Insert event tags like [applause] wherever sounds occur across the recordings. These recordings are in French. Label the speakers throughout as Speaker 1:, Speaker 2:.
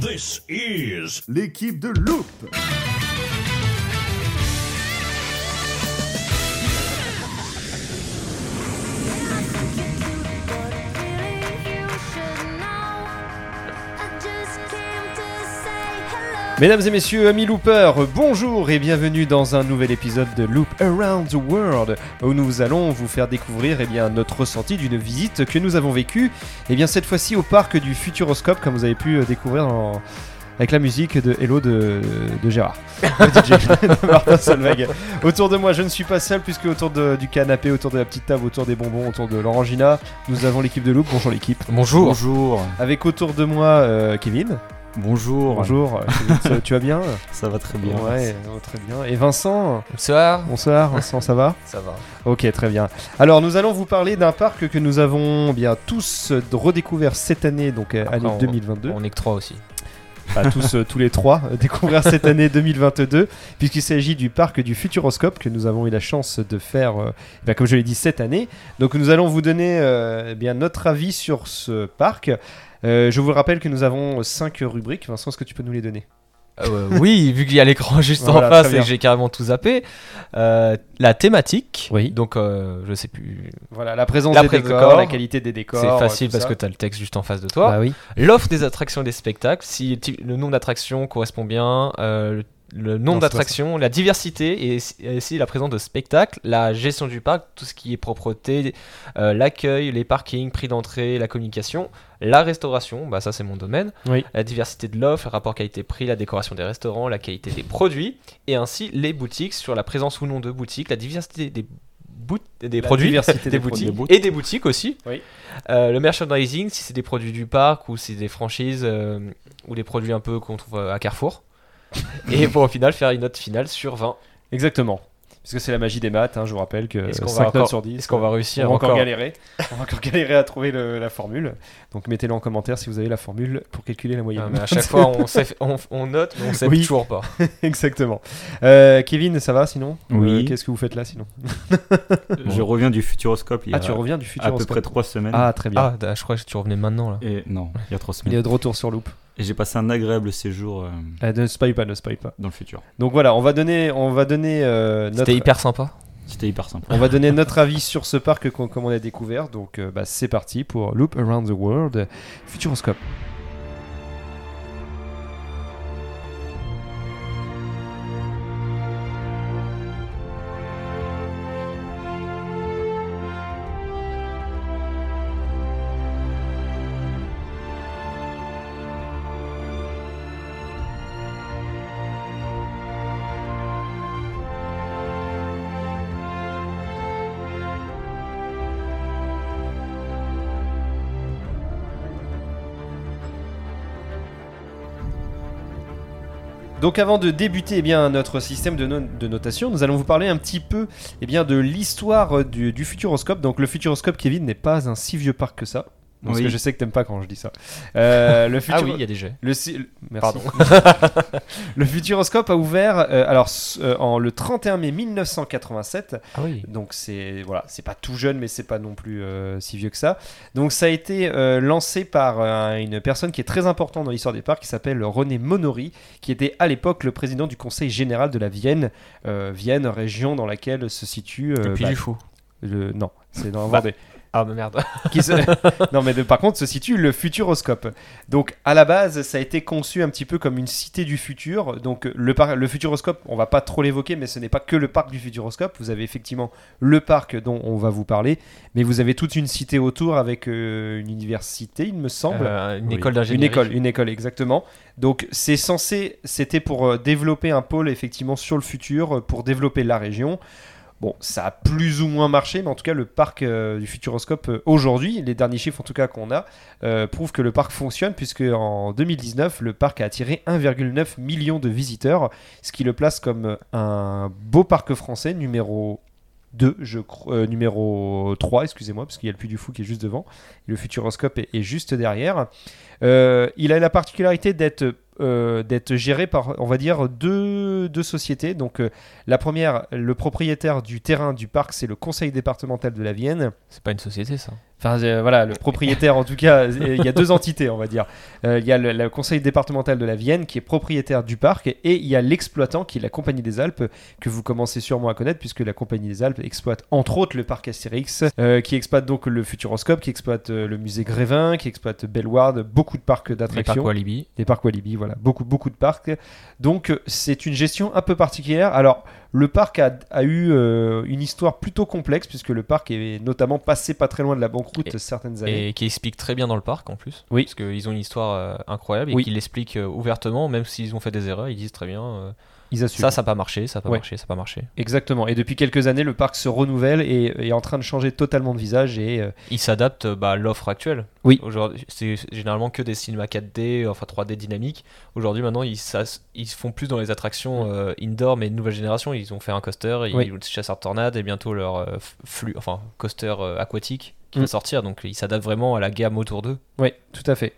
Speaker 1: This is
Speaker 2: l'équipe de Loop.
Speaker 3: Mesdames et messieurs, amis loopers, bonjour et bienvenue dans un nouvel épisode de Loop Around the World où nous allons vous faire découvrir eh bien, notre ressenti d'une visite que nous avons vécue eh bien, cette fois-ci au parc du Futuroscope comme vous avez pu euh, découvrir dans- avec la musique de Hello de, de Gérard, le DJ de Martin Solveig. Autour de moi, je ne suis pas seul puisque autour de- du canapé, autour de la petite table, autour des bonbons, autour de l'orangina, nous avons l'équipe de Loop. Bonjour l'équipe.
Speaker 4: Bonjour.
Speaker 2: Bonjour.
Speaker 3: Avec autour de moi euh, Kevin.
Speaker 2: Bonjour. [laughs]
Speaker 3: Bonjour. euh, Kevin, ça- tu vas bien
Speaker 2: Ça va très bien.
Speaker 3: Ouais, oh, très bien. Et Vincent
Speaker 4: Bonsoir.
Speaker 3: Bonsoir, Vincent, ça va
Speaker 4: Ça va.
Speaker 3: Ok, très bien. Alors, nous allons vous parler d'un parc que nous avons bien tous euh, redécouvert cette année, donc euh,
Speaker 4: Après,
Speaker 3: année
Speaker 4: on-
Speaker 3: 2022.
Speaker 4: On est que trois aussi.
Speaker 3: Pas tous, euh, tous les trois, euh, découvrir cette année 2022, puisqu'il s'agit du parc du Futuroscope que nous avons eu la chance de faire, euh, bah, comme je l'ai dit, cette année. Donc, nous allons vous donner euh, eh bien notre avis sur ce parc. Euh, je vous rappelle que nous avons euh, cinq rubriques. Vincent, est-ce que tu peux nous les donner
Speaker 4: Euh, oui, vu qu'il y a l'écran juste
Speaker 3: Voilà, très
Speaker 4: en face et
Speaker 3: bien.
Speaker 4: que j'ai carrément tout zappé. Euh, la thématique.
Speaker 3: Oui.
Speaker 4: Donc, euh, je sais plus.
Speaker 3: Voilà, la présence
Speaker 4: La
Speaker 3: des
Speaker 4: pré-
Speaker 3: décors,
Speaker 4: décors.
Speaker 3: la qualité des décors.
Speaker 4: C'est
Speaker 3: euh,
Speaker 4: facile
Speaker 3: tout
Speaker 4: parce
Speaker 3: ça.
Speaker 4: que tu as le texte juste en face de toi.
Speaker 3: Bah oui.
Speaker 4: L'offre des attractions et des spectacles. Si ti- le nombre d'attractions correspond bien. euh, le le
Speaker 3: Non,
Speaker 4: nombre
Speaker 3: c'est pas
Speaker 4: d'attractions, la diversité et si- et si la présence de spectacles, la gestion du parc, tout ce qui est propreté, euh, l'accueil, les parkings, prix d'entrée, la communication, la restauration, bah ça c'est mon domaine,
Speaker 3: Oui.
Speaker 4: la diversité de l'offre, le rapport qualité-prix, la décoration des restaurants, la qualité des produits et ainsi les boutiques sur la présence ou non de boutiques, la diversité des bout- des
Speaker 3: La
Speaker 4: produits
Speaker 3: diversité
Speaker 4: [laughs] des,
Speaker 3: des
Speaker 4: boutiques
Speaker 3: produits.
Speaker 4: et des boutiques aussi.
Speaker 3: Oui.
Speaker 4: Euh, le merchandising, si c'est des produits du parc ou si c'est des franchises euh, ou des produits un peu qu'on trouve euh, à Carrefour.
Speaker 3: [laughs]
Speaker 4: et pour au final faire une note finale sur 20.
Speaker 3: Exactement. Parce que c'est la magie des maths, hein, je vous rappelle que
Speaker 4: Est-ce
Speaker 3: 5
Speaker 4: qu'on va
Speaker 3: notes
Speaker 4: encore-
Speaker 3: sur 10.
Speaker 4: Est-ce qu'on va réussir
Speaker 3: on va encore, galérer On va encore [laughs] galérer à trouver le- la formule. Donc mettez-le en commentaire si vous avez la formule pour calculer la moyenne.
Speaker 4: Ah, mais à chaque fois on, sait- on- on note mais on sait
Speaker 3: Oui.
Speaker 4: toujours pas.
Speaker 3: [laughs] Exactement. Euh, Kevin, ça va sinon
Speaker 5: Oui.
Speaker 3: Euh, Qu'est-ce que vous faites là sinon
Speaker 5: Je reviens du Futuroscope il y a
Speaker 3: Ah, tu reviens du futur
Speaker 5: à peu près trois semaines.
Speaker 3: Ah, très bien.
Speaker 4: Ah, je crois que tu revenais maintenant là.
Speaker 5: Et non, il y a trois
Speaker 3: Il
Speaker 5: semaines.
Speaker 3: est de retour sur Loop.
Speaker 5: Et j'ai passé un agréable séjour euh,
Speaker 3: Ah, ne spoil pas, ne spoil pas.
Speaker 5: dans le futur.
Speaker 3: Donc voilà, on va donner, on va donner euh, notre.
Speaker 4: C'était hyper sympa.
Speaker 5: C'était hyper sympa.
Speaker 3: On va donner notre avis sur ce parc qu'on- comme on a découvert. Donc euh, bah, c'est parti pour Loop Around the World Futuroscope. Donc avant de débuter eh bien, notre système de, no- de notation, nous allons vous parler un petit peu eh bien, de l'histoire euh, du, du Futuroscope. Donc le Futuroscope, Kevin, n'est pas un si vieux parc que ça. Parce
Speaker 5: Oui.
Speaker 3: que je sais que t'aimes pas quand je dis ça. Euh, le
Speaker 4: Ah
Speaker 3: Futuro-
Speaker 4: oui, il y a des jets.
Speaker 3: le, si- le- merci.
Speaker 4: Pardon.
Speaker 3: [laughs] le Futuroscope a ouvert euh, alors, s- euh, en, le 31 mai 1987
Speaker 4: Ah oui.
Speaker 3: donc c'est voilà, c'est pas tout jeune, mais c'est pas non plus euh, si vieux que ça. Donc ça a été euh, lancé par euh, une personne qui est très importante dans l'histoire des parcs, qui s'appelle René Monori, qui était à l'époque le président du Conseil général de la Vienne, euh, Vienne, région dans laquelle se situe euh,
Speaker 4: Et puis
Speaker 3: bah,
Speaker 4: du fou.
Speaker 3: le- non, c'est
Speaker 4: [laughs]
Speaker 3: dans la
Speaker 4: Bah,
Speaker 3: Vendée
Speaker 4: Ah mais merde.
Speaker 3: qui se- [laughs] non mais de- par contre se situe le futuroscope. Donc à la base ça a été conçu un petit peu comme une cité du futur. Donc le, par- le futuroscope on va pas trop l'évoquer mais ce n'est pas que le parc du futuroscope. Vous avez effectivement le parc dont on va vous parler mais vous avez toute une cité autour avec euh, une université il me semble.
Speaker 4: Euh, une
Speaker 5: Oui.
Speaker 4: école d'ingénierie.
Speaker 3: Une école, une école, exactement. Donc c'est censé, c'était pour euh, développer un pôle effectivement sur le futur, euh, pour développer la région. Bon, ça a plus ou moins marché, mais en tout cas le parc euh, du Futuroscope euh, aujourd'hui, les derniers chiffres en tout cas qu'on a, euh, prouvent que le parc fonctionne puisque en 2019 le parc a attiré 1,9 million de visiteurs, ce qui le place comme euh, un beau parc français numéro 2, je cro- euh, numéro 3, excusez-moi, parce qu'il y a le Puy du Fou qui est juste devant, et le Futuroscope est- est juste derrière. Euh, il a la particularité d'être euh, d'être géré par, on va dire, deux, deux sociétés. Donc, euh, la première, le propriétaire du terrain du parc, c'est le conseil départemental de la Vienne.
Speaker 4: C'est pas une société ça.
Speaker 3: Enfin, euh, voilà, le propriétaire, en tout cas, [laughs] euh, il y a deux entités, on va dire. Euh, il y a le, le conseil départemental de la Vienne qui est propriétaire du parc et il y a l'exploitant qui est la Compagnie des Alpes, que vous commencez sûrement à connaître puisque la Compagnie des Alpes exploite entre autres le parc Astérix, euh, qui exploite donc le Futuroscope, qui exploite euh, le musée Grévin, qui exploite Bellward, beaucoup de parcs
Speaker 4: Les parcs
Speaker 3: d'attractions
Speaker 4: Walibi.
Speaker 3: des parcs Walibi, voilà, beaucoup, beaucoup de parcs. Donc euh, c'est une gestion un peu particulière. Alors le parc a, a eu euh, une histoire plutôt complexe puisque le parc est notamment passé pas très loin de la banqueroute
Speaker 4: Et-
Speaker 3: certaines années.
Speaker 4: Et qui explique très bien dans le parc en plus.
Speaker 3: Oui.
Speaker 4: Parce qu'ils ont une histoire euh, incroyable
Speaker 3: Oui.
Speaker 4: et qu'ils l'expliquent euh, ouvertement, même s'ils ont fait des erreurs, ils disent très bien euh,
Speaker 3: Ils assument.
Speaker 4: ça, ça n'a pas marché, ça n'a pas
Speaker 3: Ouais.
Speaker 4: marché, ça n'a pas marché.
Speaker 3: Exactement. Et depuis quelques années, le parc se renouvelle et et est en train de changer totalement de visage et euh,
Speaker 4: Ils s'adaptent euh, bah, à l'offre actuelle.
Speaker 3: Oui.
Speaker 4: Aujourd'hui, c'est généralement que des cinémas 4D, euh, enfin 3D dynamique. Aujourd'hui, maintenant, ils, s'as- ils se font plus dans les attractions euh, indoor, mais de nouvelle génération. Ils ont fait un coaster, ils
Speaker 3: Oui.
Speaker 4: ont le chasseur tornade et bientôt leur euh, f- flux, enfin coaster euh, aquatique qui
Speaker 3: Mm.
Speaker 4: va sortir. Donc, ils s'adaptent vraiment à la gamme autour d'eux.
Speaker 3: Oui, tout à fait.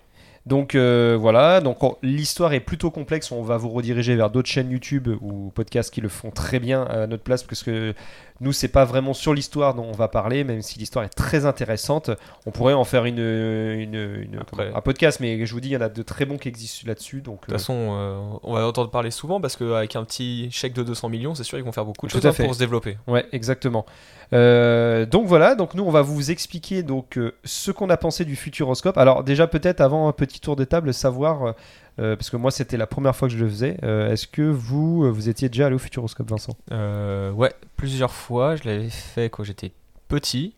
Speaker 3: Donc euh, voilà, donc on- l'histoire est plutôt complexe. On va vous rediriger vers d'autres chaînes YouTube ou podcasts qui le font très bien à notre place, parce que nous c'est pas vraiment sur l'histoire dont on va parler, même si l'histoire est très intéressante. On pourrait en faire une, une- une-
Speaker 4: Après.
Speaker 3: un podcast, mais je vous dis, il y en a de très bons qui existent là-dessus. Donc
Speaker 4: De toute
Speaker 3: euh,
Speaker 4: façon, euh, on va entendre parler souvent parce qu'avec un petit chèque de 200 millions, c'est sûr qu'ils vont faire beaucoup de
Speaker 3: Tout
Speaker 4: choses
Speaker 3: à
Speaker 4: hein,
Speaker 3: fait.
Speaker 4: pour se développer.
Speaker 3: Ouais, exactement. Euh, donc voilà, donc nous on va vous expliquer donc euh, ce qu'on a pensé du Futuroscope. Alors déjà peut-être avant un petit tour de table, savoir euh, euh, parce que moi c'était la première fois que je le faisais. euh, Est-ce que vous euh, vous étiez déjà allé au Futuroscope, Vincent
Speaker 4: Euh, ouais, plusieurs fois, je l'avais fait quand j'étais petit.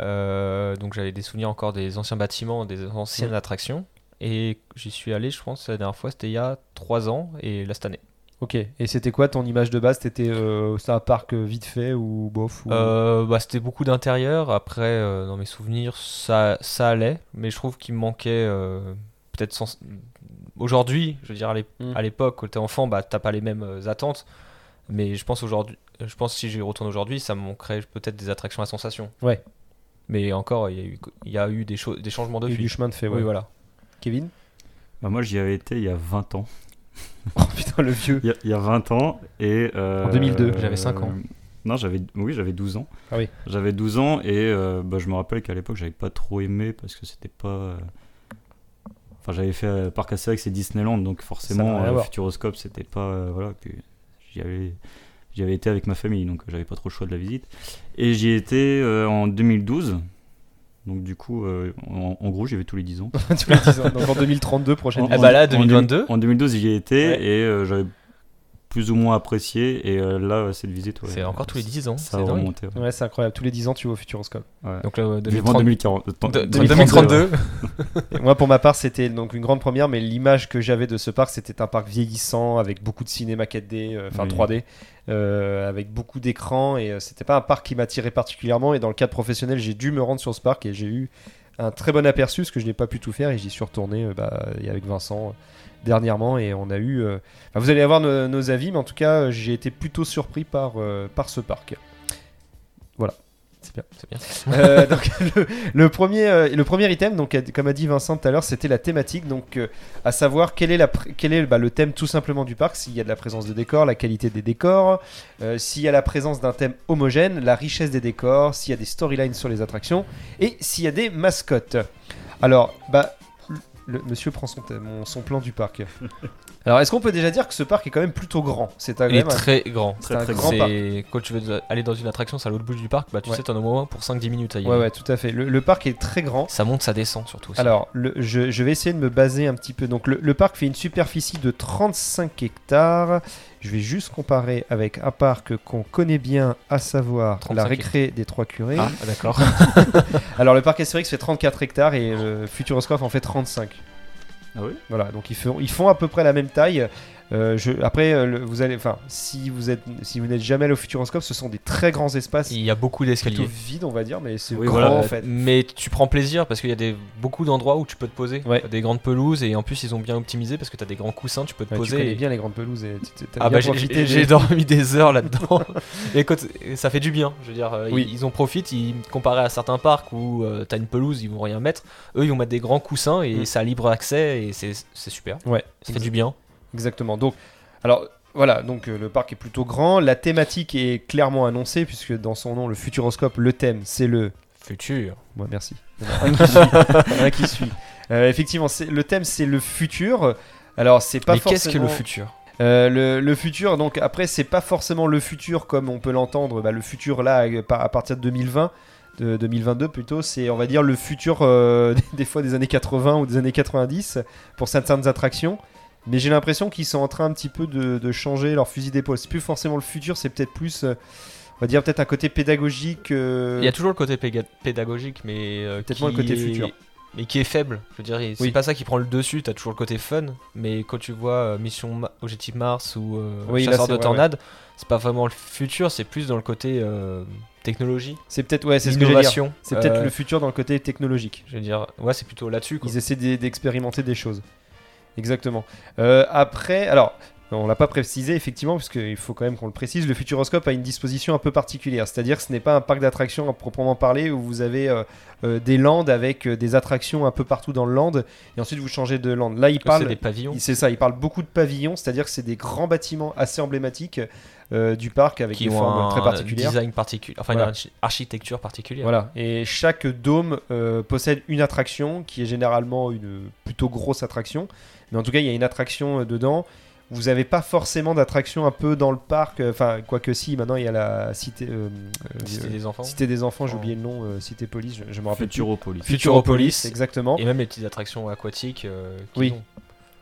Speaker 4: Euh, donc j'avais des souvenirs encore des anciens bâtiments, des anciennes
Speaker 3: Mm.
Speaker 4: attractions. Et j'y suis allé, je pense, la dernière fois, c'était il y a 3 ans et là cette année.
Speaker 3: Ok. Et c'était quoi ton image de base C'était euh, c'était un parc euh, vite fait ou bof ou...
Speaker 4: Euh, bah, c'était beaucoup d'intérieur. Après, euh, dans mes souvenirs, ça, ça allait. Mais je trouve qu'il me manquait euh, peut-être sans... aujourd'hui. Je veux dire, à l'ép-
Speaker 3: Mm.
Speaker 4: à l'époque, quand t'es enfant, bah, t'as pas les mêmes euh, attentes. Mais je pense aujourd'hui, je pense que si j'y retourne aujourd'hui, ça me manquerait peut-être des attractions à sensation.
Speaker 3: Ouais.
Speaker 4: Mais encore, il y a eu, il y a eu des, choses, des changements
Speaker 3: Il y a eu
Speaker 4: depuis.
Speaker 3: du chemin de fait.
Speaker 4: Oui,
Speaker 3: ouais.
Speaker 4: voilà.
Speaker 3: Kevin
Speaker 5: Bah, moi, j'y avais été il y a 20 ans.
Speaker 3: [laughs] Oh putain le vieux.
Speaker 5: Il y a, il y a 20 ans et... euh,
Speaker 3: En 2002.
Speaker 4: J'avais cinq ans.
Speaker 5: Non, j'avais, oui, j'avais 12 ans.
Speaker 3: Ah oui.
Speaker 5: J'avais 12 ans et euh, bah, je me rappelle qu'à l'époque, j'avais pas trop aimé parce que c'était pas... euh, Enfin, j'avais fait euh, Parc Astérix et Disneyland, donc forcément,
Speaker 3: rien à
Speaker 5: euh,
Speaker 3: voir.
Speaker 5: Futuroscope, c'était pas... euh, voilà, puis j'y avais... J'y avais été avec ma famille, donc euh, j'avais pas trop le choix de la visite. Et j'y étais euh, en 2012. Donc du coup, euh, en, en gros, j'y vais tous les 10 ans.
Speaker 3: [laughs] Tous les dix ans. Donc en 2032 prochaine.
Speaker 5: En-
Speaker 4: Ah bah là,
Speaker 5: en- en
Speaker 4: 2022.
Speaker 5: En 2012, j'y ai été
Speaker 3: Ouais.
Speaker 5: et euh, j'avais plus ou moins apprécié. Et euh, là, cette visite, ouais,
Speaker 4: c'est encore tous les 10 ans.
Speaker 5: Ça
Speaker 4: C'est
Speaker 5: a
Speaker 4: dingue.
Speaker 5: remonté. ouais.
Speaker 3: Ouais, c'est incroyable. Tous les 10 ans tu vas au Futuroscope.
Speaker 5: Ouais.
Speaker 4: Donc euh, là,
Speaker 5: Vivement
Speaker 4: 2030
Speaker 5: 2040, attends,
Speaker 4: de- de-
Speaker 5: 2032.
Speaker 4: 2032.
Speaker 3: Et [laughs] Moi, pour ma part, c'était donc une grande première, mais l'image que j'avais de ce parc, c'était un parc vieillissant avec beaucoup de cinéma 4D, euh, enfin
Speaker 5: Oui.
Speaker 3: 3D, euh, avec beaucoup d'écrans. Et euh, c'était pas un parc qui m'attirait particulièrement. Et dans le cadre professionnel, j'ai dû me rendre sur ce parc et j'ai eu un très bon aperçu, parce que je n'ai pas pu tout faire. Et j'y suis retourné euh, bah, et avec Vincent euh, dernièrement. Et on a eu. euh, enfin, vous allez avoir no- nos avis, mais en tout cas, euh, j'ai été plutôt surpris par, euh, par ce parc. Voilà. C'est bien.
Speaker 4: [laughs] C'est bien.
Speaker 3: Euh, donc, le, le premier, euh, le premier item, donc, a- comme a dit Vincent tout à l'heure, c'était la thématique. Donc, euh, à savoir quel est, la, pr- quel est bah, le thème tout simplement du parc, s'il y a de la présence de décors, la qualité des décors, euh, s'il y a la présence d'un thème homogène, la richesse des décors, s'il y a des storylines sur les attractions et s'il y a des mascottes. Alors, bah, le, monsieur prend son, thème- mon- son plan du parc. Alors, est-ce qu'on peut déjà dire que ce parc est quand même plutôt grand C'est un,
Speaker 4: Il est
Speaker 3: quand même un-
Speaker 4: très grand.
Speaker 3: c'est un
Speaker 5: très
Speaker 3: grand parc.
Speaker 4: C'est- Quand tu veux aller dans une attraction, c'est à l'autre bout du parc, bah tu
Speaker 3: Ouais.
Speaker 4: sais, t'en as au moins pour 5-10 minutes à y
Speaker 3: Ouais,
Speaker 4: aller.
Speaker 3: ouais, tout à fait. Le- le parc est très grand.
Speaker 4: Ça monte, ça descend surtout. aussi.
Speaker 3: Alors, le- je, je vais essayer de me baser un petit peu. Donc, le, le parc fait une superficie de 35 hectares. Je vais juste comparer avec un parc qu'on connaît bien, à savoir la
Speaker 4: 35
Speaker 3: récré des Trois Curés.
Speaker 4: Ah,
Speaker 3: [laughs]
Speaker 4: d'accord.
Speaker 3: Alors, le parc Astérix fait 34 hectares et euh, Futuroscope en fait 35.
Speaker 5: Ah oui
Speaker 3: Voilà, donc ils font, ils font à peu près la même taille. Euh, je- après, euh, le- vous allez, enfin, si vous êtes, si vous n'êtes jamais allé au Futuroscope, ce sont des très grands espaces,
Speaker 4: Il y a beaucoup
Speaker 3: plutôt
Speaker 4: d'escaliers.
Speaker 3: vides, on va dire, mais c'est
Speaker 5: Oui,
Speaker 3: grand
Speaker 5: voilà,
Speaker 3: en
Speaker 5: euh,
Speaker 3: fait.
Speaker 4: Mais tu prends plaisir parce qu'il y a des, beaucoup d'endroits où tu peux te poser.
Speaker 3: Ouais.
Speaker 4: Des grandes pelouses et en plus ils ont bien optimisé parce que t'as des grands coussins, tu peux te
Speaker 3: Ouais, tu
Speaker 4: poser.
Speaker 3: connais
Speaker 4: et-
Speaker 3: bien les grandes pelouses et tu- tu- t'as
Speaker 4: Ah
Speaker 3: bien
Speaker 4: bah j'ai-
Speaker 3: profité
Speaker 4: j'ai
Speaker 3: des-
Speaker 4: j'ai dormi des
Speaker 3: [laughs]
Speaker 4: heures là-dedans. et écoute, ça fait du bien. Je veux dire, euh,
Speaker 3: Oui.
Speaker 4: ils, ils en profitent. Ils, comparé à certains parcs où euh, t'as une pelouse, ils vont rien mettre. Eux, ils vont mettre des grands coussins et
Speaker 3: Mm.
Speaker 4: ça a libre accès et c'est c'est super.
Speaker 3: Ouais,
Speaker 4: Ça fait du bien.
Speaker 3: Exactement. Donc, alors voilà, donc euh, le parc est plutôt grand. La thématique est clairement annoncée puisque dans son nom, le Futuroscope, le thème, c'est le
Speaker 4: Futur.
Speaker 3: Ouais, merci. Il y en a un qui suit. Un qui suit. Euh, effectivement, c'est- le thème c'est le futur. Alors c'est pas
Speaker 4: Mais
Speaker 3: forcément.
Speaker 4: qu'est-ce que le futur
Speaker 3: Euh, le, le futur, donc après, c'est pas forcément le futur comme on peut l'entendre, bah, le futur là, à, par- à partir de 2020, de 2022 plutôt, c'est on va dire le futur euh, [laughs] des fois des années 80 ou des années 90 pour certaines attractions. Mais j'ai l'impression qu'ils sont en train un petit peu de, de changer leur fusil d'épaule. C'est plus forcément le futur, c'est peut-être plus, euh, on va dire, peut-être un côté pédagogique. euh,
Speaker 4: Il y a toujours le côté péga- pédagogique, mais euh,
Speaker 3: Peut-être
Speaker 4: qui
Speaker 3: moins le côté
Speaker 4: est-
Speaker 3: futur.
Speaker 4: mais qui est faible. Je veux dire, c'est
Speaker 3: Oui.
Speaker 4: pas ça qui prend le dessus. T'as toujours le côté fun, mais quand tu vois euh, Mission Ma- Objectif Mars ou euh,
Speaker 3: Oui, là,
Speaker 4: Chasseur
Speaker 3: c'est
Speaker 4: de
Speaker 3: vrai,
Speaker 4: tornades, c'est pas vraiment le futur. C'est plus dans le côté euh, technologie,
Speaker 3: C'est peut-être, ouais, c'est ce que j'allais dire.
Speaker 4: innovation.
Speaker 3: C'est peut-être
Speaker 4: Euh,
Speaker 3: le futur dans le côté technologique.
Speaker 4: Je veux dire, ouais, c'est plutôt là-dessus. quoi.
Speaker 3: Ils essaient d'e- d'expérimenter des choses. Exactement. Euh, après, alors, on l'a pas précisé effectivement, parce qu'il faut quand même qu'on le précise, le Futuroscope a une disposition un peu particulière. C'est-à-dire que ce n'est pas un parc d'attractions à proprement parler où vous avez euh, euh, des landes avec euh, des attractions un peu partout dans le land et ensuite vous changez de land. Là, il
Speaker 4: Que C'est
Speaker 3: parle.
Speaker 4: des pavillons.
Speaker 3: il- C'est ça, il parle beaucoup de pavillons, c'est-à-dire que c'est des grands bâtiments assez emblématiques euh, du parc avec
Speaker 4: qui
Speaker 3: des
Speaker 4: ont
Speaker 3: formes
Speaker 4: un
Speaker 3: très particulières.
Speaker 4: design particulier, enfin
Speaker 3: Voilà.
Speaker 4: une archi- architecture particulière.
Speaker 3: Voilà, et chaque dôme euh, possède une attraction qui est généralement une plutôt grosse attraction, mais en tout cas il y a une attraction euh, dedans. Vous n'avez pas forcément d'attraction un peu dans le parc, euh, enfin quoique si, maintenant il y a la cité, euh, euh,
Speaker 4: C'était
Speaker 3: euh,
Speaker 4: des enfants.
Speaker 3: cité des enfants, j'ai
Speaker 4: Oh.
Speaker 3: oublié le nom, euh, cité police, je, je me rappelle. plus.
Speaker 5: Futuropolis.
Speaker 4: Futuropolis.
Speaker 3: exactement.
Speaker 4: Et même les petites attractions aquatiques. euh, qu'ils
Speaker 3: Oui.
Speaker 4: ont.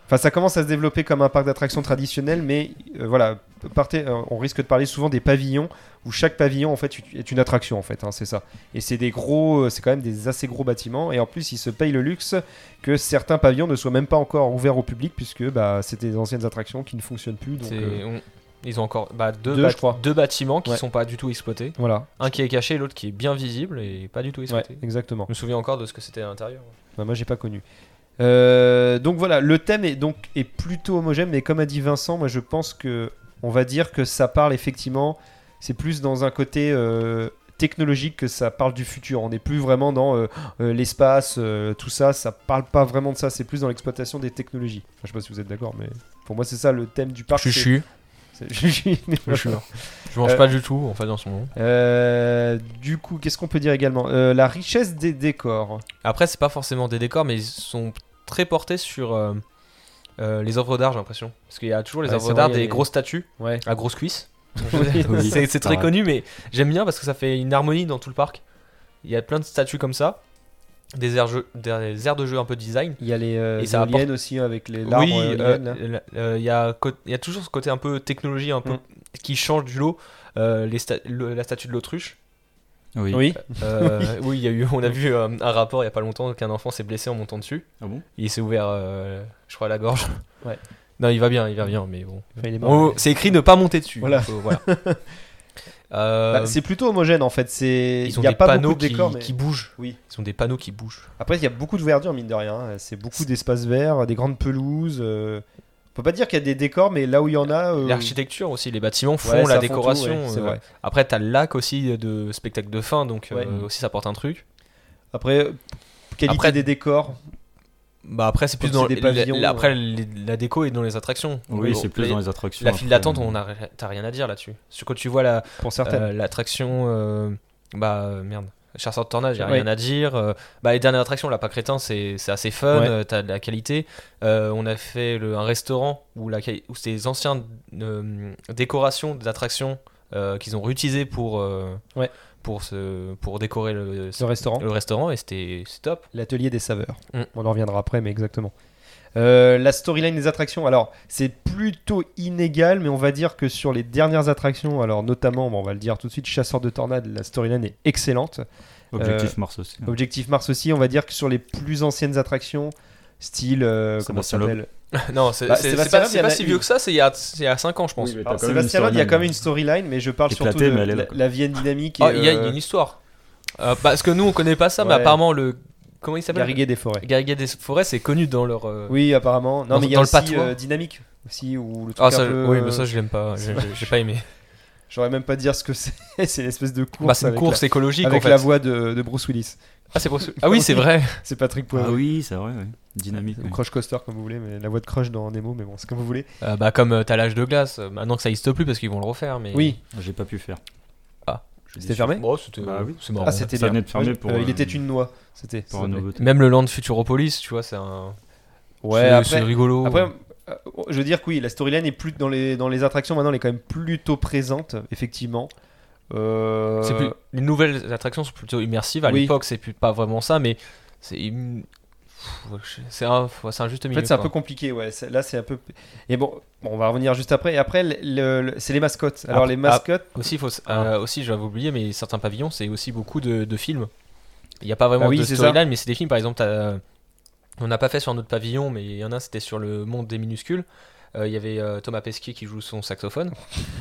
Speaker 3: Enfin, ça commence à se développer comme un parc d'attractions traditionnel, mais euh, voilà, partez- euh, on risque de parler souvent des pavillons où chaque pavillon en fait est une attraction en fait, hein, c'est ça. Et c'est des gros, euh, c'est quand même des assez gros bâtiments, et en plus ils se payent le luxe que certains pavillons ne soient même pas encore ouverts au public puisque bah c'était des anciennes attractions qui ne fonctionnent plus. Donc
Speaker 4: C'est-
Speaker 3: euh,
Speaker 4: on- Ils ont encore bah, deux,
Speaker 3: Deux,
Speaker 4: bat-
Speaker 3: je crois.
Speaker 4: deux bâtiments qui
Speaker 3: Ouais.
Speaker 4: sont pas du tout exploités.
Speaker 3: voilà,
Speaker 4: Un qui est caché, l'autre qui est bien visible et pas du tout
Speaker 3: Ouais,
Speaker 4: exploité.
Speaker 3: exactement.
Speaker 4: Je me souviens encore de ce que c'était à l'intérieur.
Speaker 3: Bah, moi j'ai pas connu. Euh, donc voilà, le thème est donc est plutôt homogène, mais comme a dit Vincent, moi je pense que on va dire que ça parle effectivement, c'est plus dans un côté euh, technologique que ça parle du futur. On n'est plus vraiment dans euh, euh, l'espace, euh, tout ça, ça parle pas vraiment de ça. C'est plus dans l'exploitation des technologies. Enfin, je sais pas si vous êtes d'accord, mais pour moi c'est ça le thème du parc. c'est- [laughs] c'est- Chuchu.
Speaker 4: Je mange
Speaker 3: Euh,
Speaker 4: pas du tout en fait dans ce moment.
Speaker 3: Euh, du coup, qu'est-ce qu'on peut dire également Euh, La richesse des décors.
Speaker 4: Après, c'est pas forcément des décors, mais ils sont très portés sur euh, euh, les œuvres d'art, j'ai l'impression. Parce qu'il y a toujours les
Speaker 3: Ouais,
Speaker 4: œuvres
Speaker 3: c'est
Speaker 4: d'art
Speaker 3: vrai, il y a
Speaker 4: des
Speaker 3: les-
Speaker 4: grosses statues
Speaker 3: Ouais.
Speaker 4: à
Speaker 3: [laughs]
Speaker 4: grosses cuisses.
Speaker 5: Oui,
Speaker 4: c'est c'est très
Speaker 5: pareil.
Speaker 4: connu, mais j'aime bien parce que ça fait une harmonie dans tout le parc. Il y a plein de statues comme ça, des airs, jeux- des airs de jeu un peu design.
Speaker 3: Il y a les, euh,
Speaker 4: Et ça
Speaker 3: éoliennes
Speaker 4: apporte-
Speaker 3: aussi avec les
Speaker 4: Oui,
Speaker 3: larmes.
Speaker 4: euh, euh, euh, il y, a co- il y a toujours ce côté un peu technologie, un peu
Speaker 3: Mm.
Speaker 4: qui change du lot. Euh, les sta- le- la statue
Speaker 3: [laughs]
Speaker 4: de l'autruche.
Speaker 5: Oui.
Speaker 3: oui.
Speaker 4: Euh, oui, il y a eu, on a vu euh, un rapport il y a pas longtemps qu'un enfant s'est blessé en montant dessus.
Speaker 5: Ah bon
Speaker 4: Il s'est ouvert, euh, je crois, la gorge.
Speaker 3: [laughs] Ouais.
Speaker 4: Non, il va bien, il va bien, mais bon.
Speaker 3: Enfin, il est
Speaker 4: En
Speaker 3: mort.
Speaker 4: gros, c'est écrit ne pas monter dessus.
Speaker 3: Voilà.
Speaker 4: Il faut-
Speaker 3: [laughs]
Speaker 4: voilà. Euh,
Speaker 3: Bah, c'est plutôt homogène en fait. C'est
Speaker 4: ils
Speaker 3: il
Speaker 4: ont
Speaker 3: y a
Speaker 4: des
Speaker 3: pas
Speaker 4: panneaux
Speaker 3: beaucoup de
Speaker 4: qui,
Speaker 3: décors. mais-
Speaker 4: qui bougent.
Speaker 3: Oui.
Speaker 4: Ils ont des panneaux qui bougent.
Speaker 3: Après, il y a beaucoup de verdure mine de rien. hein. C'est beaucoup d'espaces verts, des grandes pelouses. euh, On peut pas dire qu'il y a des décors, mais là où il y en a, euh,
Speaker 4: L'architecture aussi, les bâtiments font
Speaker 3: ouais, ça
Speaker 4: la
Speaker 3: tout,
Speaker 4: décoration.
Speaker 3: ouais, c'est
Speaker 4: euh,
Speaker 3: vrai.
Speaker 4: Après, t'as le lac aussi de spectacle de fin, donc euh,
Speaker 3: Ouais.
Speaker 4: aussi ça porte un truc.
Speaker 3: Après, euh, qualité
Speaker 4: Après-
Speaker 3: des décors.
Speaker 4: Bah après, c'est plus
Speaker 3: Comme
Speaker 4: dans
Speaker 3: c'est des
Speaker 4: la-
Speaker 3: pavillons,
Speaker 4: la- après les- la déco est dans les attractions.
Speaker 5: Oui,
Speaker 4: Bon,
Speaker 5: c'est plus
Speaker 4: les-
Speaker 5: dans les attractions.
Speaker 4: La file
Speaker 5: après. euh,
Speaker 4: d'attente, on a ri- t'as rien à dire là-dessus. Sur quand tu vois la
Speaker 3: Pour certaines.
Speaker 4: euh, l'attraction, euh, bah euh, merde. Chasseur de tornade, j'ai
Speaker 3: Ouais.
Speaker 4: rien à dire. Euh, bah, les dernières attractions, la pas crétin, c'est c'est assez fun,
Speaker 3: Ouais.
Speaker 4: euh, t'as de la qualité. Euh, on a fait le- un restaurant où, la, quali- où c'est les anciennes euh, décorations d'attractions euh, qu'ils ont réutilisées pour, euh,
Speaker 3: Ouais.
Speaker 4: pour, ce, pour décorer le,
Speaker 3: Ce restaurant.
Speaker 4: le restaurant et c'était c'est top. [laughs]
Speaker 3: L'atelier des saveurs.
Speaker 4: Mm.
Speaker 3: On en reviendra après, mais exactement. Euh, la storyline des attractions, alors c'est plutôt inégal, mais on va dire que sur les dernières attractions, alors notamment, bon, on va le dire tout de suite, Chasseur de tornades, la storyline est excellente.
Speaker 4: euh,
Speaker 5: Objectif Mars aussi.
Speaker 4: Mm.
Speaker 3: Objectif Mars aussi, on va dire que sur les plus anciennes attractions, style. euh, comment ça
Speaker 5: Sébastien Loeb.
Speaker 3: s'appelle
Speaker 4: non, c'est
Speaker 3: Bah,
Speaker 4: c'est- c'est
Speaker 3: Sébastien
Speaker 4: pas,
Speaker 3: Loeb,
Speaker 4: c'est
Speaker 3: il y en
Speaker 4: pas
Speaker 3: a
Speaker 4: si
Speaker 3: une.
Speaker 4: vieux que ça, c'est il y a, c'est il y a 5 ans, je pense.
Speaker 3: Alors, Sébastien Loeb, il y a quand même une storyline, mais je parle surtout
Speaker 5: Éclatée,
Speaker 3: de
Speaker 5: mais elle est
Speaker 3: la,
Speaker 5: là,
Speaker 3: la- la Vienne dynamique et
Speaker 4: Ah, il y a il y a
Speaker 3: euh,
Speaker 4: une histoire. Euh, parce que nous, on connaît pas ça, mais
Speaker 3: Ouais.
Speaker 4: apparemment, le. Comment il s'appelle
Speaker 3: Garriguet euh, des forêts.
Speaker 4: Garriguet des forêts, c'est connu dans leur. euh,
Speaker 3: Oui, apparemment. Non,
Speaker 4: Dans-
Speaker 3: mais il y a
Speaker 4: dans le
Speaker 3: aussi
Speaker 4: patois.
Speaker 3: euh, dynamique aussi ou le truc
Speaker 4: Ah,
Speaker 3: un
Speaker 4: ça,
Speaker 3: peu,
Speaker 4: oui,
Speaker 3: euh,
Speaker 4: mais ça, je l'aime pas. J'ai j'ai
Speaker 3: [laughs]
Speaker 4: pas aimé.
Speaker 3: J'aurais même pas dire ce que c'est. [laughs] c'est une espèce de course.
Speaker 4: Bah, c'est une
Speaker 3: avec
Speaker 4: course
Speaker 3: la-
Speaker 4: écologique en
Speaker 3: avec
Speaker 4: fait.
Speaker 3: la voix de, de Bruce Willis.
Speaker 4: Ah, c'est pour ça- ah oui, c'est vrai.
Speaker 3: C'est Patrick Poivre.
Speaker 5: Ah oui, c'est vrai, oui. Dynamique.
Speaker 3: Ou
Speaker 5: oui.
Speaker 3: Crush Coaster, comme vous voulez, mais la voix de Crush dans Nemo, mais bon, c'est comme vous voulez.
Speaker 4: Euh, bah, comme euh, t'as l'âge de glace, euh, maintenant que ça existe plus parce qu'ils vont le refaire. Mais...
Speaker 3: Oui,
Speaker 5: J'ai pas pu faire.
Speaker 4: Ah.
Speaker 5: Je J'étais
Speaker 3: C'était
Speaker 5: déçu.
Speaker 3: fermé
Speaker 1: Bon, c'était.
Speaker 5: Bah oui.
Speaker 1: C'est marrant.
Speaker 3: Ah, c'était
Speaker 5: Ça
Speaker 3: bien.
Speaker 5: venait de fermer
Speaker 3: Ouais,
Speaker 5: pour,
Speaker 3: euh, il
Speaker 5: euh,
Speaker 3: était une noix. C'était. ça
Speaker 5: Pour un
Speaker 3: s'appelait.
Speaker 5: nouveau thème.
Speaker 4: Même le land de Futuropolis, tu vois, c'est un.
Speaker 3: Ouais,
Speaker 4: c'est-
Speaker 3: après,
Speaker 4: c'est rigolo.
Speaker 3: Après, euh, je veux dire que oui, la storyline est plus dans les, dans les attractions maintenant, elle est quand même plutôt présente, effectivement. Euh,
Speaker 4: C'est plus- Les nouvelles attractions sont plutôt immersives. À
Speaker 3: oui.
Speaker 4: l'époque, c'est plus pas vraiment ça, mais c'est. im- Pff, ouais, je- C'est un, ouais, c'est un juste
Speaker 3: En
Speaker 4: milieu.
Speaker 3: fait, c'est un
Speaker 4: quoi.
Speaker 3: peu compliqué, ouais. c'est- Là, c'est un peu. Et bon, bon, on va revenir juste après. Et après, le- le- le- c'est les mascottes. Alors,
Speaker 5: Ah,
Speaker 4: Après-
Speaker 3: les mascottes.
Speaker 4: Aussi, faut, s-
Speaker 3: Ah.
Speaker 4: euh, aussi, j'avais oublié, mais certains pavillons, c'est aussi beaucoup de, de films. Il n'y a pas vraiment
Speaker 3: Ah oui,
Speaker 4: de
Speaker 3: c'est
Speaker 4: storyline, mais c'est des films. Par exemple, t'as- euh, on n'a pas fait sur notre pavillon, mais il y en a, un, c'était sur le monde des minuscules. Euh, Il y avait euh, Thomas Pesquet qui joue son saxophone.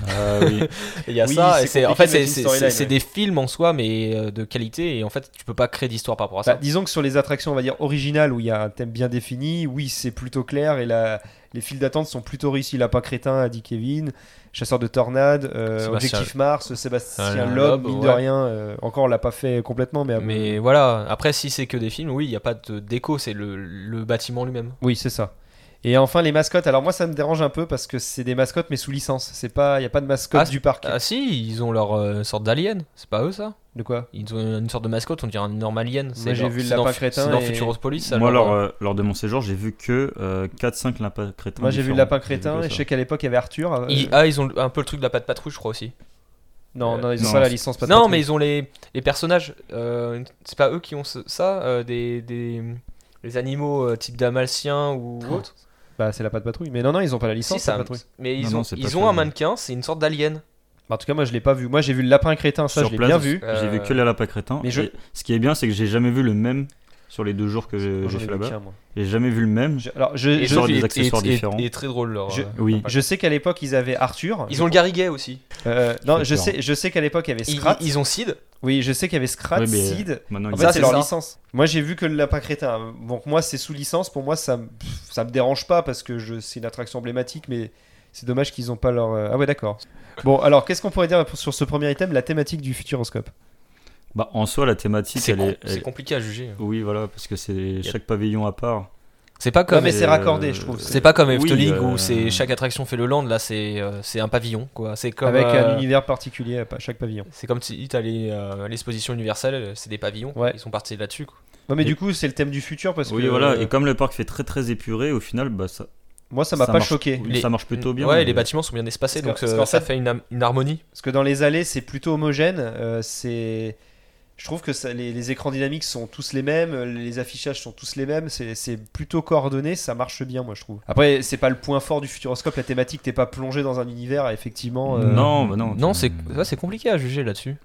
Speaker 5: Ah oui.
Speaker 4: Et [laughs] Il y a
Speaker 3: Oui,
Speaker 4: ça.
Speaker 3: c'est
Speaker 4: Et c'est- en
Speaker 3: compliqué
Speaker 4: fait,
Speaker 3: de mettre une
Speaker 4: c'est c'est-
Speaker 3: storyline,
Speaker 4: c'est- c'est
Speaker 3: ouais.
Speaker 4: des films en soi, mais euh, de qualité. Et en fait, tu peux pas créer d'histoire par rapport à ça.
Speaker 3: bah, disons que sur les attractions, on va dire originales, où il y a un thème bien défini, oui, c'est plutôt clair et la, les files d'attente sont plutôt réussies. Là, pas Crétin, a dit Kevin, Chasseur de Tornades, euh,
Speaker 4: Sébastien-
Speaker 3: Objectif Mars, Sébastien
Speaker 4: Alain
Speaker 3: Loeb,
Speaker 4: Loeb,
Speaker 3: mine de
Speaker 4: ouais.
Speaker 3: rien. euh, encore, on l'a pas fait complètement, mais. euh,
Speaker 4: mais voilà, après, si c'est que des films, oui, il n'y a pas de déco, c'est le, le bâtiment lui-même.
Speaker 3: Oui, c'est ça. Et enfin les mascottes. Alors moi ça me dérange un peu parce que c'est des mascottes mais sous licence. C'est pas, y a pas de mascotte
Speaker 4: Ah,
Speaker 3: du parc.
Speaker 4: Ah si, ils ont leur euh, sorte d'alien, c'est pas eux ça
Speaker 3: De quoi
Speaker 4: Ils ont une sorte de mascotte, on dirait un énorme alien. C'est
Speaker 3: Moi, j'ai
Speaker 4: dans-
Speaker 3: vu le
Speaker 4: c'est dans
Speaker 3: lapin
Speaker 4: Fu-
Speaker 3: crétin
Speaker 4: C'est dans
Speaker 3: et-
Speaker 4: Futuropolis, ça,
Speaker 5: Moi,
Speaker 4: leur-
Speaker 5: lors, euh, lors de mon séjour, j'ai vu que 4-5 lapins crétins.
Speaker 3: Moi j'ai vu le
Speaker 5: différents.
Speaker 3: lapin
Speaker 5: J'ai vu
Speaker 3: crétin
Speaker 5: que
Speaker 3: et je
Speaker 5: ça.
Speaker 3: sais qu'à l'époque il y avait Arthur. euh,
Speaker 4: Ils- ah, ils ont un peu le truc de la patte patrouille, je crois aussi.
Speaker 3: Non, non, ils ont
Speaker 5: Non,
Speaker 3: pas la
Speaker 5: c'est-
Speaker 3: licence. Pas de
Speaker 4: non,
Speaker 3: patrouille.
Speaker 4: mais ils ont les, les personnages. euh, c'est pas eux qui ont ce- ça, euh, des, des, les animaux euh, type d'Amalcien ou autre.
Speaker 3: Bah c'est la pas de patrouille. Mais non, non, ils ont pas la licence.
Speaker 4: Si,
Speaker 3: Pat
Speaker 4: ça-
Speaker 3: patrouille.
Speaker 4: Mais
Speaker 5: Non,
Speaker 4: ils
Speaker 5: non,
Speaker 4: ont,
Speaker 5: c'est pas
Speaker 4: ils
Speaker 5: ça,
Speaker 4: ont un
Speaker 5: non.
Speaker 4: mannequin, c'est une sorte d'alien.
Speaker 3: Bah, en tout cas moi je l'ai pas vu. Moi j'ai vu le lapin crétin. Ça
Speaker 5: Sur
Speaker 3: je l'ai
Speaker 5: place,
Speaker 3: bien vu.
Speaker 5: J'ai vu
Speaker 4: Euh,
Speaker 5: que les lapins crétins.
Speaker 3: mais je-
Speaker 5: et Ce qui est bien, c'est que j'ai jamais vu le même sur les deux jours que j'ai-
Speaker 3: Moi, j'en
Speaker 5: j'ai
Speaker 3: ai
Speaker 5: fait
Speaker 3: vu
Speaker 5: là-bas.
Speaker 4: hein.
Speaker 3: qu'un, moi.
Speaker 5: J'ai jamais vu le même.
Speaker 3: Je- Alors je,
Speaker 4: Et
Speaker 3: je,
Speaker 5: genre
Speaker 4: il
Speaker 5: des
Speaker 4: est-
Speaker 5: accessoires
Speaker 4: il est- il est-
Speaker 5: différents.
Speaker 4: il est très drôle leur.
Speaker 3: Je-
Speaker 4: euh,
Speaker 5: Oui.
Speaker 3: je sais qu'à l'époque ils avaient Arthur.
Speaker 4: Ils ont le Gariguet aussi.
Speaker 3: Euh, non,
Speaker 5: Fait
Speaker 3: je
Speaker 5: peur.
Speaker 3: sais, je sais qu'à l'époque il y avait
Speaker 4: Ils,
Speaker 3: Scrat.
Speaker 4: ils ont Sid.
Speaker 3: Oui, je sais qu'il y avait Scrat,
Speaker 5: Ouais, mais- euh,
Speaker 3: Sid,
Speaker 5: Maintenant,
Speaker 3: En
Speaker 5: il
Speaker 3: fait,
Speaker 5: y a-
Speaker 3: Ah, bah, c'est
Speaker 4: Ça, c'est
Speaker 3: leur
Speaker 4: ça.
Speaker 3: licence. Moi, j'ai vu que le lapin crétin. Donc, moi, c'est sous licence. Pour moi, ça, me- pff, ça me dérange pas parce que je, c'est une attraction emblématique, mais c'est dommage qu'ils n'ont pas leur. euh, Ah, ouais, d'accord. Bon, alors, qu'est-ce qu'on pourrait dire pour- sur ce premier item La thématique du futuroscope.
Speaker 5: Bah, en soi, la thématique,
Speaker 4: C'est
Speaker 5: elle
Speaker 4: com-
Speaker 5: est.
Speaker 4: c'est
Speaker 5: elle-
Speaker 4: compliqué à juger.
Speaker 5: Oui, voilà, parce que c'est chaque pavillon à part.
Speaker 4: C'est pas
Speaker 3: Non,
Speaker 4: comme
Speaker 3: mais c'est
Speaker 5: euh,
Speaker 3: raccordé, je trouve.
Speaker 4: c'est pas comme Efteling
Speaker 5: oui, euh,
Speaker 4: où c'est chaque attraction fait le land. Là, c'est euh, c'est un pavillon quoi. C'est comme
Speaker 3: Avec
Speaker 4: euh,
Speaker 3: un univers particulier à pa- chaque pavillon.
Speaker 4: C'est comme si t'as les, euh, l'exposition universelle, euh, c'est des pavillons.
Speaker 3: Ouais.
Speaker 4: Ils sont partis là-dessus. quoi.
Speaker 3: Non, mais
Speaker 5: Et-
Speaker 3: du coup, c'est le thème du futur parce
Speaker 5: Oui,
Speaker 3: que
Speaker 5: voilà.
Speaker 3: euh,
Speaker 5: Et comme le parc fait très très épuré, au final, bah, ça,
Speaker 3: moi, ça m'a pas
Speaker 5: marche-
Speaker 3: choqué.
Speaker 5: oui,
Speaker 4: Les-
Speaker 5: ça marche plutôt bien.
Speaker 4: Ouais,
Speaker 5: mais-
Speaker 4: les bâtiments sont bien espacés,
Speaker 3: Parce
Speaker 4: donc
Speaker 3: que- parce
Speaker 4: euh,
Speaker 3: qu'en
Speaker 4: ça
Speaker 3: fait-
Speaker 4: fait une, am- une harmonie.
Speaker 3: Parce que dans les allées, c'est plutôt homogène. euh, c'est, je trouve que ça- les, les écrans dynamiques sont tous les mêmes, les affichages sont tous les mêmes. C'est c'est plutôt coordonné, ça marche bien, moi je trouve. Après, c'est pas le point fort du Futuroscope, la thématique, t'es pas plongé dans un univers, effectivement.
Speaker 4: Mm.
Speaker 3: euh,
Speaker 5: Non, bah non.
Speaker 4: Non, c'est ouais, c'est compliqué à juger là-dessus.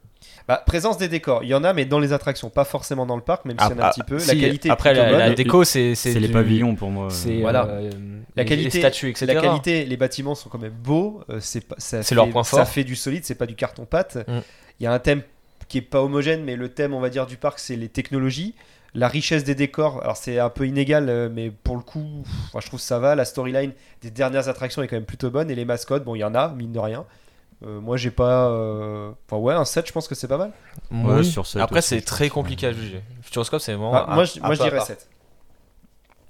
Speaker 3: bah, présence des décors, il y en a, mais dans les attractions, pas forcément dans le parc, même s'il y en a un petit peu. la
Speaker 4: Ah, si,
Speaker 3: qualité, est
Speaker 4: Après,
Speaker 3: plutôt
Speaker 4: la,
Speaker 3: bonne.
Speaker 4: la
Speaker 5: Et-
Speaker 4: déco, c'est
Speaker 5: C'est
Speaker 4: du-
Speaker 5: les pavillons pour moi.
Speaker 4: C'est
Speaker 3: Voilà.
Speaker 4: euh,
Speaker 3: La
Speaker 4: les- les
Speaker 3: qualité-
Speaker 4: statues, etc.
Speaker 3: La qualité, les bâtiments sont quand même beaux. euh, c'est pas, ça
Speaker 4: C'est
Speaker 3: fait-
Speaker 4: leur point
Speaker 3: Ça
Speaker 4: fort.
Speaker 3: fait du solide, c'est pas du carton pâte. Il
Speaker 4: Mm.
Speaker 3: y a un thème qui est pas homogène, mais le thème, on va dire, du parc, c'est les technologies. La richesse des décors, alors c'est un peu inégal, euh, mais pour le coup, pff, moi, je trouve ça va. La storyline des dernières attractions est quand même plutôt bonne. Et les mascottes, bon, il y en a, mine de rien. Euh, moi, j'ai pas. euh, Enfin, ouais, un 7, je pense que c'est pas mal.
Speaker 5: Ouais,
Speaker 4: Oui.
Speaker 5: sur cette
Speaker 4: Mm. Après,
Speaker 5: aussi,
Speaker 4: c'est
Speaker 5: je
Speaker 4: très
Speaker 5: pense,
Speaker 4: compliqué à juger. Futuroscope, c'est vraiment.
Speaker 3: Bah,
Speaker 4: un-
Speaker 3: moi, je,
Speaker 4: un
Speaker 3: moi, je
Speaker 4: pas à
Speaker 3: dirais
Speaker 4: part.
Speaker 3: 7.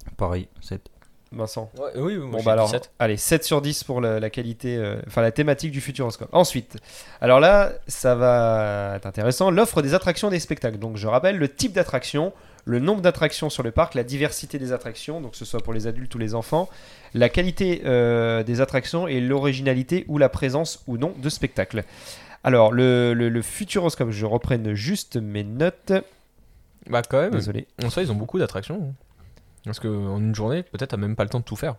Speaker 4: euh,
Speaker 5: Pareil, c'est
Speaker 3: Vincent.
Speaker 4: Ouais, oui, oui, moi,
Speaker 3: Bon
Speaker 4: j'ai
Speaker 3: bah
Speaker 4: dit
Speaker 3: alors,
Speaker 4: sept.
Speaker 3: allez, 7 sur 10 pour la, la qualité, euh, enfin la thématique du Futuroscope. Ensuite, alors là, ça va être intéressant, l'offre des attractions et des spectacles. Donc je rappelle le type d'attraction, le nombre d'attractions sur le parc, la diversité des attractions, donc que ce soit pour les adultes ou les enfants, la qualité euh, des attractions et l'originalité ou la présence ou non de spectacles. Alors le, le- le Futuroscope, je reprenne juste mes notes,
Speaker 4: Bah, quand même,
Speaker 3: désolé.
Speaker 4: en soi, ils ont beaucoup d'attractions. hein. Parce que en une journée, peut-être, t'as même pas le temps de tout faire.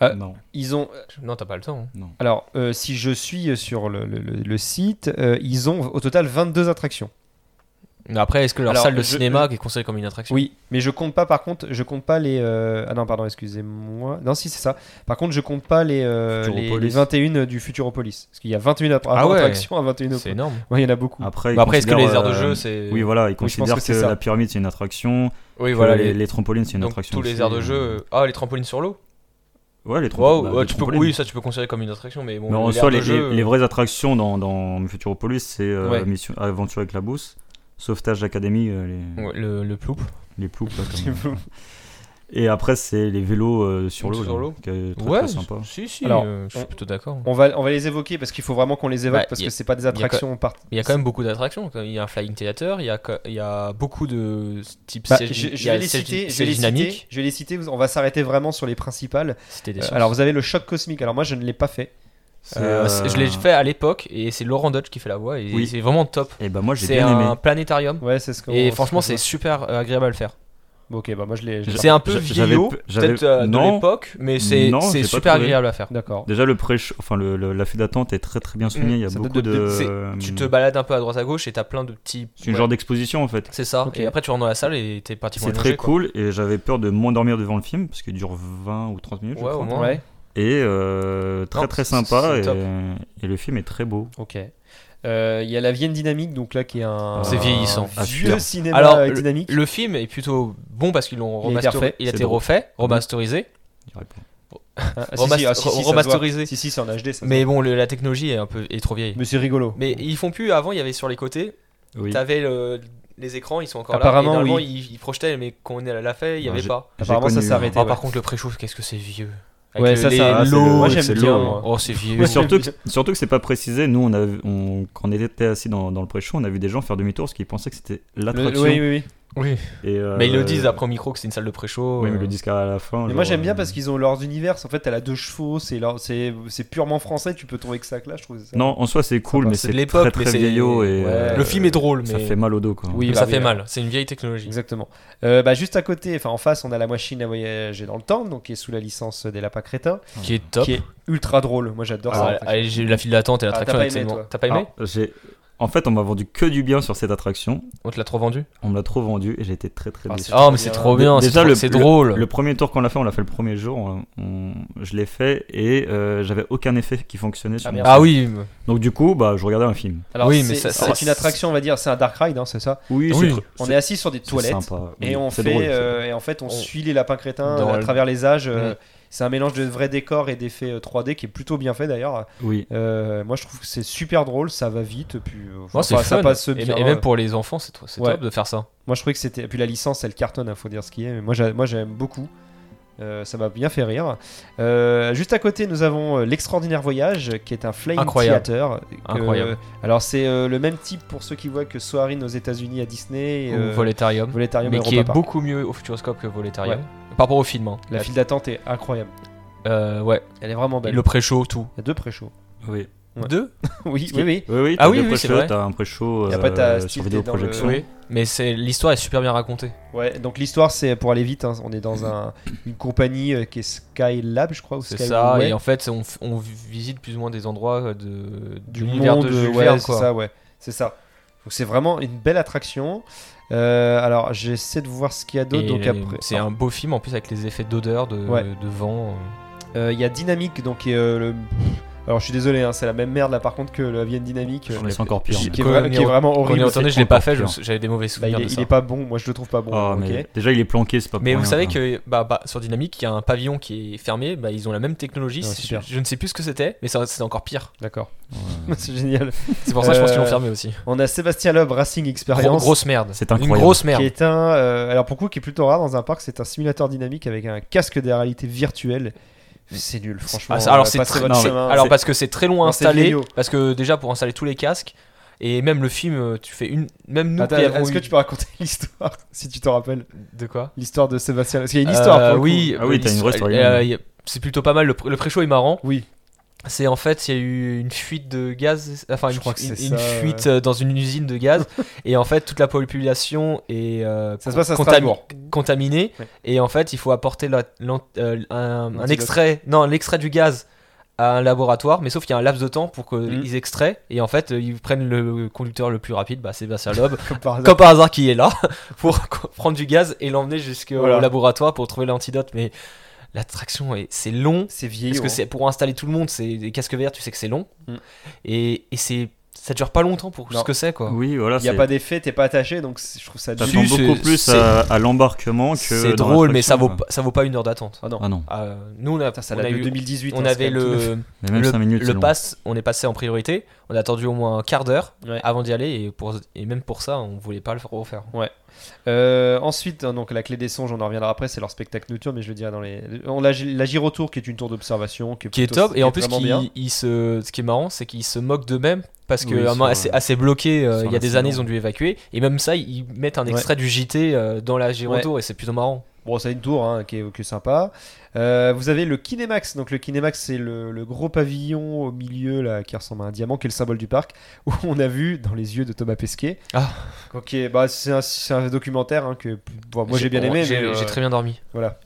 Speaker 4: Bah,
Speaker 3: Euh,
Speaker 5: Non.
Speaker 3: Ils ont
Speaker 4: Non, t'as pas le temps. hein.
Speaker 3: Alors, euh, si je suis sur le, le- le- le site, euh, ils ont au total 22 attractions.
Speaker 4: Mais Après, est-ce que leur
Speaker 3: Alors,
Speaker 4: salle de
Speaker 3: je-
Speaker 4: cinéma qui est considérée comme une attraction
Speaker 3: Oui, mais je compte pas, par contre, je compte pas les. euh, Ah non, pardon, excusez-moi. Non, si, c'est ça. Par contre, je compte pas les, euh, les- les,
Speaker 5: Futuropolis.
Speaker 3: 21 du Futuropolis. Parce qu'il y a 21 attra-
Speaker 4: Ah ouais.
Speaker 3: attractions à 21
Speaker 4: C'est énorme.
Speaker 3: Ouais, il y en a beaucoup.
Speaker 5: Après, ils
Speaker 4: Bah après, est-ce que les
Speaker 5: considèrent,
Speaker 4: aires de
Speaker 5: euh,
Speaker 4: jeu, c'est.
Speaker 5: Oui, voilà, ils
Speaker 3: Oui, je pense
Speaker 5: considèrent
Speaker 3: que
Speaker 5: que,
Speaker 3: c'est ça.
Speaker 5: la pyramide c'est une attraction,
Speaker 4: Oui,
Speaker 5: que
Speaker 4: voilà.
Speaker 5: les,
Speaker 4: Les,
Speaker 5: les trampolines c'est une
Speaker 4: donc,
Speaker 5: attraction.
Speaker 4: tous les
Speaker 5: aussi,
Speaker 4: aires de
Speaker 5: euh.
Speaker 4: jeu. euh, Ah, les trampolines sur l'eau
Speaker 5: Ouais,
Speaker 4: Waouh,
Speaker 5: les trampolines.
Speaker 4: ouais, tu peux... Oui, ça, tu peux considérer comme une attraction, mais bon.
Speaker 5: Mais en
Speaker 4: les
Speaker 5: soi,
Speaker 4: aires de
Speaker 5: les,
Speaker 4: jeu,
Speaker 5: les- les vraies attractions dans, dans Futuropolis, c'est euh,
Speaker 4: Ouais.
Speaker 5: Mission- Aventure avec la bourse, Sauvetage d'Académie, euh, les,
Speaker 4: ouais, le, le ploup.
Speaker 5: les ploups, là, comme- euh, Et après, c'est les vélos euh, sur l'eau.
Speaker 4: Sur
Speaker 5: là,
Speaker 4: l'eau.
Speaker 5: qui est très,
Speaker 4: ouais,
Speaker 5: très sympa.
Speaker 4: si, si,
Speaker 3: Alors,
Speaker 4: euh, je suis
Speaker 3: on-
Speaker 4: plutôt d'accord.
Speaker 3: On va, on va les évoquer parce qu'il faut vraiment qu'on les évoque
Speaker 4: Bah,
Speaker 3: parce
Speaker 4: y a- Bah,
Speaker 3: que c'est pas des attractions. par-
Speaker 4: Il y a quand même beaucoup d'attractions. Il y a un flying theater, il y a, co- il y a beaucoup de type
Speaker 3: Bah,
Speaker 4: siège-
Speaker 3: je,
Speaker 4: il
Speaker 3: je
Speaker 4: y a
Speaker 3: vais les
Speaker 4: siège-
Speaker 3: citer, je vais
Speaker 4: siège
Speaker 3: les citer,
Speaker 4: dynamique.
Speaker 3: je vais les citer, vous- on va s'arrêter vraiment sur les principales.
Speaker 4: C'était des
Speaker 3: Euh,
Speaker 4: chances.
Speaker 3: alors vous avez le choc cosmique, alors moi je ne l'ai pas fait.
Speaker 5: C'est,
Speaker 4: Euh, c'est- Je l'ai
Speaker 5: euh,
Speaker 4: fait à l'époque et c'est Laurent Dodge qui fait la voix et
Speaker 5: Oui.
Speaker 4: c'est vraiment top.
Speaker 5: Et bah, moi, j'ai
Speaker 4: C'est
Speaker 5: bien aimé.
Speaker 4: un planétarium
Speaker 3: Ouais, Oh, c'est ce qu'on-
Speaker 4: et
Speaker 3: ce
Speaker 4: franchement
Speaker 3: qu'on
Speaker 4: c'est
Speaker 3: voit.
Speaker 4: super euh, agréable à le faire.
Speaker 3: Bon, Ok, bah moi je l'ai. je l'ai-
Speaker 4: C'est un peu
Speaker 5: j'a- j'avais
Speaker 4: vieillot,
Speaker 5: p- j'avais-
Speaker 4: peut-être euh, de
Speaker 5: non.
Speaker 4: l'époque, mais c'est
Speaker 5: Non,
Speaker 4: c'est
Speaker 5: j'ai pas
Speaker 4: super
Speaker 5: trouvé.
Speaker 4: agréable à faire.
Speaker 3: D'accord.
Speaker 5: Déjà, le pré enfin, le, le- la file d'attente est très très bien
Speaker 4: Mm,
Speaker 5: soignée. Il y a
Speaker 3: Ça date de-
Speaker 5: beaucoup de.
Speaker 3: de-
Speaker 5: euh,
Speaker 4: Tu te balades un peu à droite à gauche et t'as plein de petits.
Speaker 5: C'est une
Speaker 4: ouais,
Speaker 5: genre d'exposition en fait.
Speaker 4: C'est ça.
Speaker 3: Ok.
Speaker 4: Et après tu rentres dans la salle et t'es pratiquement
Speaker 5: C'est très
Speaker 4: allongé, quoi.
Speaker 5: cool et j'avais peur de m'endormir devant le film parce qu'il dure 20 ou 30 minutes. je
Speaker 4: Ouais,
Speaker 5: crois.
Speaker 4: au moins.
Speaker 3: Ouais,
Speaker 5: Et euh, très
Speaker 4: Non,
Speaker 5: très
Speaker 4: c'est-
Speaker 5: sympa
Speaker 4: c'est
Speaker 5: et,
Speaker 4: top.
Speaker 5: et le film est très beau.
Speaker 3: ok. Euh, Il y a la Vienne Dynamique, donc là qui est un.
Speaker 4: C'est vieillissant.
Speaker 5: Ah,
Speaker 3: Vieux
Speaker 5: putain.
Speaker 3: cinéma
Speaker 4: Alors,
Speaker 3: euh, dynamique.
Speaker 4: Le film est plutôt bon parce qu'ils l'ont
Speaker 3: Il a été
Speaker 4: remasterisé.
Speaker 3: refait,
Speaker 4: Il a
Speaker 5: c'est
Speaker 4: été
Speaker 5: drôle. Hmm.
Speaker 4: refait, remasterisé.
Speaker 5: Il y aurait pas-
Speaker 3: Ah, si, si,
Speaker 4: remast-
Speaker 3: ah, si, si, ça se voit.
Speaker 4: remasterisé.
Speaker 3: Si, si, c'est en HD ça. se
Speaker 4: Mais bon, le- la technologie est un peu est trop vieille.
Speaker 3: voit. Mais c'est rigolo.
Speaker 4: Mais ils font plus. Avant, il y avait sur les côtés.
Speaker 5: Oui.
Speaker 4: T'avais le- les écrans, ils sont encore
Speaker 3: Apparemment,
Speaker 4: là. Et normalement,
Speaker 3: oui.
Speaker 4: ils, ils projetaient, mais quand on l'a fait, il y
Speaker 5: Non,
Speaker 4: avait
Speaker 5: j'ai-
Speaker 4: pas.
Speaker 5: J'ai
Speaker 3: Apparemment, ça
Speaker 5: connu,
Speaker 3: s'est
Speaker 5: hein.
Speaker 3: arrêté.
Speaker 4: Ah,
Speaker 3: ouais.
Speaker 4: par contre, le pré-chauffe, qu'est-ce que c'est vieux. Avec
Speaker 3: Ouais,
Speaker 4: le-
Speaker 3: ça,
Speaker 4: les-
Speaker 3: ça-
Speaker 5: c'est
Speaker 4: l'eau.
Speaker 5: le-
Speaker 3: Moi
Speaker 5: c'est
Speaker 3: j'aime
Speaker 5: le
Speaker 3: bien.
Speaker 5: lot,
Speaker 3: moi.
Speaker 4: Oh, c'est vieux.
Speaker 5: Mais
Speaker 3: Ouais.
Speaker 5: surtout, que, surtout que c'est pas précisé. Nous, on a, on- quand on était assis dans, dans le pré-show, on a vu des gens faire demi-tour parce qu'ils pensaient que c'était
Speaker 3: Le-
Speaker 5: l'attraction.
Speaker 3: Oui, oui, oui.
Speaker 4: Oui.
Speaker 5: Et, euh,
Speaker 4: Mais ils le disent après au micro que c'est une salle de pré-chaud.
Speaker 5: Oui,
Speaker 4: euh,
Speaker 5: mais ils le disent qu'à la fin.
Speaker 3: Mais
Speaker 5: genre,
Speaker 3: moi j'aime bien
Speaker 5: euh,
Speaker 3: parce qu'ils ont leurs univers. En fait, elle a deux chevaux, c'est leur- c'est c'est purement français. Tu peux trouver que ça que là, je trouve. ça-
Speaker 5: Non, en soi, c'est cool,
Speaker 4: va,
Speaker 5: mais
Speaker 4: c'est
Speaker 5: c'est
Speaker 4: de l'époque,
Speaker 5: très
Speaker 4: mais
Speaker 5: très
Speaker 4: c'est-
Speaker 5: vieillot.
Speaker 3: Ouais.
Speaker 5: Et, euh,
Speaker 4: Le film est drôle,
Speaker 5: Ça
Speaker 4: mais-
Speaker 5: fait mal au dos, quoi.
Speaker 3: Oui,
Speaker 4: mais
Speaker 3: bah
Speaker 4: ça fait
Speaker 3: oui,
Speaker 4: mal. C'est une vieille technologie.
Speaker 3: Exactement. Euh, bah, juste à côté, enfin en face, on a la machine à voyager dans le temps, donc qui est sous la licence des lapins crétins,
Speaker 4: Qui est top.
Speaker 3: qui est ultra drôle. Moi j'adore
Speaker 4: Ah,
Speaker 3: ça.
Speaker 4: ouais, allez, j'ai eu la file d'attente et
Speaker 3: Ah, t'as
Speaker 4: l'attraction.
Speaker 3: pas
Speaker 4: est
Speaker 3: aimé,
Speaker 4: tellement-
Speaker 3: toi.
Speaker 4: T'as pas aimé
Speaker 5: Ah, j'ai- En fait, on m'a vendu que du bien sur cette attraction.
Speaker 4: On te l'a trop vendu
Speaker 5: On me l'a trop vendu et j'ai été très très
Speaker 3: Ah,
Speaker 5: déçu.
Speaker 3: c'est
Speaker 4: Oh, mais
Speaker 3: bien.
Speaker 4: c'est trop bien. C'est
Speaker 5: Déjà,
Speaker 4: trop-
Speaker 5: euh, le-
Speaker 4: c'est drôle.
Speaker 5: Le premier tour qu'on l'a fait, on l'a fait le premier jour. on- on- je l'ai fait et euh, j'avais aucun effet qui fonctionnait sur
Speaker 3: Ah,
Speaker 5: mon
Speaker 3: merde.
Speaker 5: film.
Speaker 4: Ah oui. mais-
Speaker 5: Donc du coup, bah, je regardais un film.
Speaker 3: Alors,
Speaker 4: Oui,
Speaker 3: c'est-
Speaker 4: mais ça-
Speaker 3: c'est
Speaker 4: ça-
Speaker 3: une attraction, on va dire, c'est un dark ride, hein, c'est ça.
Speaker 5: Oui,
Speaker 4: Oui.
Speaker 5: c'est-
Speaker 3: On
Speaker 5: c'est-
Speaker 3: est assis sur des
Speaker 5: c'est
Speaker 3: toilettes
Speaker 5: sympa.
Speaker 3: et
Speaker 5: Oui,
Speaker 3: on
Speaker 5: c'est
Speaker 3: fait,
Speaker 5: drôle,
Speaker 3: euh, et en fait, on,
Speaker 4: On-
Speaker 3: suit les lapins crétins
Speaker 4: Dans
Speaker 3: euh, à
Speaker 4: le- Mm.
Speaker 3: travers les âges. euh,
Speaker 4: Oui.
Speaker 3: C'est un mélange de vrais décors et d'effets euh, 3D qui est plutôt bien fait d'ailleurs.
Speaker 5: c'est- Oui.
Speaker 3: Euh, moi, je trouve que c'est super drôle, ça va vite, puis euh,
Speaker 4: Moi,
Speaker 3: enfin,
Speaker 4: c'est
Speaker 3: ça
Speaker 4: fun.
Speaker 3: passe
Speaker 4: Et-
Speaker 3: bien. hein.
Speaker 4: Et même pour les enfants, c'est c'est
Speaker 3: Ouais.
Speaker 4: top de faire ça.
Speaker 3: Moi, je trouvais que c'était. Puis la licence, elle cartonne, il faut dire ce qui est. Mais moi, j'a- moi, j'aime beaucoup. Euh, ça m'a bien fait rire. Euh, juste à côté, nous avons euh, l'extraordinaire voyage, qui est un flying
Speaker 4: Incroyable.
Speaker 3: theater. que-
Speaker 4: Incroyable.
Speaker 3: alors c'est euh, le même type pour ceux qui voient que Soarin aux États-Unis à Disney. et,
Speaker 4: Ou
Speaker 3: euh,
Speaker 4: Voletarium.
Speaker 3: Voletarium
Speaker 4: mais
Speaker 3: Europa
Speaker 4: qui est
Speaker 3: Park.
Speaker 4: beaucoup mieux au Futuroscope que Voletarium. Par rapport au film. hein.
Speaker 3: La file d'attente est incroyable.
Speaker 4: Euh, ouais.
Speaker 3: Elle est vraiment belle.
Speaker 4: Le pré-show, tout.
Speaker 3: Il y a deux pré-shows.
Speaker 5: Oui.
Speaker 3: Ouais.
Speaker 4: Deux
Speaker 3: oui, oui,
Speaker 5: Ce qui-
Speaker 3: oui.
Speaker 5: Oui, oui,
Speaker 4: Ah [laughs]
Speaker 5: t'as
Speaker 4: oui,
Speaker 5: deux
Speaker 4: oui,
Speaker 5: pré-shows,
Speaker 4: c'est vrai.
Speaker 5: T'as un pré-show
Speaker 3: Et après, t'as
Speaker 5: euh,
Speaker 3: Steve
Speaker 5: sur
Speaker 3: qui est dans le-
Speaker 5: vidéoprojection.
Speaker 4: Oui. Mais c'est l'histoire est super bien racontée.
Speaker 3: Ouais, donc l'histoire, c'est pour aller vite. hein, on est dans un, une compagnie euh, qui est Skylab, je crois. ou
Speaker 4: C'est
Speaker 3: Skyway.
Speaker 4: ça. Et en fait, on, f- on visite plus ou moins des endroits euh, de,
Speaker 3: du
Speaker 4: du l'univers
Speaker 3: monde, euh,
Speaker 4: de Jules
Speaker 3: ouais,
Speaker 4: Verne,
Speaker 3: c'est
Speaker 4: quoi.
Speaker 3: ça, ouais, c'est ça. Donc c'est vraiment une belle attraction. Euh, alors j'essaie de voir ce qu'il y a d'autre.
Speaker 4: Et
Speaker 3: Donc après,
Speaker 4: C'est un beau film en plus avec les effets d'odeur, de,
Speaker 3: Ouais.
Speaker 4: de vent.
Speaker 3: Euh, il y a Dynamique, donc et, euh, le- alors je suis désolé, hein, c'est la même merde là par contre que la Vienne Dynamique, euh,
Speaker 5: J'en ai fait encore pire.
Speaker 4: J'ai-
Speaker 5: mais-
Speaker 3: qui, est
Speaker 4: Quand
Speaker 3: vra-
Speaker 4: on y
Speaker 3: qui est
Speaker 4: re-
Speaker 3: vraiment
Speaker 4: Quand on y
Speaker 3: horrible.
Speaker 4: retourné,
Speaker 5: c'est
Speaker 4: je l'ai pas
Speaker 5: encore
Speaker 4: fait,
Speaker 5: pire.
Speaker 4: je- j'avais des mauvais
Speaker 3: Bah,
Speaker 4: souvenirs
Speaker 3: il,
Speaker 4: de
Speaker 3: est, il
Speaker 4: ça.
Speaker 3: est pas bon, moi je le trouve pas bon.
Speaker 5: Ah,
Speaker 3: ok.
Speaker 5: mais déjà, il est planqué, c'est pas pour
Speaker 4: Mais vous
Speaker 5: rien,
Speaker 4: savez
Speaker 5: quoi.
Speaker 3: hein.
Speaker 4: que bah, bah, sur Dynamique, il y a un pavillon qui est fermé, bah, ils ont la même technologie.
Speaker 3: Ah,
Speaker 4: c'est- je,
Speaker 3: super.
Speaker 4: je ne sais plus ce que c'était, mais ça- c'était encore pire.
Speaker 3: D'accord,
Speaker 5: Ouais.
Speaker 3: [laughs] c'est génial.
Speaker 4: C'est pour ça que je pense qu'ils l'ont
Speaker 3: Euh,
Speaker 4: fermé aussi.
Speaker 3: On a Sébastien Loeb Racing
Speaker 4: Gros-
Speaker 3: Experience.
Speaker 4: grosse merde.
Speaker 5: C'est
Speaker 4: Une
Speaker 5: incroyable.
Speaker 4: grosse merde.
Speaker 3: qui est un euh, alors pour le coup qui est plutôt rare dans un parc c'est un simulateur dynamique avec un casque de réalité virtuelle c'est nul franchement
Speaker 4: Ah, ça- alors
Speaker 3: euh,
Speaker 4: c'est
Speaker 3: passez
Speaker 4: très-
Speaker 3: votre
Speaker 5: non, mais-
Speaker 3: chemin.
Speaker 4: Alors
Speaker 5: c'est-
Speaker 4: parce que c'est très loin
Speaker 3: Non, c'est
Speaker 4: installé,
Speaker 3: vieillot.
Speaker 4: parce que déjà pour installer tous les casques et même le film, euh, tu fais une, même nous
Speaker 3: Attends,
Speaker 4: qui avons
Speaker 3: est-ce que
Speaker 4: eu-
Speaker 3: tu peux raconter [laughs] l'histoire, si tu te rappelles
Speaker 4: de quoi
Speaker 3: L'histoire de Sébastien Parce qu'il y a une histoire,
Speaker 4: Euh,
Speaker 3: pour le
Speaker 4: oui,
Speaker 5: Ah oui,
Speaker 4: euh,
Speaker 5: t'as une vraie story,
Speaker 4: euh,
Speaker 5: hein.
Speaker 4: y a- C'est plutôt pas mal. Le, pr- le pré-show est marrant.
Speaker 3: coup. Oui,
Speaker 4: C'est en fait, il y a eu une fuite de gaz, enfin
Speaker 3: Je
Speaker 4: une,
Speaker 3: crois que c'est
Speaker 4: une-
Speaker 3: ça,
Speaker 4: une
Speaker 3: ouais.
Speaker 4: fuite euh, dans une usine
Speaker 3: [laughs]
Speaker 4: de gaz, et en fait toute la population est euh,
Speaker 3: ça se passe à
Speaker 4: contami-
Speaker 3: Strasbourg.
Speaker 4: contaminée,
Speaker 3: Ouais.
Speaker 4: et en fait il faut apporter la- l'an- euh, un, un
Speaker 3: L'antidote.
Speaker 4: extrait, non l'extrait du gaz à un laboratoire, mais sauf qu'il y a un laps de temps pour qu'ils
Speaker 3: Mm.
Speaker 4: extraient, et en fait euh, ils prennent le conducteur le plus rapide, bah, Sébastien Loeb,
Speaker 3: [laughs] Comme par hasard.
Speaker 4: comme
Speaker 3: [laughs]
Speaker 4: par hasard qui est là [laughs] pour co- prendre du gaz et l'emmener jusqu'au
Speaker 3: Voilà.
Speaker 4: laboratoire pour trouver l'antidote mais l'attraction est c'est long
Speaker 3: C'est vieillot.
Speaker 4: parce que
Speaker 3: hein.
Speaker 4: c'est pour installer tout le monde c'est des casques verts tu sais que c'est long
Speaker 3: Mm.
Speaker 4: et, et c'est ça dure pas longtemps pour
Speaker 3: Non.
Speaker 4: ce que c'est quoi
Speaker 5: hein. Oui, voilà.
Speaker 3: Il n'y a
Speaker 5: c'est-
Speaker 3: pas d'effet, t'es pas attaché, donc c'est- je trouve ça
Speaker 5: T'attends
Speaker 3: nul.
Speaker 4: Si, c'est-
Speaker 5: beaucoup plus
Speaker 4: c'est-
Speaker 5: à, à l'embarquement que.
Speaker 4: c'est
Speaker 5: dans
Speaker 4: drôle mais ça vaut
Speaker 5: l'attraction,
Speaker 4: pas, ça vaut pas une heure d'attente
Speaker 3: Ah non,
Speaker 5: quoi. Ah non.
Speaker 4: Euh, nous on a,
Speaker 3: ça, ça
Speaker 4: on
Speaker 3: date
Speaker 4: a
Speaker 3: de
Speaker 4: eu
Speaker 3: 2018. hein,
Speaker 4: on
Speaker 3: c'est
Speaker 4: avait
Speaker 5: [laughs]
Speaker 3: quand même tout neuf.
Speaker 4: le
Speaker 5: Mais même
Speaker 4: le,
Speaker 5: 5 minutes.
Speaker 4: le
Speaker 5: c'est long.
Speaker 4: pass on est passé en priorité On a attendu au moins un quart d'heure
Speaker 3: Ouais.
Speaker 4: avant d'y aller et, pour, et même pour ça, on voulait pas le refaire.
Speaker 3: Euh, ensuite, hein, donc la clé des songes, on en reviendra après, c'est leur spectacle nocturne, mais je le dirai dans les. On la, la Girotour qui est une tour d'observation qui est,
Speaker 4: Qui est
Speaker 3: plutôt-
Speaker 4: top et en plus,
Speaker 3: vraiment
Speaker 4: qui,
Speaker 3: bien.
Speaker 4: ils se, ce qui est marrant, c'est qu'ils se moquent d'eux-mêmes parce que
Speaker 5: Oui,
Speaker 4: à un
Speaker 5: sur,
Speaker 4: moment, assez,
Speaker 5: euh,
Speaker 4: assez bloqué, euh,
Speaker 5: sur
Speaker 4: il y a des
Speaker 5: l'incident.
Speaker 4: années, ils ont dû évacuer et même ça, ils mettent un
Speaker 3: Ouais.
Speaker 4: extrait du JT euh, dans la Girotour et c'est plutôt marrant.
Speaker 3: Bon, c'est une tour hein, qui, est, qui est sympa. Euh, vous avez le Kinemax. Donc, le Kinemax, c'est le, le gros pavillon au milieu là, qui ressemble à un diamant, qui est le symbole du parc, [laughs] où on a vu dans les yeux de Thomas Pesquet.
Speaker 4: Ah.
Speaker 3: Ok, bah, c'est un, c'est un documentaire hein, que bon, moi j'ai bien
Speaker 4: on-
Speaker 3: aimé.
Speaker 4: J'ai
Speaker 3: mais, euh,
Speaker 4: j'ai très bien dormi.
Speaker 3: Voilà.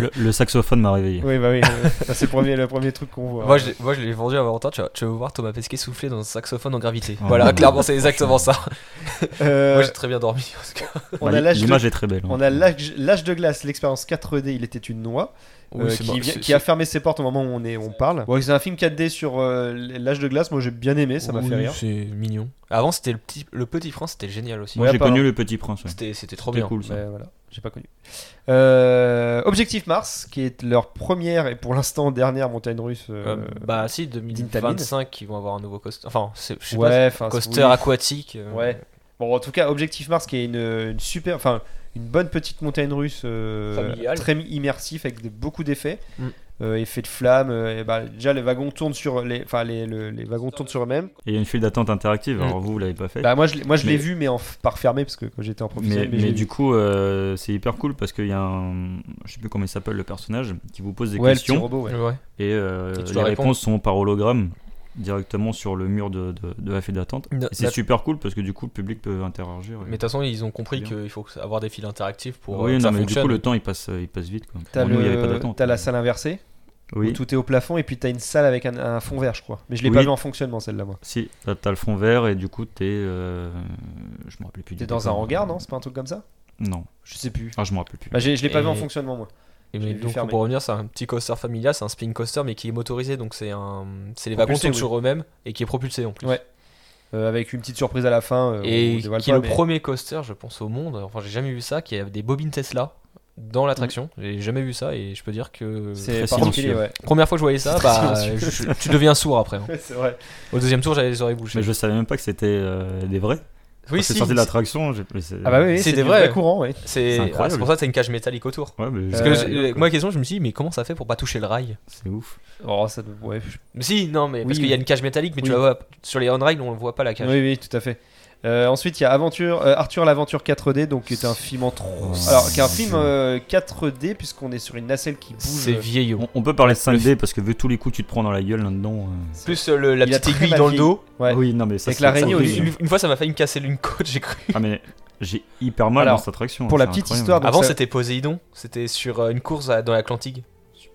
Speaker 5: Le, le saxophone m'a réveillé.
Speaker 3: Oui, bah oui. [laughs] euh, bah, c'est le premier, le premier truc qu'on voit.
Speaker 4: Moi je, l'ai- moi, je l'ai vendu avant longtemps, tu vas, tu vas voir Thomas Pesquet souffler dans un saxophone en gravité.
Speaker 5: Oh,
Speaker 4: voilà,
Speaker 5: non,
Speaker 4: clairement c'est exactement ça.
Speaker 3: Euh,
Speaker 4: Moi j'ai très bien dormi. parce que-
Speaker 3: on
Speaker 5: Bah,
Speaker 3: a l'âge de,
Speaker 5: L'image est très belle. hein.
Speaker 3: on a l'âge l'âge de glace, l'expérience 4D. Il était une noix.
Speaker 4: Oui,
Speaker 3: euh,
Speaker 4: c'est mar-
Speaker 3: qui, vient-
Speaker 4: c'est-
Speaker 3: qui a fermé ses portes au moment où on, est, on parle. Bon, c'est un film 4D sur euh, l'âge de glace. Moi, j'ai bien aimé, ça m'a
Speaker 4: Oui,
Speaker 3: fait rire.
Speaker 4: C'est mignon. Avant, c'était le petit, le petit prince, c'était génial aussi.
Speaker 5: Moi
Speaker 3: Ouais,
Speaker 5: j'ai
Speaker 3: pas, hein.
Speaker 5: connu le Petit Prince. ouais.
Speaker 4: C'était, c'était trop
Speaker 5: C'était
Speaker 4: bien. Bah,
Speaker 5: cool ça.
Speaker 3: Mais voilà, j'ai pas connu. Euh, Objectif Mars, qui est leur première et pour l'instant dernière montagne russe. euh,
Speaker 4: Euh, bah si, 2025, ils vont avoir un nouveau coaster. Enfin, c'est, je sais
Speaker 3: ouais,
Speaker 4: pas,
Speaker 3: enfin,
Speaker 4: coaster
Speaker 3: oui.
Speaker 4: aquatique. euh,
Speaker 3: Ouais. Bon, en tout cas, Objectif Mars, qui est une, une super, enfin, une bonne petite montagne russe, euh,
Speaker 4: Familiale.
Speaker 3: très immersif avec de- beaucoup d'effets,
Speaker 4: Mm.
Speaker 3: Euh, effets de flamme. euh, et bah, déjà, les wagons tournent sur les, enfin, les, le- les wagons tournent sur eux-mêmes.
Speaker 5: Et il y a une file d'attente interactive,
Speaker 4: Mm.
Speaker 5: alors vous, vous l'avez pas fait.
Speaker 3: Bah moi je l'ai- moi je l'ai
Speaker 5: Mais-
Speaker 3: vu mais en f- par fermé parce que quand j'étais en
Speaker 5: mais
Speaker 3: professionnel mais,
Speaker 5: mais
Speaker 3: je l'ai
Speaker 5: du
Speaker 3: vu.
Speaker 5: coup, euh, c'est hyper cool parce qu'il y a un. Je sais plus comment il s'appelle le personnage qui vous pose des
Speaker 3: ouais, le petit
Speaker 5: questions
Speaker 3: robot ouais.
Speaker 4: ouais.
Speaker 5: et, euh,
Speaker 4: Et tu
Speaker 5: les
Speaker 4: dois répondre.
Speaker 5: réponses sont par hologramme directement sur le mur de, de- de la file d'attente.
Speaker 4: No-
Speaker 5: Et c'est
Speaker 4: la-
Speaker 5: super cool parce que du coup, le public peut interagir. et-
Speaker 4: Mais de toute façon, ils ont compris
Speaker 5: Bien.
Speaker 4: qu'il faut avoir des fils interactifs pour
Speaker 5: oui,
Speaker 4: euh, que
Speaker 5: non,
Speaker 4: ça
Speaker 5: mais
Speaker 4: fonctionne.
Speaker 5: du coup, le temps il passe, il passe vite. Quoi.
Speaker 3: T'as
Speaker 5: Pour nous, il y
Speaker 3: le-
Speaker 5: avait pas d'attente.
Speaker 3: t'as la salle inversée où
Speaker 5: Oui,
Speaker 3: tout est au plafond et puis t'as une salle avec un, un fond vert je crois mais je l'ai
Speaker 5: Oui.
Speaker 3: pas vu en fonctionnement celle-là moi.
Speaker 5: si, t'as t'as le fond vert et du coup, t'es. euh, Je me rappelle plus
Speaker 3: T'es
Speaker 5: du
Speaker 3: dans un
Speaker 5: décor.
Speaker 3: hangar non c'est pas un truc comme ça
Speaker 5: Non,
Speaker 3: Je sais plus.
Speaker 5: ah, je me rappelle plus.
Speaker 3: Bah, j'ai- je l'ai pas
Speaker 4: Et-
Speaker 3: vu en fonctionnement moi.
Speaker 4: Et
Speaker 3: Je
Speaker 4: mais
Speaker 3: l'ai vu
Speaker 4: donc,
Speaker 3: fermé.
Speaker 4: pour revenir, c'est un petit coaster familial, c'est un spin coaster, mais qui est motorisé, donc c'est un, c'est les wagons
Speaker 3: Propulsé,
Speaker 4: tournent
Speaker 3: oui.
Speaker 4: sur eux-mêmes et qui est propulsé en plus.
Speaker 3: Ouais. Euh, avec une petite surprise à la fin. euh, on
Speaker 4: et
Speaker 3: dévoile
Speaker 4: qui
Speaker 3: pas,
Speaker 4: est
Speaker 3: mais-
Speaker 4: le premier coaster, je pense, au monde. Enfin, j'ai jamais vu ça, qui a des bobines Tesla dans l'attraction. J'ai jamais vu ça et je peux dire que
Speaker 3: C'est
Speaker 5: Très
Speaker 3: particulier
Speaker 5: silencieux.
Speaker 3: ouais. [laughs]
Speaker 4: première fois que je voyais ça,
Speaker 3: C'est très
Speaker 4: bah,
Speaker 3: silencieux.
Speaker 4: je- je- tu deviens sourd après. hein.
Speaker 3: c'est vrai.
Speaker 4: Au deuxième tour, j'avais les oreilles bouchées.
Speaker 5: Mais je savais même pas que c'était euh, des vrais.
Speaker 4: oui,
Speaker 5: Quand c'est
Speaker 4: si,
Speaker 5: sorti de l'attraction. j'ai- mais c'est-
Speaker 3: Ah bah oui,
Speaker 4: C'est
Speaker 3: c'est
Speaker 4: des
Speaker 3: des
Speaker 4: vrais.
Speaker 3: vrais courants ouais.
Speaker 4: c'est
Speaker 5: C'est
Speaker 4: ah,
Speaker 5: incroyable.
Speaker 4: c'est pour ça que t'as une cage métallique autour.
Speaker 5: Ouais, mais
Speaker 4: Parce
Speaker 3: Euh,
Speaker 4: que j'ai- moi, la question, je me suis dit, mais comment ça fait pour pas toucher le rail
Speaker 5: c'est ouf.
Speaker 3: Oh ça doit- ouais, je-
Speaker 4: Mais Si, non, mais parce
Speaker 3: Oui.
Speaker 4: qu'il y a une cage métallique, mais tu
Speaker 3: Oui.
Speaker 4: la vois sur les on-rail, on voit pas la cage.
Speaker 3: Oui oui, tout à fait. Euh, ensuite, il y a Aventure, euh, Arthur l'aventure 4D, donc qui est un film en trop.
Speaker 5: Oh,
Speaker 3: Alors, qui est un film
Speaker 5: c'est-
Speaker 3: euh, 4D puisqu'on est sur une nacelle qui bouge.
Speaker 4: C'est vieillot.
Speaker 5: On, on peut parler de 5D parce que vu tous les coups que tu te prends dans la gueule là-dedans. euh,
Speaker 4: Plus euh, le- la
Speaker 3: Il a
Speaker 4: petite
Speaker 3: très
Speaker 4: aiguille
Speaker 3: mal
Speaker 4: dans le
Speaker 3: vieilli.
Speaker 4: dos.
Speaker 3: Ouais.
Speaker 5: Oui, non, mais ça,
Speaker 3: Avec
Speaker 5: c'est-
Speaker 3: la l'araignée
Speaker 5: c'est
Speaker 3: au
Speaker 5: horrible.
Speaker 3: début.
Speaker 4: Une, une fois, ça m'a failli me casser une côte, [laughs] j'ai cru.
Speaker 5: Ah, mais j'ai hyper mal
Speaker 3: Alors,
Speaker 5: dans cette attraction.
Speaker 3: pour la
Speaker 5: c'est
Speaker 3: petite
Speaker 5: incroyable.
Speaker 3: histoire de-
Speaker 4: Avant,
Speaker 3: ça-
Speaker 4: c'était Poséidon. C'était sur euh, une course à- dans l'Atlantique.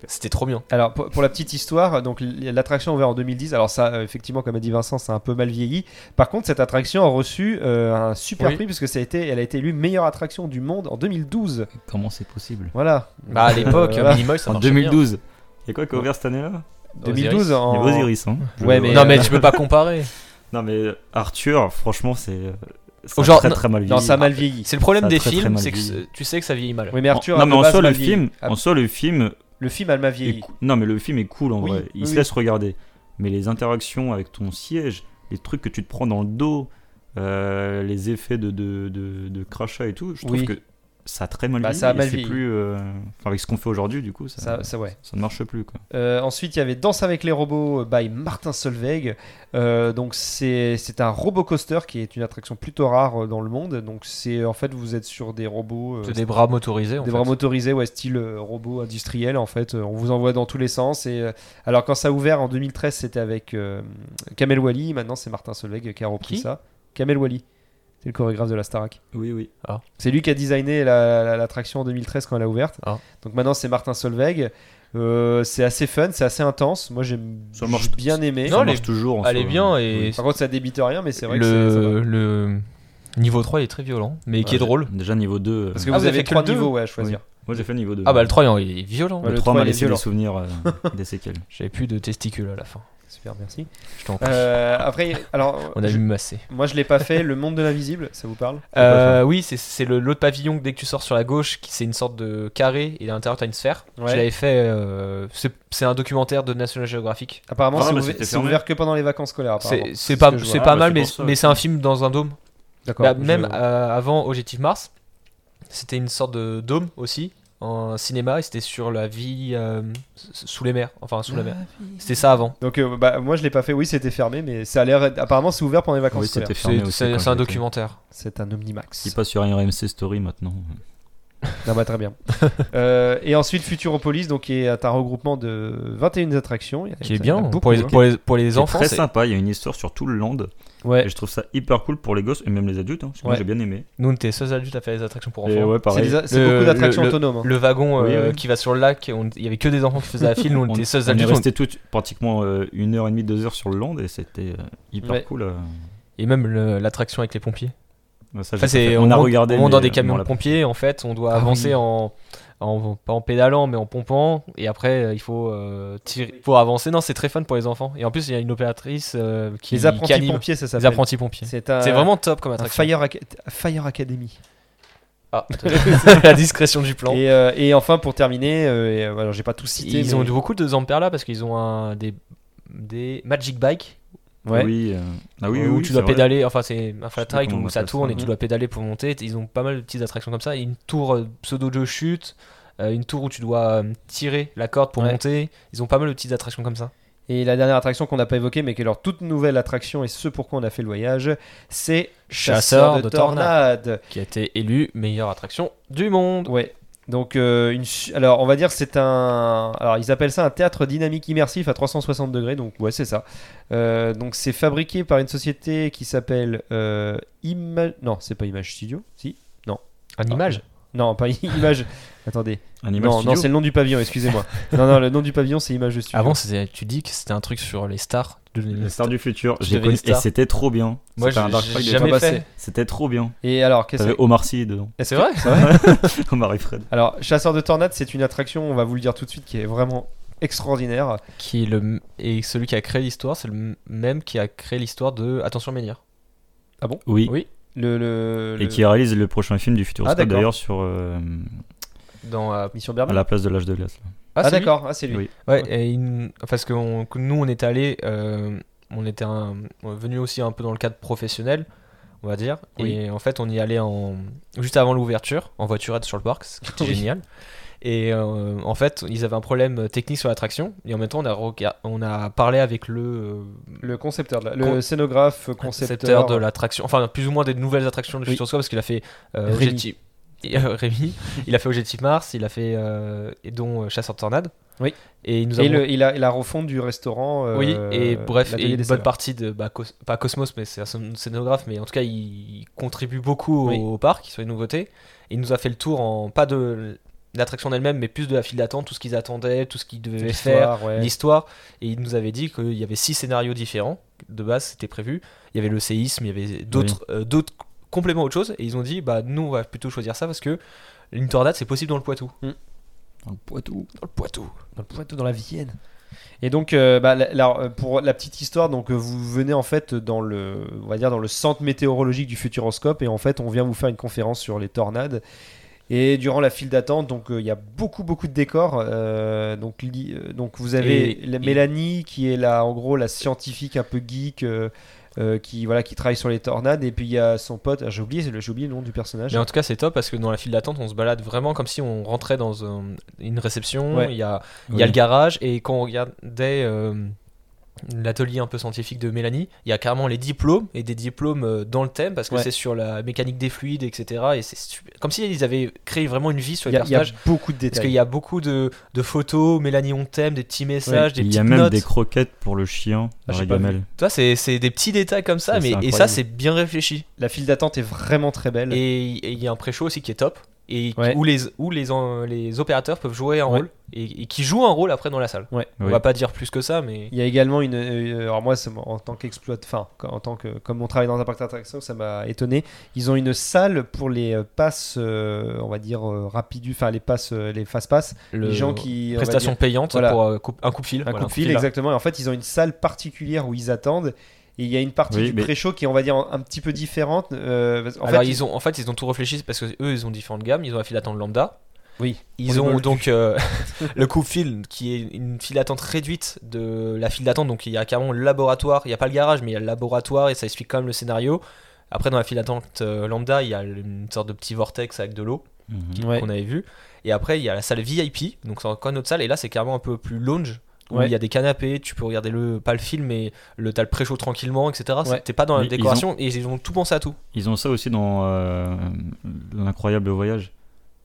Speaker 4: C'était trop bien.
Speaker 3: Alors pour, pour la petite histoire, donc l- l'attraction a ouvert en 2010. Alors ça, euh, effectivement, comme a dit Vincent, c'est un peu mal vieilli. Par contre, cette attraction a reçu euh, un super
Speaker 4: Oui.
Speaker 3: prix puisque ça a été, elle a été élue meilleure attraction du monde en 2012.
Speaker 5: Comment c'est possible
Speaker 3: Voilà. Euh,
Speaker 4: Bah, à l'époque,
Speaker 3: voilà.
Speaker 4: Minimoy, ça
Speaker 5: En
Speaker 4: marchait
Speaker 5: 2012. Et quoi qui a ouvert cette année-là
Speaker 3: 2012
Speaker 5: Il y
Speaker 3: en.
Speaker 5: avait Osiris, hein. Je
Speaker 3: Ouais,
Speaker 5: le
Speaker 3: mais- euh,
Speaker 5: vois.
Speaker 4: bien. Non, mais tu peux pas comparer.
Speaker 5: Non, mais Arthur, franchement, c'est. c'est
Speaker 4: Genre,
Speaker 5: très
Speaker 4: non-
Speaker 5: très mal vieilli.
Speaker 3: Non, ça a mal vieilli.
Speaker 4: C'est le problème
Speaker 5: Ça a
Speaker 4: des
Speaker 5: très, très
Speaker 4: films,
Speaker 5: mal
Speaker 4: c'est que
Speaker 5: vieilli.
Speaker 4: c'est- tu sais que ça vieillit mal.
Speaker 3: Oui, mais Arthur.
Speaker 5: non,
Speaker 3: à
Speaker 5: mais
Speaker 3: la
Speaker 5: en
Speaker 3: base,
Speaker 5: soi,
Speaker 3: m'a
Speaker 5: le
Speaker 3: vieilli.
Speaker 5: film,
Speaker 3: Ah,
Speaker 5: en soi, le film
Speaker 3: le film, elle m'a
Speaker 5: est
Speaker 3: vieilli.
Speaker 5: cou- non, mais le film est cool en
Speaker 3: Oui,
Speaker 5: vrai. Il
Speaker 3: oui,
Speaker 5: se
Speaker 3: oui.
Speaker 5: laisse regarder. Mais les interactions avec ton siège, les trucs que tu te prends dans le dos, euh, les effets de, de, de, de crachat et tout, je trouve
Speaker 3: Oui.
Speaker 5: que ça a très mal
Speaker 3: Bah,
Speaker 5: vieilli.
Speaker 3: ça a
Speaker 5: et
Speaker 3: mal
Speaker 5: c'est
Speaker 3: vieilli.
Speaker 5: plus. euh, enfin, avec ce qu'on fait aujourd'hui, du coup, ça,
Speaker 3: Ça, ça ouais.
Speaker 5: ça ne marche plus. Quoi.
Speaker 3: Euh, ensuite, il y avait Danse avec les robots euh, by Martin Solveig. Euh, donc, c'est c'est un robot coaster qui est une attraction plutôt rare euh, dans le monde. Donc, c'est en fait, vous êtes sur des robots. euh,
Speaker 4: C'est des bras motorisés. En
Speaker 3: des
Speaker 4: fait.
Speaker 3: bras motorisés, ouais, style euh, robot industriel en fait. Euh, on vous envoie dans tous les sens. Et euh, alors quand ça a ouvert en 2013, c'était avec euh, Kamel Wally. Maintenant, c'est Martin Solveig qui a repris
Speaker 4: Qui
Speaker 3: ça. Kamel Wally, c'est le chorégraphe de la Starac.
Speaker 5: Oui, oui.
Speaker 3: C'est lui qui a designé la- la- l'attraction en 2013 quand elle a ouverte.
Speaker 4: Ah.
Speaker 3: Donc maintenant, c'est Martin Solveig. Euh, c'est assez fun, c'est assez intense. Moi, j'aime
Speaker 5: Ça marche-
Speaker 3: j'ai bien aimé.
Speaker 4: Non,
Speaker 5: ça
Speaker 4: elle
Speaker 5: marche
Speaker 4: est-
Speaker 5: toujours. en
Speaker 4: Elle est
Speaker 5: soi. euh,
Speaker 4: bien et
Speaker 5: Oui.
Speaker 3: Par contre, ça débite rien, mais c'est vrai que c'est- ça Ah, va.
Speaker 4: le, le niveau 3 il est très violent, mais qui est
Speaker 5: Ouais,
Speaker 4: drôle.
Speaker 5: Déjà, niveau 2. euh,
Speaker 3: Parce que
Speaker 4: Ah,
Speaker 3: vous
Speaker 4: vous avez
Speaker 3: avez
Speaker 4: que
Speaker 3: trois
Speaker 4: le deux
Speaker 3: niveaux ouais, à choisir.
Speaker 5: Moi, j'ai fait niveau 2.
Speaker 4: Ah bah le 3 il est violent.
Speaker 3: Ouais, le
Speaker 5: le 3
Speaker 3: trois,
Speaker 5: m'a
Speaker 3: il est [laughs]
Speaker 5: laissé
Speaker 3: violent.
Speaker 5: des souvenirs, euh, des séquelles.
Speaker 4: J'avais plus de testicules à la fin.
Speaker 3: Super, merci.
Speaker 4: Je t'en prie.
Speaker 3: Euh, après, alors,
Speaker 4: [laughs] On a
Speaker 3: je-
Speaker 4: vu masser.
Speaker 3: moi je l'ai pas fait. Le monde de l'invisible, ça vous parle
Speaker 4: Euh, oui, c'est- c'est le- l'autre pavillon que dès que tu sors sur la gauche, qui- c'est une sorte de carré et à l'intérieur t'as une sphère.
Speaker 3: Ouais.
Speaker 4: Je l'avais fait. euh, c'est- c'est un documentaire de National Geographic.
Speaker 3: Apparemment,
Speaker 5: Ah,
Speaker 3: c'est
Speaker 5: bah,
Speaker 3: ouvert,
Speaker 5: c'était
Speaker 3: c'est
Speaker 5: fermé.
Speaker 3: ouvert que pendant les vacances scolaires. apparemment.
Speaker 4: C'est c'est
Speaker 3: ce
Speaker 4: pas,
Speaker 3: que je
Speaker 4: c'est
Speaker 3: vois.
Speaker 4: pas
Speaker 5: Ah, bah,
Speaker 4: mal,
Speaker 5: c'est
Speaker 4: mais,
Speaker 5: pour ça.
Speaker 4: mais c'est un film dans un dôme.
Speaker 3: D'accord.
Speaker 4: Bah,
Speaker 3: je-
Speaker 4: même euh, avant Objectif Mars, c'était une sorte de dôme aussi, en cinéma, et c'était sur la vie euh, s- sous les mers. Enfin, sous la mer. C'était ça avant.
Speaker 3: Donc, euh, bah, moi je l'ai pas fait. Oui, c'était fermé, mais ça a l'air. être- Apparemment, c'est ouvert pendant les vacances
Speaker 5: Oui,
Speaker 3: scolaires.
Speaker 5: c'était fermé
Speaker 4: C'est
Speaker 5: aussi.
Speaker 4: c'est-
Speaker 5: quand
Speaker 4: c'est un
Speaker 5: j'étais.
Speaker 4: documentaire.
Speaker 3: C'est un Omnimax.
Speaker 5: Il passe sur RMC Story maintenant.
Speaker 3: Ah bah,
Speaker 4: [laughs]
Speaker 3: très bien. Euh, et ensuite, Futuropolis, donc, qui est un regroupement de 21 attractions. Il y a-
Speaker 4: Qui
Speaker 3: il
Speaker 4: est
Speaker 3: y en a
Speaker 4: bien.
Speaker 3: beaucoup,
Speaker 4: Pour les,
Speaker 3: hein.
Speaker 4: pour les, pour les
Speaker 5: C'est
Speaker 4: enfants,
Speaker 5: très
Speaker 4: c'est-
Speaker 5: sympa, il y a une histoire sur tout le land.
Speaker 3: Ouais.
Speaker 5: Et je trouve ça hyper cool pour les gosses et même les adultes. hein, parce que Moi
Speaker 3: Ouais.
Speaker 5: j'ai bien aimé.
Speaker 4: nous, on était seuls adultes à faire les attractions pour enfants.
Speaker 5: Et ouais,
Speaker 3: C'est
Speaker 5: pareil.
Speaker 3: des a- c'est
Speaker 4: Le-
Speaker 3: beaucoup d'attractions
Speaker 4: le-
Speaker 3: autonomes. hein.
Speaker 4: Le wagon euh,
Speaker 5: Oui, oui.
Speaker 4: qui va sur le lac, on- il y avait que des enfants qui faisaient la file, nous on,
Speaker 5: [laughs] On-
Speaker 4: était seuls
Speaker 5: On est
Speaker 4: adultes.
Speaker 5: resté tout, pratiquement euh, une heure et demie, deux heures sur le land et c'était euh, hyper
Speaker 3: Ouais.
Speaker 5: cool. euh.
Speaker 4: Et même le- l'attraction avec les pompiers.
Speaker 5: Ouais, ça, j'ai
Speaker 4: Enfin,
Speaker 5: pas fait.
Speaker 4: c'est,
Speaker 5: on, a
Speaker 4: monte-
Speaker 5: regardé.
Speaker 4: On monte dans
Speaker 5: mais,
Speaker 4: des
Speaker 5: euh,
Speaker 4: camions
Speaker 5: on
Speaker 4: de
Speaker 5: l'a-
Speaker 4: pompiers, en fait, on doit
Speaker 2: Ah
Speaker 4: avancer
Speaker 2: oui.
Speaker 4: en, en- Pas en pédalant, mais en pompant. Et après, euh, il faut euh, tirer pour avancer. Non, c'est très fun pour les enfants. Et en plus, il y a une opératrice euh, qui,
Speaker 3: Les apprentis
Speaker 4: qui anime.
Speaker 3: pompiers, ça
Speaker 4: Les
Speaker 3: s'appelle.
Speaker 4: apprentis pompiers. C'est,
Speaker 3: C'est un-
Speaker 5: euh,
Speaker 4: vraiment top comme
Speaker 3: un
Speaker 4: attraction.
Speaker 3: Fire, Aca- Fire Academy.
Speaker 5: [laughs]
Speaker 4: Ah, [laughs] la discrétion du plan.
Speaker 3: Et, euh, et enfin, pour terminer, euh, et, euh, alors j'ai pas tout cité.
Speaker 4: ils
Speaker 3: mais-
Speaker 4: ont beaucoup de exemplaires là parce qu'ils ont un, des, des Magic Bike
Speaker 3: Ouais.
Speaker 5: Oui, euh, Ah oui, oui,
Speaker 4: où
Speaker 5: oui,
Speaker 4: tu
Speaker 5: c'est
Speaker 4: dois
Speaker 5: vrai.
Speaker 4: pédaler, enfin c'est un flat
Speaker 5: plus
Speaker 4: ride
Speaker 5: comment
Speaker 4: où
Speaker 5: on
Speaker 4: ça
Speaker 5: appelle ça,
Speaker 4: tourne et tu
Speaker 3: ouais.
Speaker 4: dois pédaler pour monter. Ils ont pas mal de petites attractions comme ça. Et une tour euh, pseudo de chute, euh, une tour où tu dois euh, tirer la corde pour
Speaker 3: Ouais.
Speaker 4: monter. Ils ont pas mal de petites attractions comme ça.
Speaker 3: Et la dernière attraction qu'on n'a pas évoquée, mais qui est leur toute nouvelle attraction et ce pourquoi on a fait le voyage, c'est Chasseur,
Speaker 4: Chasseur
Speaker 3: de,
Speaker 4: de
Speaker 3: tornades.
Speaker 4: Qui a été élu meilleure attraction du monde.
Speaker 3: Ouais. Donc, euh, une su- alors on va dire que c'est un. Alors ils appellent ça un théâtre dynamique immersif à 360 degrés, donc ouais, c'est ça. Euh, donc c'est fabriqué par une société qui s'appelle euh, Image. Non, c'est pas Image Studio, si
Speaker 4: Un image
Speaker 3: Non, pas [laughs] Image. Attendez.
Speaker 5: Animal
Speaker 3: non,
Speaker 5: Studio.
Speaker 3: non, c'est le nom du pavillon,
Speaker 5: [laughs]
Speaker 3: excusez-moi. non, non, le nom du pavillon c'est Image Studio.
Speaker 4: Avant, c'était- tu dis que c'était un truc sur les stars. de-
Speaker 5: Les stars du futur.
Speaker 4: Je
Speaker 5: J'ai
Speaker 4: devais
Speaker 5: connu-
Speaker 4: les
Speaker 5: Et
Speaker 4: stars.
Speaker 5: c'était trop bien.
Speaker 4: Moi,
Speaker 5: C'était un
Speaker 4: j'ai-
Speaker 5: Dark
Speaker 4: j'ai
Speaker 5: Ride de
Speaker 4: jamais
Speaker 5: Thomas.
Speaker 4: fait.
Speaker 3: passé.
Speaker 5: C'était trop bien.
Speaker 3: Et alors, qu'est-ce
Speaker 5: T'avais
Speaker 3: que
Speaker 5: Omar Sy dedans.
Speaker 3: Est-ce
Speaker 4: C'est
Speaker 3: que-
Speaker 5: [laughs]
Speaker 4: vrai
Speaker 5: Omar et Fred.
Speaker 3: Alors, Chasseur de tornades, c'est une attraction, on va vous le dire tout de suite, qui est vraiment extraordinaire.
Speaker 4: qui est le m- et celui qui a créé l'histoire, c'est le m- même qui a créé l'histoire de Attention Menhir.
Speaker 5: Oui.
Speaker 4: Oui.
Speaker 3: Le, le-
Speaker 5: Et
Speaker 3: le-
Speaker 5: qui réalise le prochain film du futur
Speaker 3: Ah, d'accord.
Speaker 5: d'ailleurs sur euh,
Speaker 4: Dans euh,
Speaker 3: Mission Bermude.
Speaker 5: à la place de l'âge de glace. là.
Speaker 3: Ah,
Speaker 4: c'est lui
Speaker 3: d'accord, ah, c'est lui.
Speaker 5: Oui.
Speaker 4: Ouais, et une- parce que on- que nous, on était allé, on était un- on est venu aussi un peu dans le cadre professionnel, on va dire.
Speaker 3: Oui.
Speaker 4: Et en fait, on y allait en, juste avant l'ouverture, en voiturette sur le parc, ce qui était
Speaker 3: Oui.
Speaker 4: génial. Et euh, en fait, ils avaient un problème technique sur l'attraction. Et en même temps, on a, rega- on a parlé avec le euh,
Speaker 3: Le concepteur, de la-
Speaker 4: Con-
Speaker 3: le scénographe, euh,
Speaker 4: concepteur
Speaker 3: concepteur.
Speaker 4: de l'attraction, enfin plus ou moins des nouvelles attractions de
Speaker 3: Oui.
Speaker 4: Futuroscope, parce qu'il a fait
Speaker 3: Rémi.
Speaker 4: euh, Objectif- euh, Rémi. il a fait Objectif Mars, il a fait euh, et dont euh, Chasseur de Tornade.
Speaker 3: Oui.
Speaker 4: Et il nous a
Speaker 3: Et, le- et la, et la refonte du restaurant. euh,
Speaker 4: oui, et bref,
Speaker 3: l'atelier
Speaker 4: et
Speaker 3: des
Speaker 4: une bonne
Speaker 3: saveurs.
Speaker 4: partie de. bah, Cos- pas Cosmos, mais c'est un scén- scénographe, mais en tout cas, il, il contribue beaucoup
Speaker 3: Oui.
Speaker 4: au, au parc sur les nouveautés. Il nous a fait le tour en. pas de l'attraction en elle-même, mais plus de la file d'attente, tout ce qu'ils attendaient, tout ce qu'ils devaient faire,
Speaker 3: L'histoire, ouais.
Speaker 4: l'histoire. Et il nous avait dit qu'il y avait six scénarios différents, de base, c'était prévu. Il y avait le séisme, il y avait d'autres euh, d'autres compléments à autre chose, et ils ont dit, bah, nous, on va plutôt choisir ça parce que une tornade, c'est possible dans le Poitou.
Speaker 5: Dans le Poitou.
Speaker 4: Dans le Poitou.
Speaker 3: Dans le Poitou, dans la Vienne. Et donc, euh, bah, la- la- euh, pour la petite histoire, donc euh, vous venez en fait dans le, on va dire dans le centre météorologique du Futuroscope, et en fait, on vient vous faire une conférence sur les tornades. Et durant la file d'attente, donc euh, il y a beaucoup beaucoup de décors. euh, donc, li- euh, donc vous avez
Speaker 4: Et-
Speaker 3: la-
Speaker 4: et-
Speaker 3: Mélanie qui est là, en gros la scientifique un peu geek. euh, euh, qui voilà qui travaille sur les tornades et puis il y a son pote ah, j'ai oublié c'est le- j'ai oublié le nom du personnage
Speaker 4: Mais en tout cas, c'est top parce que dans la file d'attente, on se balade vraiment comme si on rentrait dans un- une réception.
Speaker 3: Ouais.
Speaker 4: Il y a, il y a le garage et quand on regardait euh, l'atelier un peu scientifique de Mélanie, il y a carrément les diplômes et des diplômes euh, dans le thème parce que
Speaker 3: Ouais.
Speaker 4: c'est sur la mécanique des fluides, etc. Et c'est super- comme si ils avaient créé vraiment une vie sur
Speaker 3: il
Speaker 4: les
Speaker 3: y, a- il y a
Speaker 4: personnages.
Speaker 3: beaucoup de
Speaker 4: Parce qu'il
Speaker 3: détails
Speaker 4: y a beaucoup de, de photos, Mélanie on t'aime, des petits messages, des
Speaker 5: Il y a
Speaker 4: petites
Speaker 5: même
Speaker 4: notes.
Speaker 5: des croquettes pour le chien
Speaker 3: Ah,
Speaker 5: dans
Speaker 3: j'ai
Speaker 5: la
Speaker 3: pas vu.
Speaker 5: gamelle.
Speaker 4: Tu vois, c'est c'est des petits détails comme ça,
Speaker 5: Ça,
Speaker 4: mais
Speaker 5: c'est
Speaker 4: et ça
Speaker 5: incroyable.
Speaker 4: c'est bien réfléchi.
Speaker 3: la file d'attente est vraiment très belle
Speaker 4: Et et il y a un pré-show aussi qui est top. et
Speaker 3: Mm. Ouais.
Speaker 4: où, les, où les, en- les opérateurs peuvent jouer un
Speaker 3: Ouais.
Speaker 4: rôle et, et qui jouent un rôle après dans la salle.
Speaker 3: Ouais.
Speaker 4: On
Speaker 5: Oui.
Speaker 4: va pas dire plus que ça, mais.
Speaker 3: Il y a également une. euh, alors moi, ça m'a- en tant qu'exploite, enfin, qu- en tant que comme on travaille dans un parc d'attractions, ça m'a étonné. Ils ont une salle pour les euh, passes, euh, on va dire rapides, enfin les passes, euh, les fast pass,
Speaker 4: le-
Speaker 3: les gens qui on va
Speaker 4: Prestation payante
Speaker 3: voilà.
Speaker 4: pour euh, coupe- un coup de fil.
Speaker 3: Un
Speaker 4: voilà,
Speaker 3: coup de fil,
Speaker 4: là.
Speaker 3: exactement. Et en fait, ils ont une salle particulière où ils attendent. Et il y a une partie
Speaker 5: Oui,
Speaker 3: du
Speaker 5: mais-
Speaker 3: pré-show qui est, on va dire, un, un petit peu différente. euh, parce- en
Speaker 4: Alors
Speaker 3: fait,
Speaker 4: ils ont, en fait, ils ont tout réfléchi c'est parce que eux, ils ont différentes gammes. Ils ont la file d'attente lambda.
Speaker 3: Oui.
Speaker 4: Ils
Speaker 3: On
Speaker 4: ont
Speaker 3: rigole. [laughs]
Speaker 4: donc euh, [laughs] le coup de fil qui est une file d'attente réduite de la file d'attente. Donc il y a carrément le laboratoire. Il n'y a pas le garage, mais il y a le laboratoire et ça explique quand même le scénario. Après, dans la file d'attente euh, lambda, il y a une sorte de petit vortex avec de l'eau
Speaker 5: Mhm.
Speaker 4: qui-
Speaker 3: Ouais.
Speaker 4: qu'on avait vu. Et après, il y a la salle VIP. Donc c'est encore une autre salle. Et là, c'est carrément un peu plus lounge. Où
Speaker 3: Ouais.
Speaker 4: il y a des canapés, tu peux regarder le, pas le film, mais le, t'as le pré-show tranquillement, etc.
Speaker 3: Ouais.
Speaker 4: C'est- T'es pas dans la
Speaker 5: Mais ils ont-
Speaker 4: décoration et ils ont tout pensé à tout.
Speaker 5: Ils ont ça aussi dans euh, l'incroyable voyage.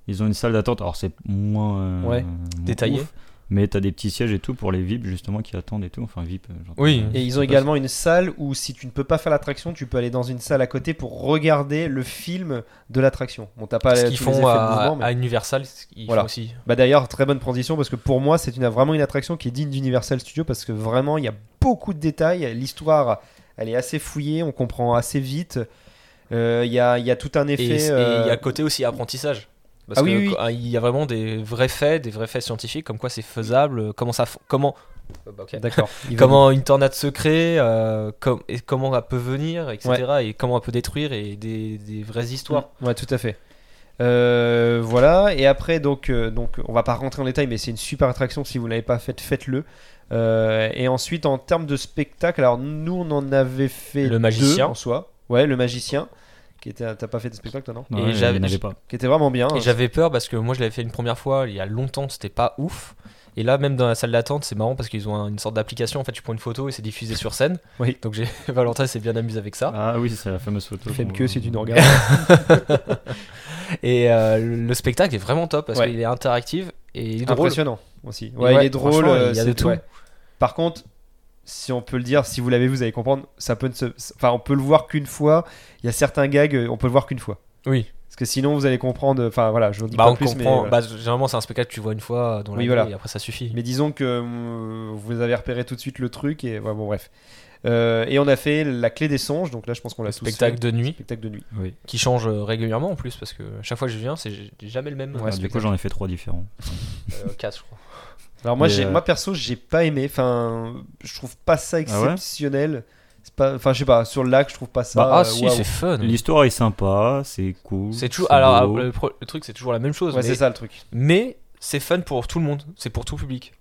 Speaker 5: Ils ont une salle d'attente. Alors c'est moins euh,
Speaker 3: Ouais.
Speaker 5: moins
Speaker 4: Détaillé.
Speaker 5: ouf, mais t'as des petits sièges et tout pour les VIP justement qui attendent et tout. Enfin VIP. euh, j'entends.
Speaker 4: Oui.
Speaker 3: Et ils ont
Speaker 5: C'est pas
Speaker 3: également une salle où si tu ne peux pas faire l'attraction, tu peux aller dans une salle à côté pour regarder le film de l'attraction. Bon, t'as pas
Speaker 4: ce
Speaker 3: euh,
Speaker 4: qu'ils
Speaker 3: tous les
Speaker 4: font
Speaker 3: effets
Speaker 4: à,
Speaker 3: de mouvement, mais-
Speaker 4: à Universal, ce qu'ils
Speaker 3: Voilà.
Speaker 4: font aussi.
Speaker 3: Bah d'ailleurs, très bonne transition parce que pour moi, c'est une, vraiment une attraction qui est digne d'Universal Studios parce que vraiment, il y a beaucoup de détails. L'histoire, elle est assez fouillée, on comprend assez vite. Euh, Il y, a, il y a tout un
Speaker 4: Et
Speaker 3: effet.
Speaker 4: et il
Speaker 3: euh,
Speaker 4: y a le côté aussi apprentissage. Parce
Speaker 3: Ah
Speaker 4: que
Speaker 3: oui, oui, oui.
Speaker 4: quand- il y a vraiment des vrais faits, des vrais faits scientifiques, comme quoi c'est faisable, euh, comment ça, f- comment, Euh, bah, ok. [laughs]
Speaker 3: D'accord. Il va-
Speaker 4: comment une tornade se crée, euh, com- et comment elle peut venir, etc. Et comment elle peut détruire et des, des vraies histoires.
Speaker 3: Ouais, tout à fait. Euh, voilà, et après, donc, euh, donc, on va pas rentrer en détail, mais c'est une super attraction. Si vous l'avez pas faite, faites-le. Euh, et ensuite, en termes de spectacle, alors nous, on en avait fait
Speaker 4: Le
Speaker 3: deux,
Speaker 4: magicien.
Speaker 3: en soi. Ouais, le magicien. Qui était, t'as pas fait de spectacle, toi, non
Speaker 5: Ouais,
Speaker 4: Et
Speaker 5: il y
Speaker 4: j'avais-
Speaker 5: en avait pas.
Speaker 3: Qui était vraiment bien.
Speaker 4: Et j'avais peur parce que moi je l'avais fait une première fois il y a longtemps, c'était pas ouf. Et là, même dans la salle d'attente, c'est marrant parce qu'ils ont un- une sorte d'application. En fait, tu prends une photo et c'est diffusé sur scène.
Speaker 3: Oui.
Speaker 4: Donc j'ai- [laughs] Valentin s'est bien amusé avec ça.
Speaker 5: Ah oui, c'est la fameuse photo. Ah,
Speaker 3: Fais
Speaker 5: qu'on
Speaker 3: que
Speaker 5: voit.
Speaker 3: si tu nous
Speaker 4: [laughs]
Speaker 3: regardes.
Speaker 4: Et euh, le spectacle est vraiment top parce
Speaker 3: Ouais.
Speaker 4: qu'il est interactif et il est drôle.
Speaker 3: impressionnant aussi. Ouais,
Speaker 4: ouais,
Speaker 3: il est drôle.
Speaker 4: franchement, il y
Speaker 3: euh,
Speaker 4: a de
Speaker 3: c'est-
Speaker 4: tout.
Speaker 3: ouais. Par contre, si on peut le dire, si vous l'avez, vous allez comprendre. Ça peut ne se... Enfin, on peut le voir qu'une fois. Il y a certains gags, euh, on peut le voir qu'une fois.
Speaker 4: Oui.
Speaker 3: Parce que sinon, vous allez comprendre. euh, Enfin, voilà, je vous dis
Speaker 4: Bah,
Speaker 3: pas
Speaker 4: on
Speaker 3: plus, mais,
Speaker 4: comprend.
Speaker 3: voilà.
Speaker 4: bah, généralement, c'est un spectacle que tu vois une fois dans la
Speaker 3: Oui,
Speaker 4: vie
Speaker 3: voilà.
Speaker 4: et après ça suffit.
Speaker 3: mais disons que euh, vous avez repéré tout de suite le truc et ouais, bon, bref. Euh, et on a fait la clé des songes. Donc là, je pense qu'on l'a
Speaker 4: Le
Speaker 3: tous
Speaker 4: spectacle
Speaker 3: fait.
Speaker 4: de nuit
Speaker 3: Spectacle de nuit.
Speaker 5: Oui.
Speaker 4: qui change euh, régulièrement en plus parce que à chaque fois que je viens, c'est j- jamais le même
Speaker 5: Ah,
Speaker 4: euh,
Speaker 5: du coup,
Speaker 4: spectacle.
Speaker 5: j'en ai fait trois différents.
Speaker 4: Euh, quatre, je crois.
Speaker 3: Alors moi,
Speaker 5: Mais,
Speaker 3: j'ai,
Speaker 5: euh,
Speaker 3: moi perso, j'ai pas aimé. Enfin, je trouve pas ça
Speaker 5: Ah ouais
Speaker 3: exceptionnel. C'est pas, enfin, je sais pas. Sur le lac, je trouve pas ça.
Speaker 4: Bah, ah,
Speaker 3: euh,
Speaker 4: si,
Speaker 3: waouh.
Speaker 4: c'est fun.
Speaker 5: L'histoire est sympa, c'est cool.
Speaker 4: C'est toujours. Alors, euh,
Speaker 5: beau.
Speaker 4: le, pro- le truc, c'est toujours la même chose.
Speaker 3: Ouais,
Speaker 4: mais-
Speaker 3: c'est ça le truc.
Speaker 4: mais c'est fun pour tout le monde. C'est pour tout public.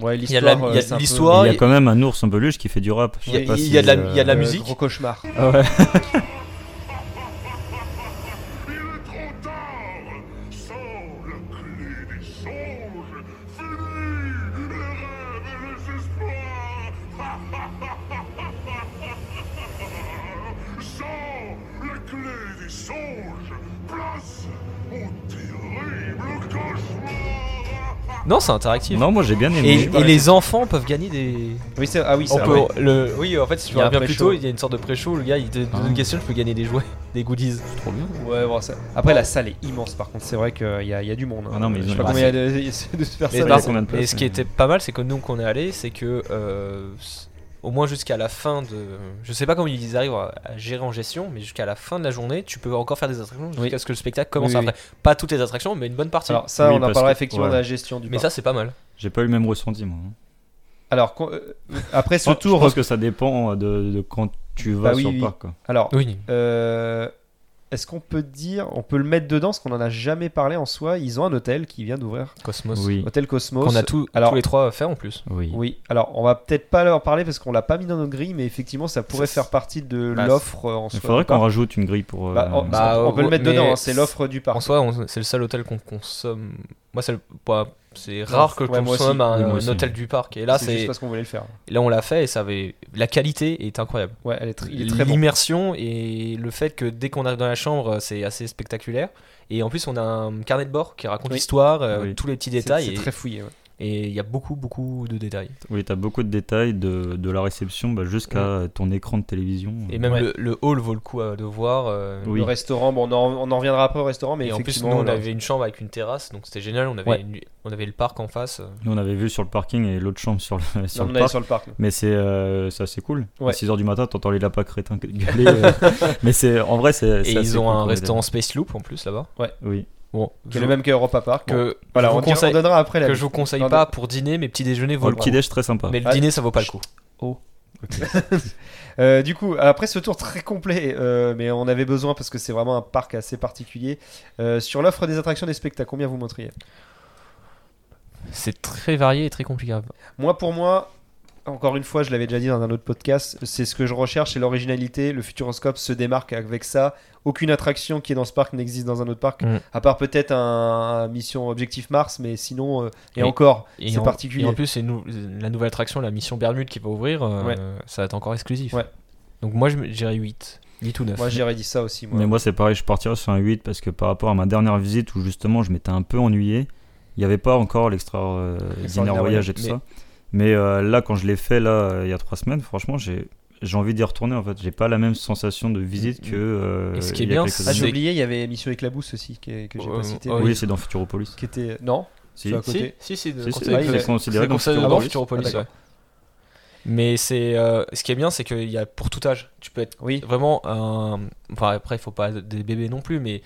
Speaker 3: Ouais,
Speaker 4: y a de la- il y
Speaker 3: l'histoire.
Speaker 4: a de
Speaker 3: euh, c'est un peu-
Speaker 4: l'histoire,
Speaker 5: il y
Speaker 4: oh, il-
Speaker 5: a quand même un ours en peluche qui fait du rap. Je
Speaker 4: Il y a-
Speaker 5: sais pas
Speaker 4: il y
Speaker 5: si,
Speaker 4: a de la-
Speaker 5: euh,
Speaker 4: il y a de la
Speaker 3: euh,
Speaker 4: musique.
Speaker 3: Gros cauchemar.
Speaker 5: Ah ouais.
Speaker 1: Il est trop tard Sans la clé des songes, fini les rêves et les espoirs [laughs] Sans la clé des songes, place au terrible cauchemar
Speaker 4: Non, c'est interactif.
Speaker 5: Non, moi j'ai bien aimé.
Speaker 4: Et, et les enfants peuvent gagner des.
Speaker 3: Oui, c'est ah oui,
Speaker 4: On
Speaker 3: ça.
Speaker 4: peut-
Speaker 3: ouais.
Speaker 4: le- oui, en fait, si tu
Speaker 3: Il y a un
Speaker 4: reviens plus
Speaker 3: pré-show. Ah.
Speaker 4: tôt, il y a une sorte de pré-show. Le gars, il te donne une question, je peux gagner des jouets, [laughs] des goodies.
Speaker 5: trop bien.
Speaker 3: Ouais, bon, ça- Après, la salle est immense. Par contre, c'est vrai qu'il y, a- il y a du monde. hein.
Speaker 5: Ah non, mais ils
Speaker 3: je sais
Speaker 5: ont-
Speaker 3: pas
Speaker 5: bah,
Speaker 3: combien il y a de, de [laughs]
Speaker 4: Mais
Speaker 3: personnes.
Speaker 5: Ça, par
Speaker 4: par-
Speaker 5: il y a combien de
Speaker 4: mais
Speaker 5: places,
Speaker 4: ce qui
Speaker 5: mais-
Speaker 4: était pas mal, c'est que nous, qu'on est allé, c'est que euh, s- au moins jusqu'à la fin de. Je sais pas comment ils arrivent à, à gérer en gestion, mais jusqu'à la fin de la journée, tu peux encore faire des attractions jusqu'à
Speaker 3: Oui.
Speaker 4: ce que le spectacle commence
Speaker 3: Oui, oui,
Speaker 4: après. Pas toutes les attractions, mais une bonne partie.
Speaker 3: Alors, ça,
Speaker 5: Oui,
Speaker 3: on en
Speaker 5: parce
Speaker 3: parlera
Speaker 5: que-
Speaker 3: effectivement
Speaker 5: ouais.
Speaker 3: de la gestion du
Speaker 4: mais
Speaker 3: parc.
Speaker 4: ça, c'est pas mal.
Speaker 5: J'ai pas eu le même ressenti moi. hein.
Speaker 3: Alors, qu'on- euh, après ce
Speaker 5: Oh, Je
Speaker 3: tour.
Speaker 5: pense que ça dépend de, de quand tu vas
Speaker 3: Bah oui,
Speaker 5: sur
Speaker 3: oui.
Speaker 5: le parc. quoi.
Speaker 3: Alors,
Speaker 4: Oui.
Speaker 3: euh, est-ce qu'on peut dire. On peut le mettre dedans, parce qu'on en a jamais parlé en soi. Ils ont un hôtel qui vient d'ouvrir.
Speaker 4: Cosmos.
Speaker 5: Oui.
Speaker 3: Hôtel Cosmos.
Speaker 4: Qu'on a tout,
Speaker 3: Alors-
Speaker 4: tous les trois fait en plus.
Speaker 5: Oui.
Speaker 3: Oui, alors on va peut-être pas leur parler parce qu'on l'a pas mis dans notre grille, mais effectivement ça pourrait
Speaker 4: Ça,
Speaker 3: faire partie de
Speaker 4: Bah,
Speaker 3: l'offre euh, en soi.
Speaker 5: Il faudrait
Speaker 3: du parc.
Speaker 5: qu'on rajoute une grille pour. euh,
Speaker 3: Bah, on,
Speaker 4: Bah,
Speaker 3: on peut
Speaker 4: euh,
Speaker 3: le mettre
Speaker 4: mais
Speaker 3: dedans, hein, c'est
Speaker 4: c'est-
Speaker 3: l'offre du
Speaker 4: En
Speaker 3: parc.
Speaker 4: soi, on- c'est le seul hôtel qu'on consomme. Moi, c'est le- bah, c'est rare que je
Speaker 3: Ouais, moi aussi.
Speaker 4: consomme
Speaker 5: Oui,
Speaker 4: un,
Speaker 5: moi aussi.
Speaker 4: hôtel du parc. Et là,
Speaker 3: juste
Speaker 4: c'est
Speaker 3: parce qu'on voulait le faire.
Speaker 4: là on l'a fait et ça avait la qualité est incroyable.
Speaker 3: Ouais, elle est tr- il est très bon.
Speaker 4: L'immersion et le fait que dès qu'on arrive dans la chambre, c'est assez spectaculaire. Et en plus, on a un carnet de bord qui raconte
Speaker 3: Oui.
Speaker 4: l'histoire, euh,
Speaker 5: Oui.
Speaker 4: tous les petits
Speaker 3: C'est-
Speaker 4: détails.
Speaker 3: C'est
Speaker 4: et
Speaker 3: très Mm. fouillé. ouais.
Speaker 4: Et il y a beaucoup, beaucoup de détails.
Speaker 5: Oui, t'as beaucoup de détails de, de la réception bah, jusqu'à ton écran de télévision.
Speaker 4: Et même
Speaker 3: Ouais.
Speaker 4: le, le hall vaut le coup euh, de voir. euh,
Speaker 5: Oui.
Speaker 3: Le restaurant, bon, on en, on en reviendra après au restaurant, mais
Speaker 4: Et en plus, nous,
Speaker 3: effectivement,
Speaker 4: on
Speaker 3: là-
Speaker 4: avait une chambre avec une terrasse, donc c'était génial. On avait,
Speaker 3: Ouais.
Speaker 4: une- on avait le parc en face. euh,
Speaker 5: Nous, on avait vu sur le parking et l'autre chambre sur le,
Speaker 3: non,
Speaker 5: sur le
Speaker 3: on allait
Speaker 5: parc.
Speaker 3: sur le parc. nous.
Speaker 5: Mais c'est euh, c'est assez cool.
Speaker 3: Ouais.
Speaker 5: À 6h du matin, t'entends les lapins
Speaker 3: [laughs]
Speaker 5: crétins gueuler. euh, mais c'est en vrai, c'est.
Speaker 4: Et
Speaker 5: c'est assez
Speaker 4: ils ont
Speaker 5: cool
Speaker 4: un
Speaker 5: comme
Speaker 4: restaurant Space Loop en plus là-bas.
Speaker 5: idée. Oui.
Speaker 4: Bon,
Speaker 3: Qui est
Speaker 4: je-
Speaker 3: le même que Europa Park. Bon,
Speaker 4: que
Speaker 3: voilà,
Speaker 4: je vous
Speaker 3: on, dira- on
Speaker 4: conseille-
Speaker 3: donnera après la
Speaker 4: que je vous conseille
Speaker 3: Non,
Speaker 4: pas pour dîner, mais petit déjeuner vaut
Speaker 5: Le
Speaker 4: le coup.
Speaker 5: petit déj très sympa.
Speaker 4: Mais le
Speaker 3: Ouais.
Speaker 4: dîner, ça vaut pas le coup.
Speaker 3: Euh, du coup, après ce tour très complet, euh, mais on avait besoin parce que c'est vraiment un parc assez particulier. euh, sur l'offre des attractions des spectacles, combien vous montriez
Speaker 4: C'est très varié et très compliqué. à-
Speaker 3: Moi, pour moi, encore une fois, je l'avais déjà dit dans un autre podcast, c'est ce que je recherche, c'est l'originalité. Le Futuroscope se démarque avec ça. Aucune attraction qui est dans ce parc n'existe dans un autre parc,
Speaker 4: Mm.
Speaker 3: à part peut-être un, un mission Objectif Mars, mais sinon, euh, et
Speaker 4: Oui.
Speaker 3: encore,
Speaker 4: Et
Speaker 3: c'est
Speaker 4: en-
Speaker 3: particulier.
Speaker 4: Et en plus, c'est nou- la nouvelle attraction, la mission Bermude qui va ouvrir, euh,
Speaker 3: Ouais.
Speaker 4: ça va être encore exclusif.
Speaker 3: Ouais.
Speaker 4: Donc moi, je me- j'irai 8. 8 ou 9.
Speaker 3: Moi, j'aurais dit ça aussi. Moi.
Speaker 5: Mais moi, c'est pareil, je partirais sur un 8 parce que par rapport à ma dernière visite où justement je m'étais un peu ennuyé, il n'y avait pas encore l'extra euh,
Speaker 3: Extraordinaire
Speaker 5: dîner voyage et tout
Speaker 4: mais-
Speaker 5: ça. Mais euh, là, quand je l'ai fait là, euh, il y a trois semaines, franchement, j'ai j'ai envie d'y retourner en fait. J'ai pas la même sensation de visite que. euh,
Speaker 4: Et ce qui est
Speaker 5: il y a
Speaker 4: bien,
Speaker 5: quelques
Speaker 4: c'est-
Speaker 3: Ah,
Speaker 5: années.
Speaker 3: j'ai oublié, il y avait Mission Éclabousse aussi, qui est- que j'ai
Speaker 4: Euh,
Speaker 3: pas cité.
Speaker 4: oh,
Speaker 3: mais
Speaker 5: Oui, c'est dans Futuropolis.
Speaker 3: Qui était... euh, Non,
Speaker 5: Si.
Speaker 3: c'est à côté.
Speaker 4: Si, si, de-
Speaker 5: Si,
Speaker 4: quand
Speaker 5: c'est-
Speaker 4: t'es-
Speaker 3: Ah, il
Speaker 5: c'est
Speaker 3: est-
Speaker 5: considéré
Speaker 4: C'est
Speaker 5: comme
Speaker 4: conseil
Speaker 3: Futuropolis.
Speaker 4: dans Futuropolis,
Speaker 3: Ah,
Speaker 4: ouais. Mais c'est euh, ce qui est bien, c'est qu'il y a pour tout âge. Tu peux être
Speaker 3: Oui.
Speaker 4: vraiment un. Enfin, après, il faut pas des bébés non plus, mais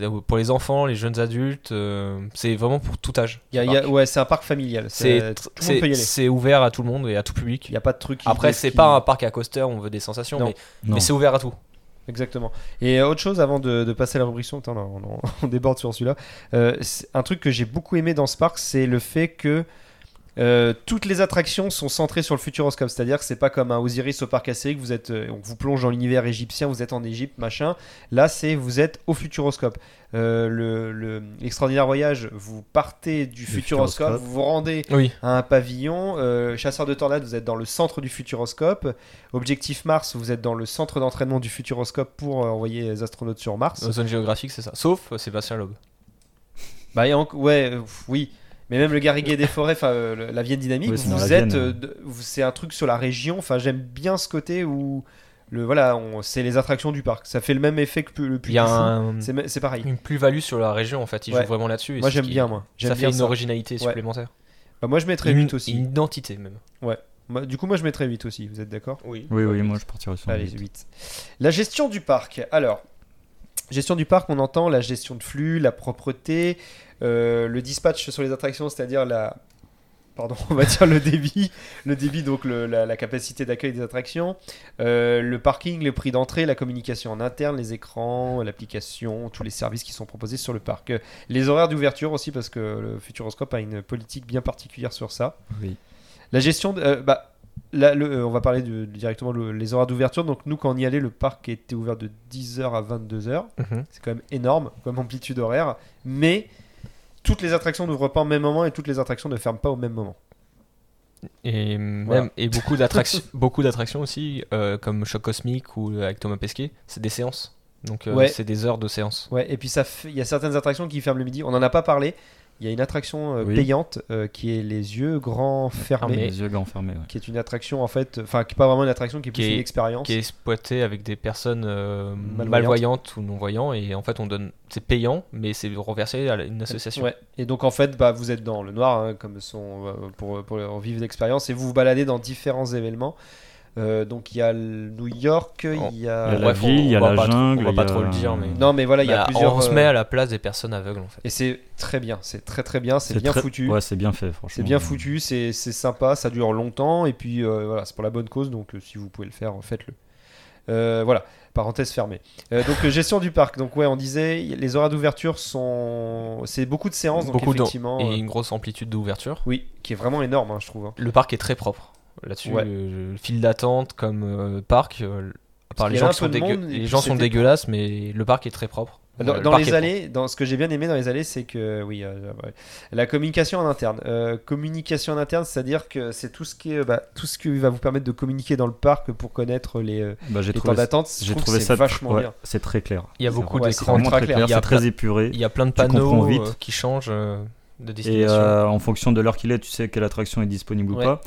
Speaker 4: euh, pour les enfants, les jeunes adultes, euh, c'est vraiment pour tout âge.
Speaker 3: Il y a- il y a- ouais, c'est un parc familial.
Speaker 4: C'est
Speaker 3: C'est Euh, tout le monde peut y
Speaker 4: c'est-
Speaker 3: aller.
Speaker 4: c'est ouvert à tout le monde et à tout public.
Speaker 3: Il n'y a pas de truc. qui-
Speaker 4: Après, c'est
Speaker 3: qui-
Speaker 4: pas un parc à coaster, on veut des sensations,
Speaker 3: Non.
Speaker 4: mais,
Speaker 5: Non.
Speaker 4: mais c'est ouvert à tout.
Speaker 3: Exactement. Et euh, autre chose avant de, de passer à la rubrique son, putain, là, on, on- on déborde sur celui-là. Euh, c'est un truc que j'ai beaucoup aimé dans ce parc, c'est le fait que euh, toutes les attractions sont centrées sur le futuroscope. C'est-à-dire que c'est pas comme un Osiris au parc Astérix, vous êtes, euh, on vous plonge dans l'univers égyptien, vous êtes en Égypte, machin. Là, c'est vous êtes au futuroscope. Euh, le, le- l'extraordinaire voyage, vous partez du futuroscope,
Speaker 5: Futuroscope.
Speaker 3: vous vous rendez
Speaker 4: Oui.
Speaker 3: à un pavillon. Euh, chasseur de tornades, vous êtes dans le centre du futuroscope. Objectif Mars, vous êtes dans le centre d'entraînement du futuroscope pour euh, envoyer les astronautes sur Mars.
Speaker 4: Zone géographique, c'est ça. Sauf euh, Sébastien Loeb.
Speaker 3: Bah, et en- ouais, euh, pff, oui. Mais même le Garriguet des forêts, enfin euh, le- la Vienne dynamique,
Speaker 5: Oui, c'est dans
Speaker 3: vous
Speaker 5: la
Speaker 3: êtes,
Speaker 5: Vienne.
Speaker 3: euh, de- vous- c'est un truc sur la région. Enfin, j'aime bien ce côté où le voilà, on- c'est les attractions du parc. Ça fait le même effet que le
Speaker 4: Il
Speaker 3: plus.
Speaker 4: y a un-
Speaker 3: C'est me- c'est pareil.
Speaker 4: une plus-value sur la région en fait. Il
Speaker 3: Ouais.
Speaker 4: joue vraiment là-dessus. et
Speaker 3: Moi
Speaker 4: c'est
Speaker 3: j'aime
Speaker 4: ce qui-
Speaker 3: bien moi. J'aime
Speaker 4: Ça
Speaker 3: bien
Speaker 4: fait une originalité supplémentaire.
Speaker 3: Bah, moi je mettrais
Speaker 4: Une-
Speaker 3: 8 aussi.
Speaker 4: Une identité même.
Speaker 3: Moi- du coup moi je mettrais 8 aussi. Vous êtes d'accord
Speaker 4: Oui.
Speaker 5: Oui, oui, moi je partirais sur un
Speaker 3: Allez,
Speaker 5: 8.
Speaker 3: 8. La gestion du parc. Alors, gestion du parc, on entend la gestion de flux, la propreté, euh, le dispatch sur les attractions, c'est-à-dire la. Pardon, [laughs] on va dire le débit. Le débit, donc le- la, la capacité d'accueil des attractions. euh, le parking, le prix d'entrée, la communication en interne, les écrans, l'application, tous les services qui sont proposés sur le parc. Euh, Les horaires d'ouverture aussi, parce que le Futuroscope a une politique bien particulière sur ça.
Speaker 5: Oui.
Speaker 3: La gestion. de- euh, bah, là, le- euh, on va parler de- directement le- les horaires d'ouverture. Donc, nous, quand on y allait, le parc était ouvert de 10h à 22h. C'est quand même énorme comme amplitude horaire. Mais toutes les attractions n'ouvrent pas au même moment et toutes les attractions ne ferment pas au même moment.
Speaker 4: Et, même,
Speaker 3: Voilà. [laughs]
Speaker 4: et beaucoup d'attractions, beaucoup d'attractions aussi, euh, comme Choc Cosmique ou euh, avec Thomas Pesquet, c'est des séances. Donc euh,
Speaker 3: Ouais.
Speaker 4: c'est des heures de séance.
Speaker 3: Ouais, et puis ça fait- il y a certaines attractions qui ferment le midi. On n'en a pas parlé. Il y a une attraction euh,
Speaker 5: Oui.
Speaker 3: payante euh, qui est les yeux grands fermés.
Speaker 4: Fermés.
Speaker 5: Les yeux grands fermés, ouais.
Speaker 3: Qui est une attraction en fait, enfin qui est pas vraiment une attraction, qui est plus
Speaker 4: Qui est-
Speaker 3: une expérience.
Speaker 4: Qui est exploité avec des personnes euh,
Speaker 3: Malvoyantes.
Speaker 4: malvoyantes ou non-voyantes. Et en fait, on donne, c'est payant, mais c'est renversé à la- une association.
Speaker 3: Ouais. Et donc en fait, bah, vous êtes dans le noir, hein, comme sont euh, pour, pour en vivre l'expérience, et vous vous baladez dans différents événements. Euh, donc il y a le New York, il
Speaker 4: Oh.
Speaker 3: y
Speaker 5: Il y
Speaker 3: a.
Speaker 5: a la
Speaker 4: bref, on-
Speaker 5: ville, il y a
Speaker 4: on va
Speaker 5: la
Speaker 4: pas trop-
Speaker 5: jungle.
Speaker 4: on va
Speaker 5: il
Speaker 4: pas
Speaker 5: y a-
Speaker 4: trop le dire, mais-
Speaker 3: Non, mais voilà, il y a
Speaker 4: Bah,
Speaker 3: plusieurs.
Speaker 4: on se
Speaker 3: euh,
Speaker 4: met à la place des personnes aveugles en fait.
Speaker 3: Et c'est très bien, c'est très très bien, c'est bien
Speaker 5: très-
Speaker 3: foutu.
Speaker 5: Ouais, c'est bien fait, franchement.
Speaker 3: C'est bien foutu, c'est c'est sympa, ça dure longtemps, et puis euh, voilà, c'est pour la bonne cause, donc euh, si vous pouvez le faire, faites-le. Euh, voilà, parenthèse fermée. Euh, donc euh, gestion du parc, donc ouais, on disait, y- les horaires d'ouverture sont. C'est beaucoup de séances, donc
Speaker 4: Beaucoup de-
Speaker 3: effectivement.
Speaker 4: Et
Speaker 3: euh,
Speaker 4: une grosse amplitude d'ouverture.
Speaker 3: Oui, qui est vraiment énorme, hein, je trouve. hein.
Speaker 4: Le parc est très propre. Là-dessus,
Speaker 3: Ouais.
Speaker 4: le, le file d'attente comme euh, parc. euh, à part
Speaker 3: qu'il
Speaker 4: les
Speaker 3: y
Speaker 4: gens
Speaker 3: avait
Speaker 4: qui
Speaker 3: un
Speaker 4: sont,
Speaker 3: peu de
Speaker 4: dégueu-
Speaker 3: monde, et
Speaker 4: les
Speaker 3: puis
Speaker 4: gens sont
Speaker 3: c'était-
Speaker 4: dégueulasses, mais le parc est très propre.
Speaker 3: Dans,
Speaker 4: Ouais, le
Speaker 3: dans
Speaker 4: parc est
Speaker 3: les allées, dans ce que j'ai bien aimé dans les allées, c'est que oui, euh, ouais. la communication en interne. Euh, communication en interne, c'est-à-dire que c'est tout ce qui est, bah, tout ce qui va vous permettre de communiquer dans le parc pour connaître les, euh,
Speaker 5: Bah, j'ai
Speaker 3: les temps
Speaker 5: trouvé,
Speaker 3: d'attente. Je
Speaker 5: j'ai
Speaker 3: trouve que
Speaker 5: trouvé
Speaker 3: c'est
Speaker 5: ça
Speaker 3: vachement
Speaker 5: ouais,
Speaker 3: bien.
Speaker 5: C'est très clair.
Speaker 4: Il y a
Speaker 5: C'est
Speaker 4: beaucoup
Speaker 5: vraiment-
Speaker 3: Ouais,
Speaker 5: C'est
Speaker 4: d'écrans
Speaker 5: vraiment
Speaker 3: ultra
Speaker 5: très
Speaker 3: clair.
Speaker 5: clair,
Speaker 4: Il y a
Speaker 5: c'est
Speaker 4: plein-
Speaker 5: très épuré.
Speaker 4: Il y a plein de
Speaker 5: Tu comprends
Speaker 4: panneaux
Speaker 5: vite.
Speaker 4: euh, qui changent. euh, de
Speaker 5: Et
Speaker 4: destination.
Speaker 5: euh, en fonction de l'heure qu'il est, tu sais quelle attraction est disponible
Speaker 4: Ouais.
Speaker 5: ou pas.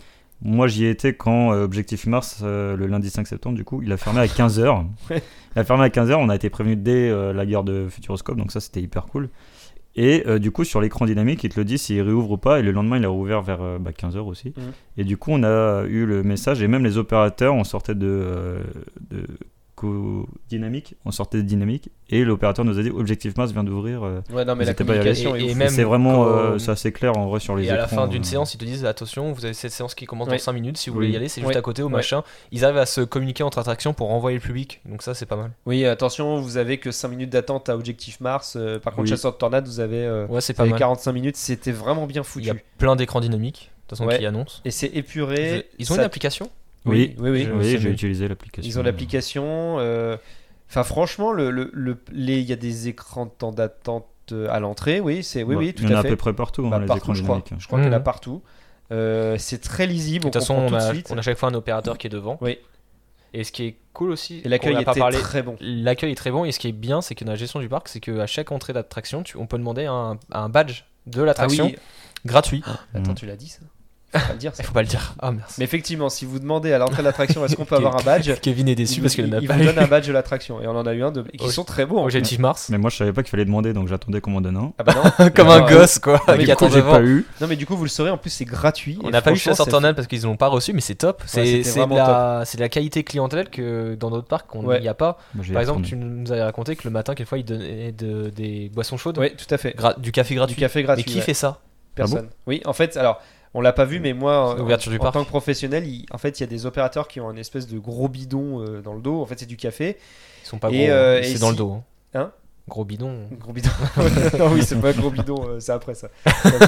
Speaker 5: Moi, j'y ai été quand euh, Objectif Mars, euh, le lundi 5 septembre, du coup, il a fermé à
Speaker 4: [laughs]
Speaker 5: 15h. Il a fermé à 15h, on a été prévenu dès euh, la gare de Futuroscope, donc ça, c'était hyper cool. Et euh, du coup, sur l'écran dynamique, il te le dit s'il réouvre ou pas, et le lendemain, il a rouvert vers euh, 15h aussi.
Speaker 3: Mhm.
Speaker 5: Et du coup, on a eu le message, et même les opérateurs, on sortait de, euh, de co- dynamique, on sortait de dynamique, et l'opérateur nous a dit Objectif Mars vient d'ouvrir. euh,
Speaker 4: Ouais, non, mais
Speaker 5: Ils
Speaker 4: la
Speaker 5: étaient pas y allés.
Speaker 4: communication
Speaker 5: Et-
Speaker 4: est
Speaker 5: et
Speaker 4: ouf.
Speaker 5: mais c'est vraiment
Speaker 4: quand-
Speaker 5: euh, c'est assez clair en vrai sur les
Speaker 4: Et à la
Speaker 5: écrans,
Speaker 4: fin d'une
Speaker 5: euh.
Speaker 4: séance, ils te disent attention, vous avez cette séance qui commence
Speaker 3: Ouais.
Speaker 4: dans 5 minutes, si vous
Speaker 5: Oui.
Speaker 4: voulez y aller, c'est juste
Speaker 3: Ouais.
Speaker 4: à côté au
Speaker 3: Ouais.
Speaker 4: machin. Ils arrivent à se communiquer entre attractions pour renvoyer le public, donc ça c'est pas mal.
Speaker 3: Oui, attention, vous avez que 5 minutes d'attente à Objectif Mars. euh, par contre,
Speaker 5: Oui.
Speaker 3: Chasseur de Tornade, vous avez, euh,
Speaker 4: Ouais, c'est
Speaker 3: vous
Speaker 4: pas
Speaker 3: avez
Speaker 4: mal.
Speaker 3: 45 minutes. C'était vraiment bien
Speaker 4: Il y a
Speaker 3: foutu.
Speaker 4: plein d'écrans dynamiques, de toute façon,
Speaker 3: Ouais.
Speaker 4: qui annoncent.
Speaker 3: Et c'est épuré.
Speaker 4: Ils ont
Speaker 3: ça-
Speaker 4: une application
Speaker 5: Oui,
Speaker 3: oui, oui.
Speaker 5: oui,
Speaker 4: Je sais,
Speaker 5: j'ai
Speaker 4: mais-
Speaker 5: utilisé l'application.
Speaker 3: Ils ont l'application. euh, Enfin, franchement, le, le- le- les- il y a des écrans de temps d'attente euh, à l'entrée. Oui, c'est oui,
Speaker 5: Bah,
Speaker 3: oui, tout
Speaker 5: Il y en a
Speaker 3: à
Speaker 5: à
Speaker 3: fait.
Speaker 5: peu près partout, hein,
Speaker 3: Bah,
Speaker 5: les
Speaker 3: partout,
Speaker 5: écrans
Speaker 3: je crois.
Speaker 5: dynamiques.
Speaker 3: Je crois qu'il y en a
Speaker 4: Mhm.
Speaker 3: partout. Euh, c'est très lisible.
Speaker 4: De toute
Speaker 3: on
Speaker 4: façon,
Speaker 3: comprend
Speaker 4: on
Speaker 3: tout
Speaker 4: a,
Speaker 3: de suite.
Speaker 4: on a chaque fois un opérateur qui est devant.
Speaker 3: Oui.
Speaker 4: Et ce qui est cool aussi,
Speaker 3: Et l'accueil
Speaker 4: qu'on a pas
Speaker 3: était
Speaker 4: parlé,
Speaker 3: très bon.
Speaker 4: l'accueil est très bon. Et ce qui est bien, c'est que dans la gestion du parc, c'est qu'à chaque entrée d'attraction, tu- on peut demander un, un badge de l'attraction gratuit.
Speaker 3: Ah Attends,
Speaker 5: Mm.
Speaker 3: tu l'as dit ça Faut pas le dire ça.
Speaker 4: Il faut pas le dire. Ah merci.
Speaker 3: Mais effectivement, si vous demandez à l'entrée de l'attraction est-ce qu'on peut
Speaker 4: [laughs]
Speaker 3: avoir un badge,
Speaker 4: Kevin est déçu
Speaker 3: il,
Speaker 4: parce qu'il
Speaker 3: il-
Speaker 4: n'a
Speaker 3: il
Speaker 4: pas
Speaker 3: vous
Speaker 4: eu.
Speaker 3: donne un badge de l'attraction. Et on en a eu un de... et qui
Speaker 4: Oh,
Speaker 3: sont très beaux. en plus.
Speaker 4: [laughs] Objectif Mars.
Speaker 5: Mais moi, je savais pas qu'il fallait demander, donc j'attendais qu'on m'en donne un.
Speaker 3: Ah bah non.
Speaker 4: [laughs]
Speaker 3: [laughs]
Speaker 4: Comme
Speaker 3: Non,
Speaker 4: un
Speaker 3: euh,
Speaker 4: gosse quoi. Avec
Speaker 5: Du coup,
Speaker 4: attends
Speaker 5: j'ai
Speaker 4: devant.
Speaker 5: pas eu.
Speaker 3: Non, mais du coup, vous le saurez, en plus, c'est gratuit.
Speaker 4: On
Speaker 3: Et
Speaker 4: n'a pas
Speaker 3: franchement,
Speaker 4: eu chez
Speaker 3: c'est-
Speaker 4: Sortornal parce qu'ils l'ont pas reçu, mais c'est top. C'est
Speaker 3: c'était
Speaker 4: c'est de,
Speaker 3: vraiment
Speaker 4: la- c'est de la qualité clientèle que dans d'autres parcs, on n'y
Speaker 3: Ouais.
Speaker 4: a pas.
Speaker 5: Bah, j'ai
Speaker 4: Par exemple,
Speaker 5: attendu.
Speaker 4: tu nous avais raconté que le matin, quelquefois, ils donnaient de- des boissons chaudes,
Speaker 3: Ouais, tout à fait.
Speaker 4: gra- du café
Speaker 3: Du
Speaker 4: gratuit.
Speaker 3: café
Speaker 4: mais
Speaker 3: gratuit.
Speaker 4: qui
Speaker 3: ouais.
Speaker 4: fait ça
Speaker 3: Personne. oui, en fait, alors, on l'a pas vu, mais moi,
Speaker 4: C'est
Speaker 3: en-
Speaker 4: l'ouverture du
Speaker 3: en
Speaker 4: parc.
Speaker 3: tant que professionnel, il- en fait, il y a des opérateurs qui ont un espèce de gros bidon euh, dans le dos. En fait, c'est du café.
Speaker 4: Ils sont pas
Speaker 3: Et,
Speaker 4: gros,
Speaker 3: euh,
Speaker 4: hein.
Speaker 3: et
Speaker 4: c'est dans
Speaker 3: si-
Speaker 4: le dos. hein.
Speaker 3: Hein
Speaker 4: Gros bidon.
Speaker 3: Gros bidon. [laughs] non, oui, c'est pas gros bidon, euh, c'est après ça. [laughs] Pardon.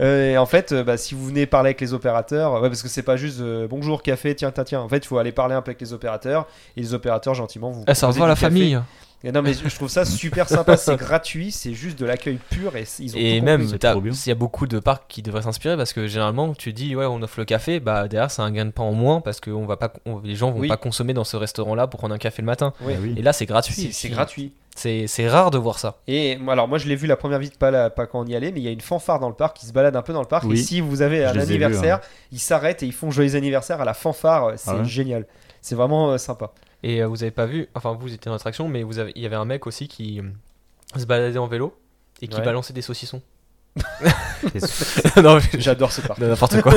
Speaker 3: Euh, et en fait, euh, bah, si vous venez parler avec les opérateurs, ouais, parce que c'est pas juste euh, bonjour café, tiens, tiens, tiens. En fait, il faut aller parler un peu avec les opérateurs et les opérateurs gentiment vous.
Speaker 4: Ah, ça
Speaker 3: proposez
Speaker 4: revoit
Speaker 3: du
Speaker 4: la
Speaker 3: café.
Speaker 4: famille.
Speaker 3: Et non, mais je je trouve ça super sympa.
Speaker 4: [laughs]
Speaker 3: C'est gratuit, c'est juste de l'accueil pur et c- ils ont
Speaker 4: Et
Speaker 3: tout
Speaker 4: même,
Speaker 5: c'est
Speaker 4: t'as-
Speaker 5: trop bien.
Speaker 4: il y a beaucoup de parcs qui devraient s'inspirer parce que généralement, tu dis, ouais, on offre le café, bah derrière, c'est un gain de pain en moins parce que on va pas, on- les gens vont
Speaker 3: Oui.
Speaker 4: pas consommer dans ce restaurant-là pour prendre un café le matin.
Speaker 3: compris. Ouais.
Speaker 5: Ah oui.
Speaker 4: Et là, c'est gratuit.
Speaker 3: C'est c'est gratuit.
Speaker 4: C'est c'est rare de voir ça.
Speaker 3: Et moi, alors moi je l'ai vu la première visite pas, là, pas quand on y allait, mais il y a une fanfare dans le parc qui se balade un peu dans le parc.
Speaker 5: Oui.
Speaker 3: Et si vous avez
Speaker 5: Je
Speaker 3: un
Speaker 5: les ai vus,
Speaker 3: anniversaire, ils s'arrêtent et ils font joyeux anniversaire à la fanfare. C'est
Speaker 5: Ah ouais
Speaker 3: génial. C'est vraiment euh, [laughs] sympa.
Speaker 4: Et euh, vous avez pas vu, enfin, vous étiez dans l'attraction, mais vous avez- il y avait un mec aussi qui euh, se baladait en vélo et qui
Speaker 3: Ouais.
Speaker 4: balançait des saucissons.
Speaker 5: [laughs] Des
Speaker 4: non, [laughs] mais je-
Speaker 3: J'adore ce parc.
Speaker 4: de n'importe quoi.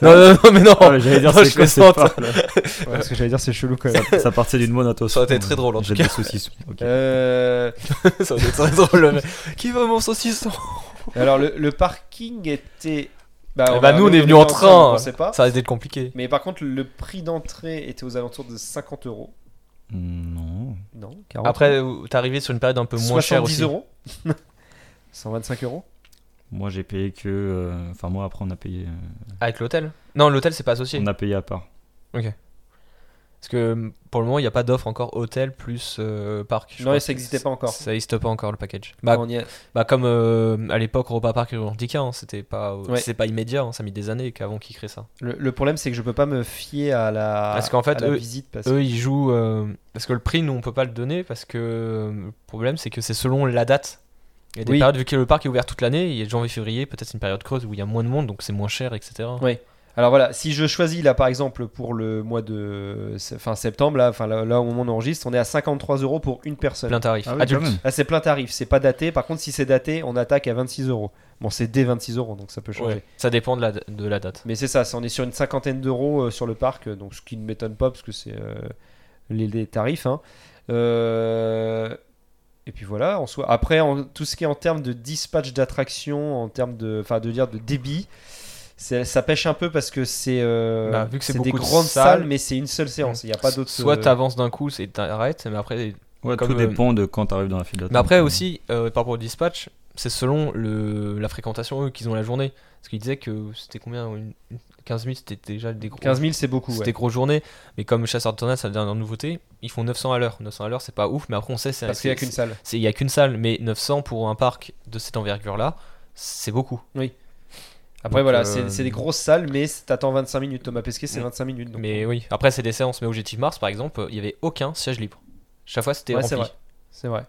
Speaker 4: non, non, non, mais non. [laughs]
Speaker 5: Ah, J'allais dire,
Speaker 4: Non,
Speaker 5: c'est
Speaker 4: je
Speaker 5: quoi
Speaker 4: plaisante.
Speaker 5: cette part, là
Speaker 3: Ouais, parce que j'allais dire c'est chelou quand même.
Speaker 5: [laughs] Ça partait d'une monato.
Speaker 4: Ça aurait été très drôle, en tout
Speaker 5: J'ai
Speaker 4: cas.
Speaker 5: des saucissons. ok.
Speaker 3: [laughs] Euh,
Speaker 4: [laughs] ça aurait été très drôle. Qui veut mon saucisson
Speaker 3: alors le, le parking était.
Speaker 4: Eh
Speaker 3: on
Speaker 4: bah,
Speaker 3: a-
Speaker 4: nous, on est
Speaker 3: était
Speaker 4: venus en train. hein.
Speaker 3: donc on sait pas.
Speaker 4: Ça risque d'être compliqué.
Speaker 3: Mais par contre le prix d'entrée était aux alentours de 50 euros.
Speaker 5: Mm, Non.
Speaker 3: Non, 40
Speaker 4: Après, euh, t'es arrivé sur une période un peu moins chère
Speaker 3: 70
Speaker 4: aussi.
Speaker 3: euros. [laughs] 125 euros.
Speaker 5: Moi, j'ai payé que. euh, Enfin, moi, après, on a payé. euh,
Speaker 4: Avec l'hôtel Non, l'hôtel c'est pas associé.
Speaker 5: On a payé à part.
Speaker 4: Parce que euh, pour le moment, il n'y a pas d'offre encore hôtel plus euh, parc. je
Speaker 3: Non,
Speaker 4: crois.
Speaker 3: ça existait pas encore.
Speaker 4: Ça n'existe pas encore le package. Bah,
Speaker 3: On y est.
Speaker 4: bah, comme euh, à l'époque, Europa Park et Romantica, hein, c'était pas,
Speaker 3: Ouais.
Speaker 4: c'est pas immédiat, hein, ça a mis des années qu'avant qu'ils créent ça.
Speaker 3: Le, le problème, c'est que je peux pas me fier à la,
Speaker 4: Parce qu'en fait,
Speaker 3: à la
Speaker 4: eux-
Speaker 3: visite. Parce...
Speaker 4: Eux, ils jouent. euh, parce que le prix, nous, on peut pas le donner parce que euh, le problème, c'est que c'est selon la date. Il y a des
Speaker 3: Oui.
Speaker 4: périodes, vu que le parc est ouvert toute l'année, il y a janvier-février, peut-être c'est une période creuse où il y a moins de monde, donc c'est moins cher, etc.
Speaker 3: Alors voilà, si je choisis là par exemple pour le mois de se- fin septembre, là, enfin, là, là, au moment où on enregistre, on est à 53 euros pour une personne.
Speaker 4: Plein tarif.
Speaker 5: Ah oui,
Speaker 4: Adulte.
Speaker 5: quand même.
Speaker 3: Là, c'est plein tarif, c'est pas daté. Par contre, si c'est daté, on attaque à 26 euros. Bon, c'est dès 26 euros, donc ça peut changer.
Speaker 4: Ouais. Ça dépend de la, de la date.
Speaker 3: Mais c'est ça, c'est- on est sur une cinquantaine d'euros euh, sur le parc, euh, donc ce qui ne m'étonne pas parce que c'est euh, les, les tarifs. hein. Euh, et puis voilà, en soi. Après, en- tout ce qui est en termes de dispatch d'attraction, en termes de, enfin de dire de débit, c'est- ça pêche un peu parce que c'est euh,
Speaker 4: Bah, vu que c'est
Speaker 3: des
Speaker 4: beaucoup de
Speaker 3: grandes
Speaker 4: salles,
Speaker 3: salles, mais c'est une seule séance. Il n'y a pas d'autre.
Speaker 4: Soit
Speaker 3: euh,
Speaker 4: t'avances d'un coup, c'est t'arrêtes, mais après.
Speaker 5: Ouais,
Speaker 4: Comme,
Speaker 5: tout
Speaker 4: euh,
Speaker 5: dépend de quand t'arrives dans la file d'attente.
Speaker 4: Mais après
Speaker 5: euh.
Speaker 4: aussi, euh, par rapport au dispatch, c'est selon le, la fréquentation eux qu'ils ont la journée. Parce qu'ils disaient que c'était combien une- une- 15 000, c'était déjà des gros.
Speaker 3: 15 000, c'est beaucoup.
Speaker 4: C'était
Speaker 3: ouais.
Speaker 4: grosse journée, mais comme Chasseur de Tornades, c'est la dernière nouveauté, ils font 900 à l'heure. 900 à l'heure, c'est pas ouf, mais après on sait, c'est
Speaker 3: Parce qu'il n'y a
Speaker 4: c'est-
Speaker 3: qu'une salle.
Speaker 4: c'est- il y a qu'une salle, mais 900 pour un parc de cette envergure-là, c'est beaucoup.
Speaker 3: Après
Speaker 4: donc,
Speaker 3: voilà,
Speaker 4: euh,
Speaker 3: c'est c'est des grosses salles, mais c'est- t'attends 25 minutes. Thomas Pesquet, c'est
Speaker 4: Mm.
Speaker 3: 25 minutes. donc. euh,
Speaker 4: Mais oui, après c'est des séances, mais Objectif Mars par exemple, il y avait aucun siège libre. Chaque fois c'était
Speaker 3: Ouais, c'est
Speaker 4: rempli.
Speaker 3: vrai. C'est vrai.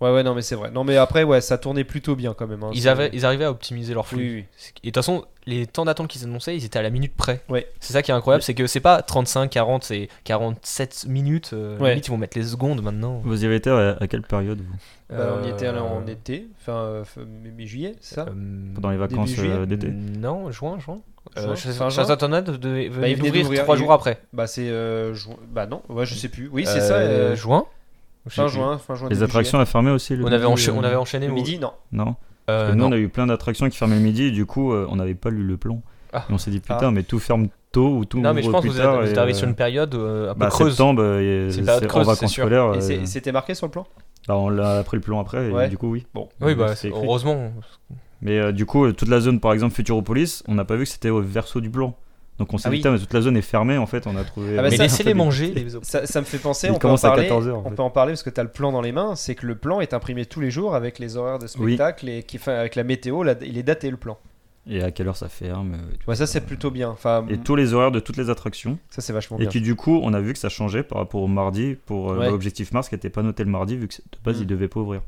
Speaker 3: Ouais, ouais, non, mais c'est vrai. Non, mais après, ouais, ça tournait plutôt bien quand même. hein.
Speaker 4: Ils,
Speaker 3: C'est-
Speaker 4: avaient, ils arrivaient à optimiser leur
Speaker 3: Oui,
Speaker 4: flux.
Speaker 3: oui, oui.
Speaker 4: Et de toute façon, les temps d'attente qu'ils annonçaient, ils étaient à la minute près.
Speaker 3: Ouais.
Speaker 4: C'est ça qui est incroyable, c'est que c'est pas 35, 40, c'est 47 minutes. euh,
Speaker 3: Ouais.
Speaker 4: Limite, ils vont mettre les secondes maintenant.
Speaker 5: Vous y avez été à, à quelle période vous
Speaker 3: Bah, on y
Speaker 4: Euh,
Speaker 3: était allé en été, fin euh, fin- mi- mi-juillet, c'est ça
Speaker 4: euh,
Speaker 5: Pendant les vacances
Speaker 3: juillet.
Speaker 5: euh, d'été
Speaker 4: Non, juin, juin.
Speaker 3: Juin,
Speaker 4: Euh, Chasse-
Speaker 3: fin juin.
Speaker 4: Chasse à Tornade devait- venait
Speaker 3: il venait
Speaker 4: d'ouvrir
Speaker 3: d'ouvrir,
Speaker 4: trois
Speaker 3: il-
Speaker 4: jours après.
Speaker 3: Bah, c'est. euh, ju- Bah, non, ouais, je sais plus. Oui, c'est
Speaker 4: Euh,
Speaker 3: ça. euh,
Speaker 4: juin. Je sais
Speaker 3: Fin
Speaker 4: plus.
Speaker 3: juin, fin juin.
Speaker 5: Les
Speaker 3: début
Speaker 5: attractions à fermé aussi le
Speaker 4: On avait,
Speaker 5: midi,
Speaker 4: encha-
Speaker 5: euh,
Speaker 4: on avait
Speaker 3: juillet.
Speaker 4: enchaîné
Speaker 3: Le
Speaker 4: au-
Speaker 3: midi, non.
Speaker 5: Non.
Speaker 4: Euh,
Speaker 5: Parce que nous,
Speaker 4: non.
Speaker 5: on a eu plein d'attractions qui fermaient le midi, et du coup, euh, on n'avait pas lu le plan.
Speaker 4: Ah.
Speaker 5: Et on s'est dit, putain, mais tout ferme tôt ou tout
Speaker 4: Non, mais je
Speaker 5: ouvre
Speaker 4: pense que
Speaker 5: plus
Speaker 4: vous êtes
Speaker 5: tard.
Speaker 4: vous êtes
Speaker 5: et,
Speaker 4: arrivé sur
Speaker 5: euh,
Speaker 4: une période euh, un peu
Speaker 5: bah,
Speaker 4: creuse.
Speaker 5: septembre, et
Speaker 4: C'est une période
Speaker 5: c'est en
Speaker 4: creuse, c'est
Speaker 5: vacances
Speaker 4: sûr.
Speaker 5: scolaires.
Speaker 3: Et
Speaker 5: euh,
Speaker 3: c'est- c'était marqué sur le plan
Speaker 5: bah, on l'a pris le plan après, et
Speaker 3: Ouais.
Speaker 5: du coup, oui.
Speaker 3: Bon.
Speaker 4: Oui, bah,
Speaker 5: euh, C'est écrit.
Speaker 4: heureusement.
Speaker 5: Mais euh, du coup, euh, toute la zone, par exemple, Futuropolis, on n'a pas vu que c'était au verso du plan. Donc on s'est
Speaker 3: Ah
Speaker 5: dit,
Speaker 3: oui.
Speaker 5: putain, mais toute la zone est fermée, en fait, on a trouvé.
Speaker 3: Ah bah,
Speaker 5: on
Speaker 4: Mais
Speaker 5: a
Speaker 3: ça-
Speaker 5: un peu
Speaker 4: laissez-les
Speaker 5: des-
Speaker 4: manger, les autres.
Speaker 3: Ça, ça me fait penser,
Speaker 5: Il
Speaker 3: on peut, en
Speaker 5: commence à
Speaker 3: parler,
Speaker 5: 14 heures, en
Speaker 3: on
Speaker 5: fait.
Speaker 3: peut en parler parce que tu as le plan dans les mains, c'est que le plan est imprimé tous les jours avec les horaires de
Speaker 5: Oui.
Speaker 3: spectacle et qui, enfin, avec la météo, la- il est daté le plan.
Speaker 5: Et à quelle heure ça ferme euh, et tout.
Speaker 3: Ouais, ça c'est plutôt bien, enfin,
Speaker 5: Et tous les horaires de toutes les attractions.
Speaker 3: ça c'est vachement
Speaker 5: Et
Speaker 3: bien.
Speaker 5: qui, du coup, on a vu que ça changeait par rapport au mardi pour euh,
Speaker 3: Ouais.
Speaker 5: l'objectif Mars qui n'était pas noté le mardi, vu que de base,
Speaker 3: Mm.
Speaker 5: il devait pas ouvrir.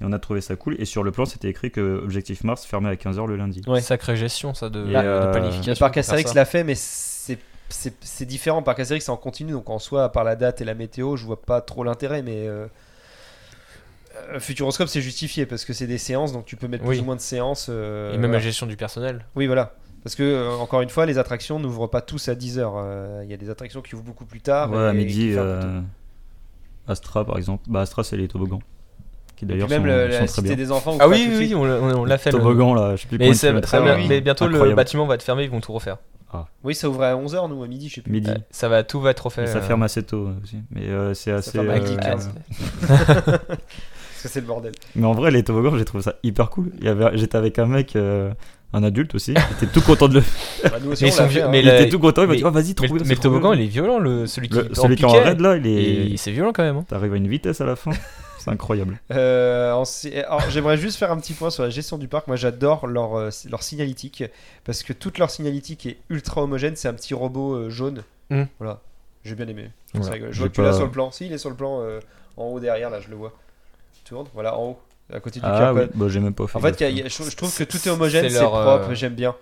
Speaker 5: Et on a trouvé ça cool. Et sur le plan, c'était écrit que Objectif Mars fermait à 15h le lundi.
Speaker 3: Ouais.
Speaker 4: Sacrée gestion, ça, de,
Speaker 5: Et,
Speaker 4: de
Speaker 5: euh,
Speaker 4: planification.
Speaker 3: Le parc
Speaker 4: de faire
Speaker 3: Astérix
Speaker 4: ça.
Speaker 3: l'a fait, mais c'est c'est- c'est différent. Le parc Astérix c'est en continu, donc en soi, à part la date et la météo, je vois pas trop l'intérêt, mais. euh, euh, Futuroscope c'est justifié parce que c'est des séances donc tu peux mettre
Speaker 4: Oui.
Speaker 3: plus ou moins de séances. euh,
Speaker 4: Et même la
Speaker 3: voilà.
Speaker 4: gestion du personnel.
Speaker 3: Oui, voilà. Parce que, euh, encore une fois, les attractions n'ouvrent pas tous à 10h. euh, Il y a des attractions qui ouvrent beaucoup plus tard.
Speaker 5: ouais, à
Speaker 3: et Ah, qui
Speaker 5: midi,
Speaker 3: ferment plus tôt.
Speaker 5: euh, Astra, par exemple. Bah, Astra, c'est les toboggans. Qui
Speaker 3: Et puis
Speaker 5: d'ailleurs sont,
Speaker 3: même le-
Speaker 5: sont
Speaker 3: la
Speaker 5: très
Speaker 3: cité
Speaker 5: bien.
Speaker 3: des enfants.
Speaker 4: Ah oui, oui, oui, on l'a- on l'a fait. le-
Speaker 5: Toboggan, là, je sais plus
Speaker 4: Mais,
Speaker 5: combien de
Speaker 4: c'est-
Speaker 5: kilomètres,
Speaker 4: ça
Speaker 3: va-
Speaker 5: euh,
Speaker 4: va- mais bientôt le
Speaker 5: incroyable.
Speaker 4: bâtiment va être fermé, ils vont tout refaire.
Speaker 3: Oui, ça ouvrait à 11h, nous, à midi, je sais plus.
Speaker 5: Midi.
Speaker 4: Euh, Ça va, tout va être refait.
Speaker 5: Mais ça
Speaker 4: euh,
Speaker 5: ferme assez tôt euh, aussi. Mais euh, c'est assez.
Speaker 3: ferme à
Speaker 5: euh,
Speaker 3: 15. Parce que c'est le
Speaker 4: [laughs]
Speaker 3: bordel.
Speaker 5: Mais en vrai, les toboggans, j'ai trouvé ça hyper cool. Il y avait... J'étais avec un mec, euh, un adulte aussi. Il était tout content de le.
Speaker 3: Bah, nous aussi,
Speaker 4: Mais
Speaker 3: on
Speaker 4: ils
Speaker 3: l'a
Speaker 4: sont
Speaker 3: fait,
Speaker 4: vieux-
Speaker 3: hein.
Speaker 4: mais
Speaker 5: Il
Speaker 4: là,
Speaker 5: était tout content. Il m'a
Speaker 4: mais-
Speaker 5: dit, oh, vas-y, trop
Speaker 4: Mais,
Speaker 5: bien,
Speaker 4: le- mais
Speaker 5: c'est
Speaker 4: le
Speaker 5: trop
Speaker 4: toboggan,
Speaker 5: bien.
Speaker 4: il est violent, le, celui qui
Speaker 5: Le- Celui qui est en
Speaker 4: piquet,
Speaker 5: raid là, il
Speaker 4: il-
Speaker 5: est.
Speaker 4: C'est violent quand même. hein.
Speaker 5: T'arrives à une vitesse à la fin. C'est incroyable.
Speaker 3: Euh, en si- alors, J'aimerais juste faire un petit point sur la gestion du parc. Moi, j'adore leur, euh, leur signalétique. Parce que toute leur signalétique est ultra homogène. C'est un petit robot euh, jaune.
Speaker 4: Mm.
Speaker 3: Voilà. J'ai bien aimé.
Speaker 5: Voilà.
Speaker 3: C'est rigolo. Je
Speaker 5: J'ai
Speaker 3: vois que tu l'as
Speaker 5: pas-
Speaker 3: sur le plan. Si, il est sur le plan euh, en haut derrière, là, je le vois. Tourne. Voilà, en haut. À côté du
Speaker 5: Ah
Speaker 3: QR
Speaker 5: oui,
Speaker 3: code.
Speaker 5: bah, j'ai même pas fait.
Speaker 3: En fait,
Speaker 5: gaffe.
Speaker 3: il y a- il y a- je, je trouve que
Speaker 4: C'est-
Speaker 3: tout est homogène,
Speaker 4: c'est
Speaker 3: c'est
Speaker 4: leur,
Speaker 3: propre,
Speaker 4: euh,
Speaker 3: j'aime bien.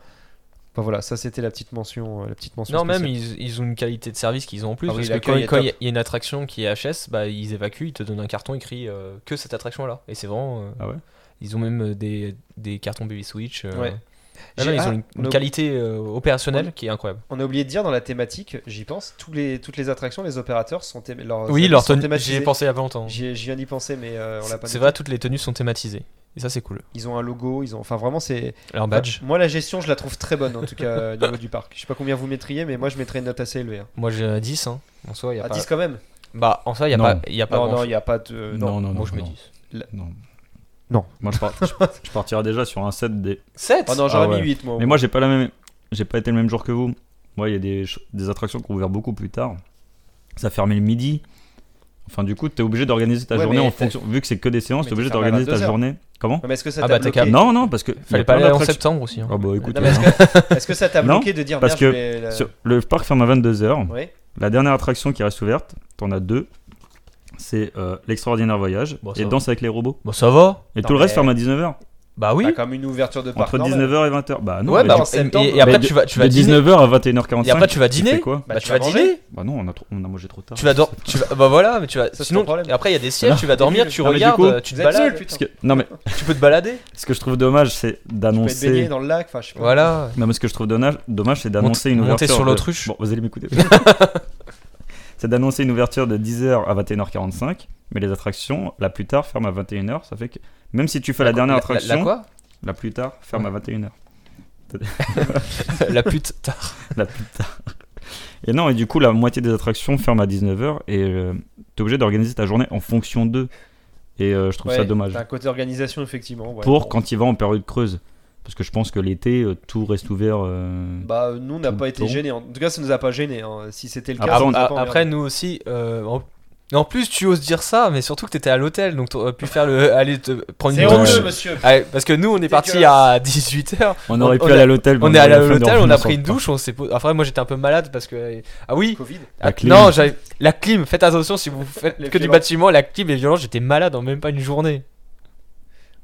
Speaker 3: Bah voilà, ça c'était la petite mention, euh, la petite mention.
Speaker 4: Non, même
Speaker 3: spéciale.
Speaker 4: ils, ils ont une qualité de service qu'ils ont en plus.
Speaker 3: Ah oui,
Speaker 4: parce que
Speaker 3: l'accueil
Speaker 4: quand
Speaker 3: est
Speaker 4: quand il y, a-
Speaker 3: top.
Speaker 4: il y a une attraction qui est HS, bah, ils évacuent, ils te donnent un carton écrit euh, que cette attraction là. Et c'est vraiment. euh,
Speaker 5: Ah ouais
Speaker 4: Ils ont même euh, des, des cartons Baby Switch. euh,
Speaker 3: Ouais.
Speaker 4: non, non,
Speaker 3: J'ai-
Speaker 4: ils
Speaker 3: ah,
Speaker 4: ont une,
Speaker 3: on
Speaker 4: une
Speaker 3: a-
Speaker 4: qualité euh, opérationnelle qui est incroyable.
Speaker 3: On a oublié de dire dans la thématique, j'y pense, tous les, toutes les attractions, les opérateurs sont thé- leurs
Speaker 4: Oui,
Speaker 3: habits
Speaker 4: leur
Speaker 3: sont
Speaker 4: tenue. J'y
Speaker 3: thématisés.
Speaker 4: ai pensé il y a pas longtemps.
Speaker 3: J'y ai- j'y viens d'y penser, mais euh, on l'a pas.
Speaker 4: C'est
Speaker 3: noté.
Speaker 4: vrai, toutes les tenues sont thématisées. Et ça, c'est cool.
Speaker 3: Ils ont un logo, ils ont. Enfin, vraiment, c'est.
Speaker 4: Leur badge.
Speaker 3: Moi, la gestion, je la trouve très bonne en tout cas au niveau du parc. Je sais pas combien vous mettriez, mais moi, je mettrais une note assez élevée. hein.
Speaker 4: Moi, j'ai un 10. hein. En soi, il y a
Speaker 3: À
Speaker 4: pas.
Speaker 3: 10 quand même.
Speaker 4: Bah, en soi, il y a
Speaker 5: Non.
Speaker 4: pas. Il y a pas.
Speaker 3: non,
Speaker 4: grand-
Speaker 3: non, il n'y a pas de. euh, Non.
Speaker 5: non, non,
Speaker 4: Moi,
Speaker 5: non,
Speaker 4: je mets
Speaker 5: non.
Speaker 4: 10.
Speaker 5: Non.
Speaker 3: Non.
Speaker 5: Moi, je, par- je- je partirais déjà sur un set des.
Speaker 4: 7
Speaker 3: Oh non, j'aurais
Speaker 5: Ah ouais.
Speaker 3: mis 8 moi.
Speaker 5: Mais moi, j'ai pas la même. J'ai pas été le même jour que vous. Moi, il y a des, ch- des attractions qui ont ouvert beaucoup plus tard. Ça fermait le midi. Enfin, du coup, t'es obligé d'organiser ta
Speaker 3: Ouais,
Speaker 5: journée
Speaker 3: mais
Speaker 5: en
Speaker 3: t'es-
Speaker 5: fonction. Vu que c'est que des séances,
Speaker 3: Mais
Speaker 5: t'es obligé
Speaker 3: t'es fermé à
Speaker 5: d'organiser ta
Speaker 3: 22 heures.
Speaker 5: journée. Comment
Speaker 3: Non, mais est-ce que ça
Speaker 4: Ah,
Speaker 3: t'a
Speaker 4: bah, t'as qu'à-
Speaker 3: bloqué
Speaker 5: Non, non, parce que.
Speaker 4: Fallait
Speaker 5: y a
Speaker 4: pas
Speaker 5: plein
Speaker 4: aller en
Speaker 5: d'attractions-
Speaker 4: septembre aussi. hein.
Speaker 5: Ah bah écoute,
Speaker 3: Non, mais est-ce
Speaker 5: hein.
Speaker 3: que, est-ce que ça t'a
Speaker 5: Non,
Speaker 3: bloqué de dire
Speaker 5: parce
Speaker 3: merde, je
Speaker 5: que
Speaker 3: vais la-
Speaker 5: Sur- le parc ferme à 22h.
Speaker 3: Ouais.
Speaker 5: La dernière attraction qui reste ouverte, t'en as deux. C'est euh, l'extraordinaire voyage
Speaker 4: Bon, ça
Speaker 5: et
Speaker 4: va.
Speaker 5: danse avec les robots.
Speaker 4: Bon, Bah, ça va.
Speaker 5: Et
Speaker 3: Non,
Speaker 5: tout le reste
Speaker 3: mais-
Speaker 5: ferme à 19h.
Speaker 4: Bah oui.
Speaker 3: T'as comme une ouverture de parc.
Speaker 5: Entre
Speaker 3: normal.
Speaker 5: 19h et 20h. Bah non,
Speaker 4: ouais,
Speaker 5: mais
Speaker 4: bah,
Speaker 5: du-
Speaker 3: Ah, en septembre,
Speaker 4: et, et après,
Speaker 5: mais
Speaker 4: tu vas, tu vas
Speaker 5: de
Speaker 4: dîner.
Speaker 5: 19h à 21h45.
Speaker 4: Et après, tu vas
Speaker 5: tu fais
Speaker 4: dîner.
Speaker 5: quoi
Speaker 4: Bah,
Speaker 3: Bah,
Speaker 4: tu,
Speaker 3: tu
Speaker 4: vas
Speaker 3: vas
Speaker 4: dîner.
Speaker 5: Bah non, on a, trop- on a mangé trop tard.
Speaker 4: Tu vas dormir. Tu vas... Bah voilà, mais tu vas.
Speaker 3: c'est
Speaker 4: Sinon,
Speaker 3: ton problème.
Speaker 4: après, il y a des sièges,
Speaker 5: Non.
Speaker 4: tu vas dormir,
Speaker 3: [laughs]
Speaker 4: tu
Speaker 5: Non, mais du
Speaker 4: regardes,
Speaker 5: coup-
Speaker 4: euh, tu
Speaker 3: Vous
Speaker 4: te
Speaker 3: êtes seuls,
Speaker 4: balades,
Speaker 3: putain.
Speaker 5: Parce que, non mais
Speaker 4: tu peux te balader.
Speaker 5: ce que je trouve dommage c'est
Speaker 3: On peut être baigné
Speaker 5: d'annoncer.
Speaker 3: dans le lac, enfin je sais pas.
Speaker 4: [laughs] Voilà.
Speaker 5: Non mais ce que je trouve dommage, dommage c'est d'annoncer
Speaker 4: Monte-
Speaker 5: une
Speaker 4: monter
Speaker 5: ouverture.
Speaker 4: sur
Speaker 5: de-
Speaker 4: l'autruche.
Speaker 5: Bon, vous allez
Speaker 4: [laughs]
Speaker 5: m'écouter. [laughs] c'est d'annoncer une ouverture de 10h à 21h45, mais les attractions la plus tard ferment à 21h, ça fait que même si tu fais la, dernière attraction,
Speaker 4: La,
Speaker 5: la,
Speaker 4: quoi
Speaker 5: plus tard ferme à 21h.
Speaker 4: [laughs] La pute. tard.
Speaker 5: La plus tard. Et non, et du coup, la moitié des attractions ferment à 19h et euh, t'es obligé d'organiser ta journée en fonction d'eux. Et euh, je trouve ça
Speaker 3: Ouais,
Speaker 5: dommage.
Speaker 3: t'as un côté organisation effectivement. ouais.
Speaker 5: pour quand il va en période creuse. Parce que je pense que l'été, euh, tout reste ouvert. euh,
Speaker 3: Bah euh, nous on n'a
Speaker 5: Tout
Speaker 3: pas
Speaker 5: le
Speaker 3: été
Speaker 5: temps.
Speaker 3: gênés. En tout cas ça nous a pas gênés. hein. Si c'était le cas,
Speaker 5: Après,
Speaker 3: ça
Speaker 5: on-
Speaker 3: nous a
Speaker 4: Ah,
Speaker 3: pas
Speaker 4: Après,
Speaker 3: emmerdés.
Speaker 4: nous aussi, euh, en- Et en plus, tu oses dire ça, mais surtout que t'étais à l'hôtel, donc t'aurais pu faire le, aller te prendre une
Speaker 5: honteux,
Speaker 4: douche. [laughs]
Speaker 3: monsieur.
Speaker 4: Allez, Ah parce que nous, on est parti à 18h.
Speaker 5: On aurait
Speaker 4: Bah, on
Speaker 5: pu
Speaker 4: est-
Speaker 5: aller à l'hôtel. mais
Speaker 4: On est
Speaker 5: a
Speaker 4: allé à
Speaker 5: la flemme de
Speaker 4: l'hôtel, on
Speaker 5: revenir
Speaker 4: a
Speaker 5: sur
Speaker 4: pris une
Speaker 5: le parc.
Speaker 4: douche, on s'est posé. Après, moi j'étais un peu malade parce que. Ah oui
Speaker 3: Covid.
Speaker 5: La
Speaker 4: Ah,
Speaker 5: clim.
Speaker 4: Non, j'avais. La clim, faites attention si vous faites
Speaker 3: Les
Speaker 4: que du
Speaker 3: violences.
Speaker 4: bâtiment, la clim est violente, j'étais malade en même pas une journée.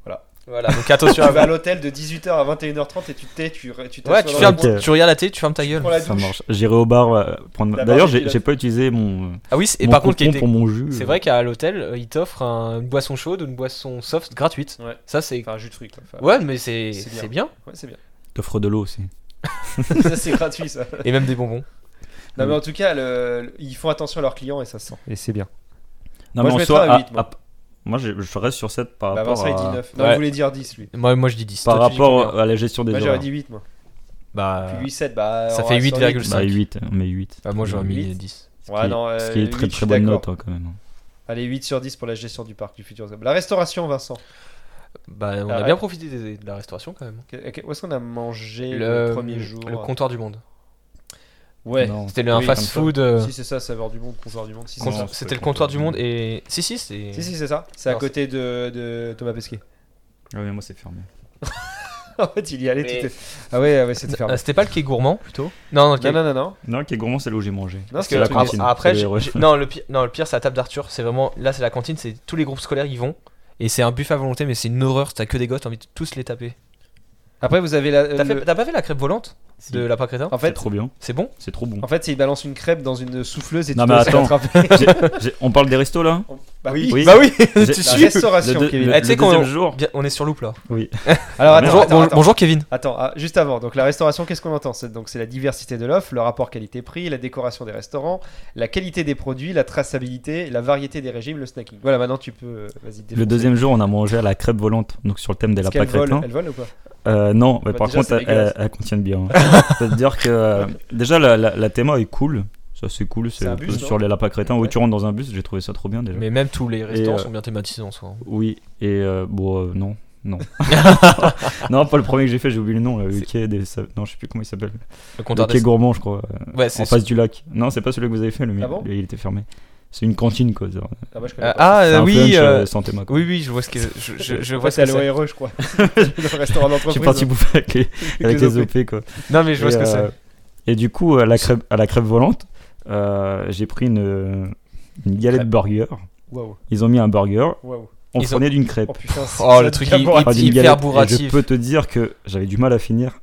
Speaker 3: Voilà.
Speaker 4: Voilà, donc
Speaker 5: [laughs]
Speaker 4: attention
Speaker 3: Tu
Speaker 4: à
Speaker 3: vas à l'hôtel de 18h à 21h30 et tu te tais, tu tu t'assois
Speaker 4: Ouais, tu,
Speaker 3: dans
Speaker 4: fermes,
Speaker 3: le-
Speaker 5: Ok.
Speaker 4: tu regardes la télé, tu fermes ta gueule.
Speaker 3: prends la
Speaker 5: Ça
Speaker 3: douche.
Speaker 5: marche. J'irai au bar euh, prendre.
Speaker 3: La
Speaker 5: D'ailleurs,
Speaker 3: barre
Speaker 5: j'ai
Speaker 3: qui
Speaker 5: j'ai pas utilisé mon. euh,
Speaker 4: Ah oui, c- et
Speaker 5: mon
Speaker 4: par contre, qui
Speaker 5: concombre
Speaker 4: était-
Speaker 5: pour mon jus.
Speaker 4: c'est
Speaker 5: euh.
Speaker 4: vrai qu'à l'hôtel, euh, ils t'offrent un- une boisson chaude ou une boisson soft gratuite.
Speaker 3: Ouais.
Speaker 4: Ça, c'est.
Speaker 3: Enfin, un jus de fruits, quoi. Enfin,
Speaker 4: Ouais, mais c'est
Speaker 3: c'est bien.
Speaker 4: c'est bien.
Speaker 3: ouais, c'est bien. [laughs]
Speaker 5: T'offres de l'eau aussi.
Speaker 3: ça, c'est gratuit, ça.
Speaker 4: Et même des bonbons.
Speaker 3: Non, mais en tout cas, le- le- ils font attention à leurs clients et ça se sent. Et c'est bien. Moi,
Speaker 5: Non,
Speaker 3: je
Speaker 5: mais en
Speaker 3: mettrais
Speaker 5: soi,
Speaker 3: un huit, moi.
Speaker 5: moi, je, je reste sur 7 par
Speaker 3: Bah,
Speaker 5: rapport,
Speaker 3: Vincent, il dit
Speaker 5: à,
Speaker 3: 9. Non, il
Speaker 4: Ouais.
Speaker 3: voulait dire 10, lui.
Speaker 4: Moi, moi je dis 10.
Speaker 5: par
Speaker 4: Toi, tu dis combien
Speaker 5: rapport euh, à la gestion des
Speaker 3: Moi, j'aurais
Speaker 5: horaires.
Speaker 3: dit 8, moi.
Speaker 4: Bah,
Speaker 3: Puis 8, 7, bah.
Speaker 4: ça
Speaker 3: on
Speaker 4: fait
Speaker 3: reste sur
Speaker 4: 8,5.
Speaker 5: Bah, 8, on met 8.
Speaker 4: bah, moi j'aurais mis
Speaker 3: Huit.
Speaker 4: 10.
Speaker 5: Ce
Speaker 3: Ouais,
Speaker 5: qui est-
Speaker 3: non, euh,
Speaker 5: ce qui est très
Speaker 3: huit, je suis
Speaker 5: très bonne
Speaker 3: d'accord.
Speaker 5: note hein, quand même.
Speaker 3: Allez, 8 sur 10 pour la gestion du parc du futur. La restauration, Vincent.
Speaker 4: Bah, on
Speaker 3: Ah,
Speaker 4: a
Speaker 3: ouais.
Speaker 4: bien profité des- de la restauration quand même.
Speaker 3: Que- que- Où est-ce qu'on a mangé le,
Speaker 4: Le,
Speaker 3: premier jour
Speaker 4: le comptoir du monde.
Speaker 3: Ouais.
Speaker 5: Non.
Speaker 4: C'était le- un
Speaker 3: Oui,
Speaker 4: fast
Speaker 5: comme
Speaker 4: food. euh,
Speaker 3: Si c'est ça, saveur du monde, comptoir du monde. Si,
Speaker 5: Comptoir-
Speaker 3: c'est
Speaker 4: comptoir-
Speaker 3: ça.
Speaker 5: Non,
Speaker 4: C'était
Speaker 5: c'était
Speaker 4: le comptoir
Speaker 5: comptoir
Speaker 4: du
Speaker 5: du
Speaker 4: monde et. Si, si, c'est. Ah,
Speaker 3: Si, si, c'est ça. C'est à
Speaker 4: Non,
Speaker 3: côté de, de Thomas Pesquet.
Speaker 5: Ah oui, moi c'est fermé.
Speaker 3: [laughs] en fait, il y allait
Speaker 4: Mais-
Speaker 3: tout. est- Ah ouais, ah ouais, c'était fermé.
Speaker 4: Ah, C'était pas le quai gourmand plutôt Non, non, le quai-
Speaker 3: Non, non, non, non.
Speaker 5: Non, qui est gourmand, c'est là où j'ai mangé.
Speaker 3: Non,
Speaker 5: que
Speaker 3: c'était la
Speaker 5: la cantine.
Speaker 3: cantine.
Speaker 4: Ah, Après,
Speaker 5: C'est
Speaker 4: j'ai-
Speaker 5: les
Speaker 4: j'ai- non, le pire, non, le pire, c'est la table d'Arthur. C'est vraiment là, c'est la cantine. C'est tous les groupes scolaires y vont. Et c'est un buffet à volonté, mais c'est une horreur. T'as que des gosses, t'as envie de tous les taper.
Speaker 3: Après, vous avez la.
Speaker 4: T'as
Speaker 3: le-
Speaker 4: fait- t'as pas fait la crêpe volante
Speaker 5: Si.
Speaker 4: de lapin crétin
Speaker 3: En
Speaker 5: C'est
Speaker 3: fait,
Speaker 5: trop bien,
Speaker 4: C'est bon
Speaker 5: c'est trop bon.
Speaker 3: en fait, c'est il balance une crêpe dans une souffleuse et
Speaker 5: Non,
Speaker 3: tu
Speaker 5: mais
Speaker 3: dois essayer
Speaker 5: attends.
Speaker 3: d'attraper.
Speaker 5: J'ai- On parle des restos là
Speaker 3: [laughs] Bah oui.
Speaker 5: Oui.
Speaker 4: Bah oui,
Speaker 5: J'ai-
Speaker 4: tu
Speaker 5: la
Speaker 3: La
Speaker 4: suis.
Speaker 3: restauration,
Speaker 5: le, deux-
Speaker 3: Kevin.
Speaker 5: le-
Speaker 4: Ah,
Speaker 5: le
Speaker 4: tu sais qu'on-
Speaker 5: deuxième jour.
Speaker 4: Bien, on est sur loupe là.
Speaker 3: Alors
Speaker 5: Ah,
Speaker 3: attends,
Speaker 4: Bonjour,
Speaker 3: attends,
Speaker 4: bon-
Speaker 3: attends.
Speaker 4: bonjour, Kevin.
Speaker 3: Attends, ah, juste avant, donc la restauration, qu'est-ce qu'on entend C'est- Donc c'est la diversité de l'offre, le rapport qualité-prix, la décoration des restaurants, la qualité des produits, la traçabilité, la variété des régimes, le snacking. Voilà, maintenant tu peux, euh, vas-y. défoncer.
Speaker 5: Le deuxième jour, on a mangé à la crêpe volante, donc sur le thème des
Speaker 3: Est-ce qu'elle
Speaker 5: lapins
Speaker 3: vole,
Speaker 5: crétins.
Speaker 3: elle vole ou pas
Speaker 5: Euh, non, mais
Speaker 3: Bah,
Speaker 5: par
Speaker 3: déjà, c'est
Speaker 5: contre,
Speaker 3: dégueulasse.
Speaker 5: elle, elle contient bien. hein.
Speaker 3: [laughs]
Speaker 5: C'est-à-dire que euh, déjà la, la, la théma est cool. Ça c'est cool,
Speaker 3: C'est
Speaker 5: c'est
Speaker 3: un
Speaker 5: un peu
Speaker 3: bus, non
Speaker 5: sur les lapins crétins.
Speaker 3: Ouais.
Speaker 5: où tu rentres dans un bus, j'ai trouvé ça trop bien déjà.
Speaker 4: Mais même tous les restaurants
Speaker 5: euh,
Speaker 4: sont bien thématisés en soi.
Speaker 5: Oui, et euh, bon, euh, non.
Speaker 4: [laughs]
Speaker 5: Non. [laughs] non, pas le premier que j'ai fait, j'ai oublié le nom. euh, le quai des... sa- Non, je sais plus comment il s'appelle.
Speaker 4: Le
Speaker 5: Le
Speaker 4: comptoir
Speaker 5: quai
Speaker 4: des.
Speaker 5: gourmand, je crois. euh,
Speaker 4: Ouais, c'est.
Speaker 5: en face du lac. Non, c'est pas celui que vous avez fait, le mien.
Speaker 3: Ah bon
Speaker 5: Lui, il était fermé. C'est une cantine, quoi. c'est-
Speaker 3: Ah bah je connais
Speaker 4: Euh,
Speaker 3: pas.
Speaker 4: Ah
Speaker 5: c'est
Speaker 4: euh,
Speaker 5: un
Speaker 4: oui,
Speaker 5: punch,
Speaker 4: euh,
Speaker 5: euh, sans théma. quoi.
Speaker 4: oui, oui, je vois ce que je, je- je
Speaker 3: En
Speaker 4: vois
Speaker 3: fait,
Speaker 4: ce que
Speaker 3: c'est
Speaker 4: c'est.
Speaker 3: à l'ORE, E, je
Speaker 4: [laughs]
Speaker 3: crois. le restaurant
Speaker 5: Je
Speaker 3: d'entreprise. hein.
Speaker 5: suis parti bouffer avec les,
Speaker 3: avec
Speaker 5: avec
Speaker 3: les
Speaker 5: les
Speaker 3: OP.
Speaker 5: OP, quoi.
Speaker 4: Non mais je vois
Speaker 5: et,
Speaker 4: ce que
Speaker 5: euh,
Speaker 4: c'est.
Speaker 5: et du coup, à la crêpe, à la crêpe volante, euh, j'ai pris une, une galette
Speaker 4: Crêpe.
Speaker 5: burger.
Speaker 3: Waouh,
Speaker 5: Ils ont mis un burger
Speaker 3: waouh.
Speaker 5: on
Speaker 4: Ils ont-
Speaker 5: fournit d'une crêpe.
Speaker 3: Oh putain, c'est-
Speaker 4: Oh, le
Speaker 3: c'est
Speaker 4: truc,
Speaker 3: hyper
Speaker 4: il-
Speaker 3: bourrin.
Speaker 5: Enfin, d'une
Speaker 4: hyper
Speaker 5: galette. Et
Speaker 4: bourratif.
Speaker 5: Je peux te dire que j'avais du mal à finir,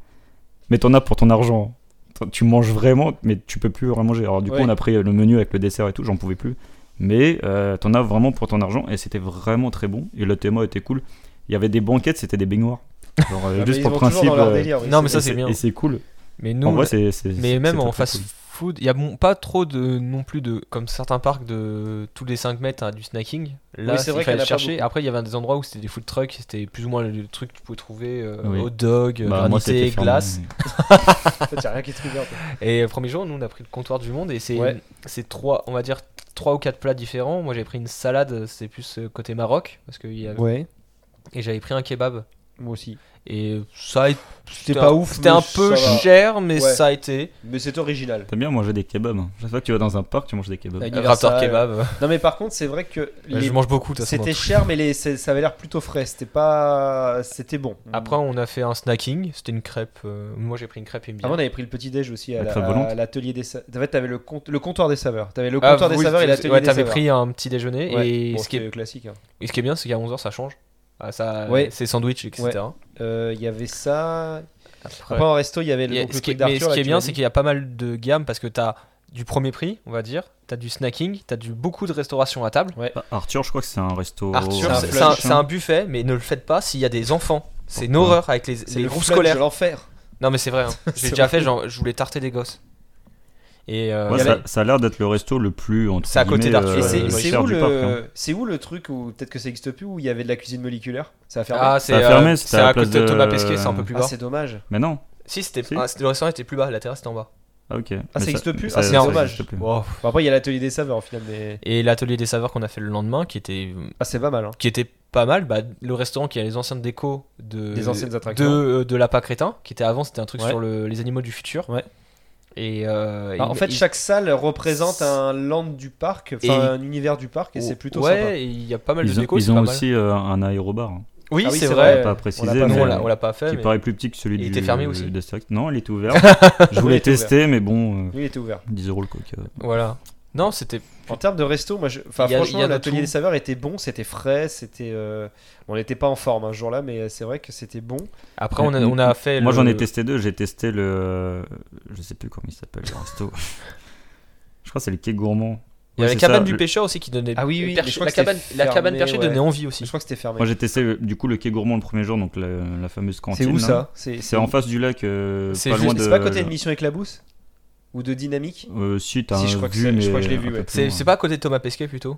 Speaker 5: mais t'en as pour ton argent. T'en- Tu manges vraiment, mais tu peux plus vraiment manger. Alors du
Speaker 3: Ouais.
Speaker 5: coup, on a pris le menu avec le dessert et tout, j'en pouvais plus. Mais euh, t'en as vraiment pour ton argent et c'était vraiment très bon. Et le thème était cool. Il y avait des banquettes, c'était des baignoires. Genre, euh,
Speaker 3: Ah, mais
Speaker 5: juste
Speaker 3: ils
Speaker 5: pour
Speaker 3: vont toujours
Speaker 5: principe.
Speaker 3: dans leur
Speaker 5: euh,
Speaker 3: délire, oui,
Speaker 4: non,
Speaker 3: c'est-
Speaker 4: mais ça,
Speaker 5: et
Speaker 4: c'est bien.
Speaker 5: Et c'est cool.
Speaker 4: Mais nous,
Speaker 5: en vrai, c'est. c'est-
Speaker 4: Mais
Speaker 5: c'est-
Speaker 4: même
Speaker 5: c'est
Speaker 4: en
Speaker 5: très, très
Speaker 4: fast
Speaker 5: cool.
Speaker 4: food, il y a bon- pas trop de non plus de comme certains parcs de tous les 5 mètres hein, du snacking. Là,
Speaker 3: Oui, c'est
Speaker 4: c'est
Speaker 3: vrai qu'il
Speaker 4: vrai
Speaker 3: y en a
Speaker 4: fallait
Speaker 3: pas
Speaker 4: chercher.
Speaker 3: beaucoup.
Speaker 4: Après, il y avait des endroits où c'était des food trucks, c'était plus ou moins le truc que tu pouvais trouver euh,
Speaker 5: Oui.
Speaker 4: hot dog,
Speaker 5: Bah, moi, c'était
Speaker 4: granité,
Speaker 5: fermé.
Speaker 4: glace.
Speaker 3: En fait, y a rien qui est trouvé, en fait.
Speaker 4: Et le premier jour, nous on a pris le comptoir du monde et c'est
Speaker 3: Ouais.
Speaker 4: c'est trois, on va dire trois ou quatre plats différents. Moi, j'ai pris une salade, c'est plus euh, côté Maroc parce que il y a-
Speaker 3: Ouais,
Speaker 4: et j'avais pris un kebab
Speaker 3: moi aussi.
Speaker 4: et ça a été-
Speaker 3: C'était pas ouf.
Speaker 4: C'était
Speaker 3: mais
Speaker 4: un peu
Speaker 3: ça va.
Speaker 4: cher, mais
Speaker 3: Ouais.
Speaker 4: ça a été.
Speaker 3: Mais c'est original.
Speaker 5: T'as bien mangé des kebabs. hein. Chaque fois que tu vas dans un parc, tu manges des kebabs.
Speaker 3: Ah, il- Universal,
Speaker 4: Raptor
Speaker 3: euh,
Speaker 4: kebab.
Speaker 3: Non, mais par contre, c'est vrai que. les-
Speaker 4: Je mange beaucoup. de toute façon, dans
Speaker 3: C'était cher, mais les, c'est- ça avait l'air plutôt frais. C'était pas. C'était bon.
Speaker 4: Après, on a fait un snacking. C'était une crêpe. euh, moi, j'ai pris une crêpe et une bière.
Speaker 3: Avant, on avait pris le petit déj aussi à
Speaker 5: La
Speaker 3: la-
Speaker 5: crêpe volante.
Speaker 3: à l'atelier des saveurs. En fait, t'avais le, compte- le comptoir des saveurs. T'avais le
Speaker 4: Ah,
Speaker 3: comptoir des
Speaker 4: oui,
Speaker 3: saveurs et
Speaker 4: c'est-
Speaker 3: l'atelier
Speaker 4: ouais,
Speaker 3: des
Speaker 4: t'avais
Speaker 3: saveurs.
Speaker 4: pris un petit déjeuner.
Speaker 3: Ouais.
Speaker 4: Et,
Speaker 3: Bon,
Speaker 4: ce qui est,
Speaker 3: c'était classique. hein.
Speaker 4: et ce qui est bien, c'est qu'à 11h, ça change. Ah, ça,
Speaker 3: Ouais.
Speaker 4: C'est sandwich, etc.
Speaker 3: Euh, Il y avait ça.
Speaker 4: Après,
Speaker 3: Après, en resto, il y avait
Speaker 4: il
Speaker 3: le,
Speaker 4: y a-
Speaker 3: donc, le
Speaker 4: ce qui est,
Speaker 3: truc
Speaker 4: mais
Speaker 3: d'Arthur.
Speaker 4: ce qui
Speaker 3: là,
Speaker 4: est
Speaker 3: tu
Speaker 4: bien,
Speaker 3: m'as
Speaker 4: c'est
Speaker 3: dit.
Speaker 4: qu'il y a pas mal de gammes parce que t'as du premier prix, on va dire. T'as du snacking. T'as du beaucoup de restauration à table.
Speaker 5: Ah, Arthur, je crois que c'est un resto.
Speaker 4: Bah, Arthur,
Speaker 3: un
Speaker 4: c'est-
Speaker 3: flush,
Speaker 4: c'est un,
Speaker 5: hein.
Speaker 4: c'est un buffet, mais ne le faites pas s'il y a des enfants. C'est une
Speaker 5: Pourquoi
Speaker 4: horreur avec les,
Speaker 3: C'est
Speaker 4: les
Speaker 3: le
Speaker 4: groupes
Speaker 3: fun
Speaker 4: scolaires.
Speaker 3: de l'enfer.
Speaker 4: Non, mais c'est vrai. hein.
Speaker 3: [laughs] C'est
Speaker 4: J'ai déjà
Speaker 3: vrai.
Speaker 4: fait, genre, je voulais tarter des gosses. Et euh,
Speaker 5: Ouais,
Speaker 3: Il y
Speaker 5: ça,
Speaker 3: avait-
Speaker 5: ça a l'air d'être le resto le plus entre
Speaker 4: C'est à côté
Speaker 5: guillemets,
Speaker 4: d'Arthur.
Speaker 3: Et
Speaker 4: Euh,
Speaker 3: c'est
Speaker 5: le
Speaker 3: c'est
Speaker 5: cher
Speaker 3: où,
Speaker 5: du
Speaker 3: le...
Speaker 5: parc, hein.
Speaker 3: c'est où le truc où peut-être que ça existe plus où il y avait de la cuisine moléculaire Ça a fermé.
Speaker 4: Ah,
Speaker 5: Ça
Speaker 4: c'est
Speaker 5: a fermé,
Speaker 4: euh,
Speaker 5: c'était
Speaker 4: c'est
Speaker 5: à la
Speaker 4: à
Speaker 5: place
Speaker 4: côté de
Speaker 5: de-
Speaker 4: Thomas Pesquet, c'est un peu plus
Speaker 3: Ah,
Speaker 4: bas.
Speaker 3: c'est dommage.
Speaker 5: Mais non.
Speaker 4: Si, c'était
Speaker 5: Si.
Speaker 4: ah, c'était- le restaurant était plus bas, la terrasse était en bas.
Speaker 5: Ah ok.
Speaker 3: Ah,
Speaker 5: Mais
Speaker 3: ça existe plus.
Speaker 5: ça-
Speaker 3: Ah, c'est
Speaker 5: ça
Speaker 3: dommage.
Speaker 5: existe plus.
Speaker 3: Bon, après, il y a l'atelier des saveurs en final, mais
Speaker 4: Et l'atelier des saveurs qu'on a fait le lendemain, qui était
Speaker 3: ah, c'est pas mal. Hein.
Speaker 4: qui était pas mal, bah, le restaurant qui a les anciennes décos de
Speaker 3: Des anciennes
Speaker 4: de,
Speaker 3: attractions.
Speaker 4: euh, de la Crétin, qui était avant, c'était un truc
Speaker 3: Ouais.
Speaker 4: sur le- les animaux du futur.
Speaker 3: Ouais.
Speaker 4: Et, euh,
Speaker 3: Alors,
Speaker 4: il-
Speaker 3: en fait,
Speaker 4: il-
Speaker 3: chaque salle représente un land du parc,
Speaker 4: Et- Oh,
Speaker 3: enfin un univers du parc, et c'est plutôt
Speaker 4: ouais,
Speaker 3: sympa.
Speaker 4: et il y a pas mal de
Speaker 5: Ils ont,
Speaker 4: déco,
Speaker 5: ils
Speaker 4: c'est
Speaker 5: ont
Speaker 4: pas mal.
Speaker 5: aussi euh, un aérobar hein,
Speaker 4: Oui,
Speaker 3: Ah oui,
Speaker 4: c'est
Speaker 3: c'est
Speaker 5: on
Speaker 3: vrai.
Speaker 4: vrai.
Speaker 5: l'a pas
Speaker 3: on
Speaker 5: précisé,
Speaker 3: l'a pas
Speaker 5: mais
Speaker 4: Nous,
Speaker 3: fait,
Speaker 4: on l'a- on l'a pas fait.
Speaker 5: qui
Speaker 4: mais-
Speaker 5: paraît plus petit que celui
Speaker 4: Il
Speaker 5: du
Speaker 4: était fermé aussi.
Speaker 5: d'Astérix. Non, il était ouvert. Je voulais
Speaker 3: [laughs] Il était
Speaker 5: tester, mais bon, euh,
Speaker 3: Lui, il était ouvert.
Speaker 5: 10 euros le euh. coca.
Speaker 4: Voilà. Non, c'était.
Speaker 3: En termes de resto, moi, je- enfin,
Speaker 4: Il y a- il
Speaker 3: franchement,
Speaker 4: y a de
Speaker 3: l'atelier
Speaker 4: tout.
Speaker 3: des saveurs était bon, c'était frais, c'était. euh, On n'était pas en forme un jour-là, mais c'est vrai que c'était bon.
Speaker 4: Après, on a, on a fait.
Speaker 5: Moi,
Speaker 4: le-
Speaker 5: j'en ai testé deux. J'ai testé le. Je sais plus comment il s'appelle, le resto. [laughs] je crois que c'est le quai gourmand.
Speaker 4: Il y a
Speaker 5: Ouais,
Speaker 4: la
Speaker 5: c'est
Speaker 4: cabane
Speaker 5: ça,
Speaker 4: du
Speaker 5: le-
Speaker 4: pêcheur aussi qui donnait.
Speaker 3: Ah oui, oui,
Speaker 4: le perche-
Speaker 3: mais je crois
Speaker 4: la,
Speaker 3: que c'était
Speaker 4: cabane, la cabane
Speaker 3: fermé,
Speaker 4: perchée
Speaker 3: ouais. Mm.
Speaker 4: donnait envie
Speaker 3: Je
Speaker 4: aussi.
Speaker 3: crois que c'était fermé.
Speaker 5: Moi, j'ai testé euh, du coup le quai gourmand le premier jour, donc la, la fameuse cantine.
Speaker 3: C'est où
Speaker 5: là.
Speaker 3: ça C'est
Speaker 5: C'est en face du lac, euh,
Speaker 4: C'est
Speaker 5: pas
Speaker 4: juste-
Speaker 5: loin
Speaker 3: c'est-
Speaker 5: de.
Speaker 3: c'est pas à côté de Mission Éclabousse Ou de Dynamique
Speaker 5: Euh, si, t'as
Speaker 3: Si,
Speaker 5: un
Speaker 3: je crois que
Speaker 5: vu,
Speaker 3: c'est- je
Speaker 5: mais
Speaker 3: crois que je l'ai vu,
Speaker 5: un peu
Speaker 3: ouais.
Speaker 5: plus
Speaker 4: C'est
Speaker 5: loin.
Speaker 4: c'est pas à côté de Thomas Pesquet plutôt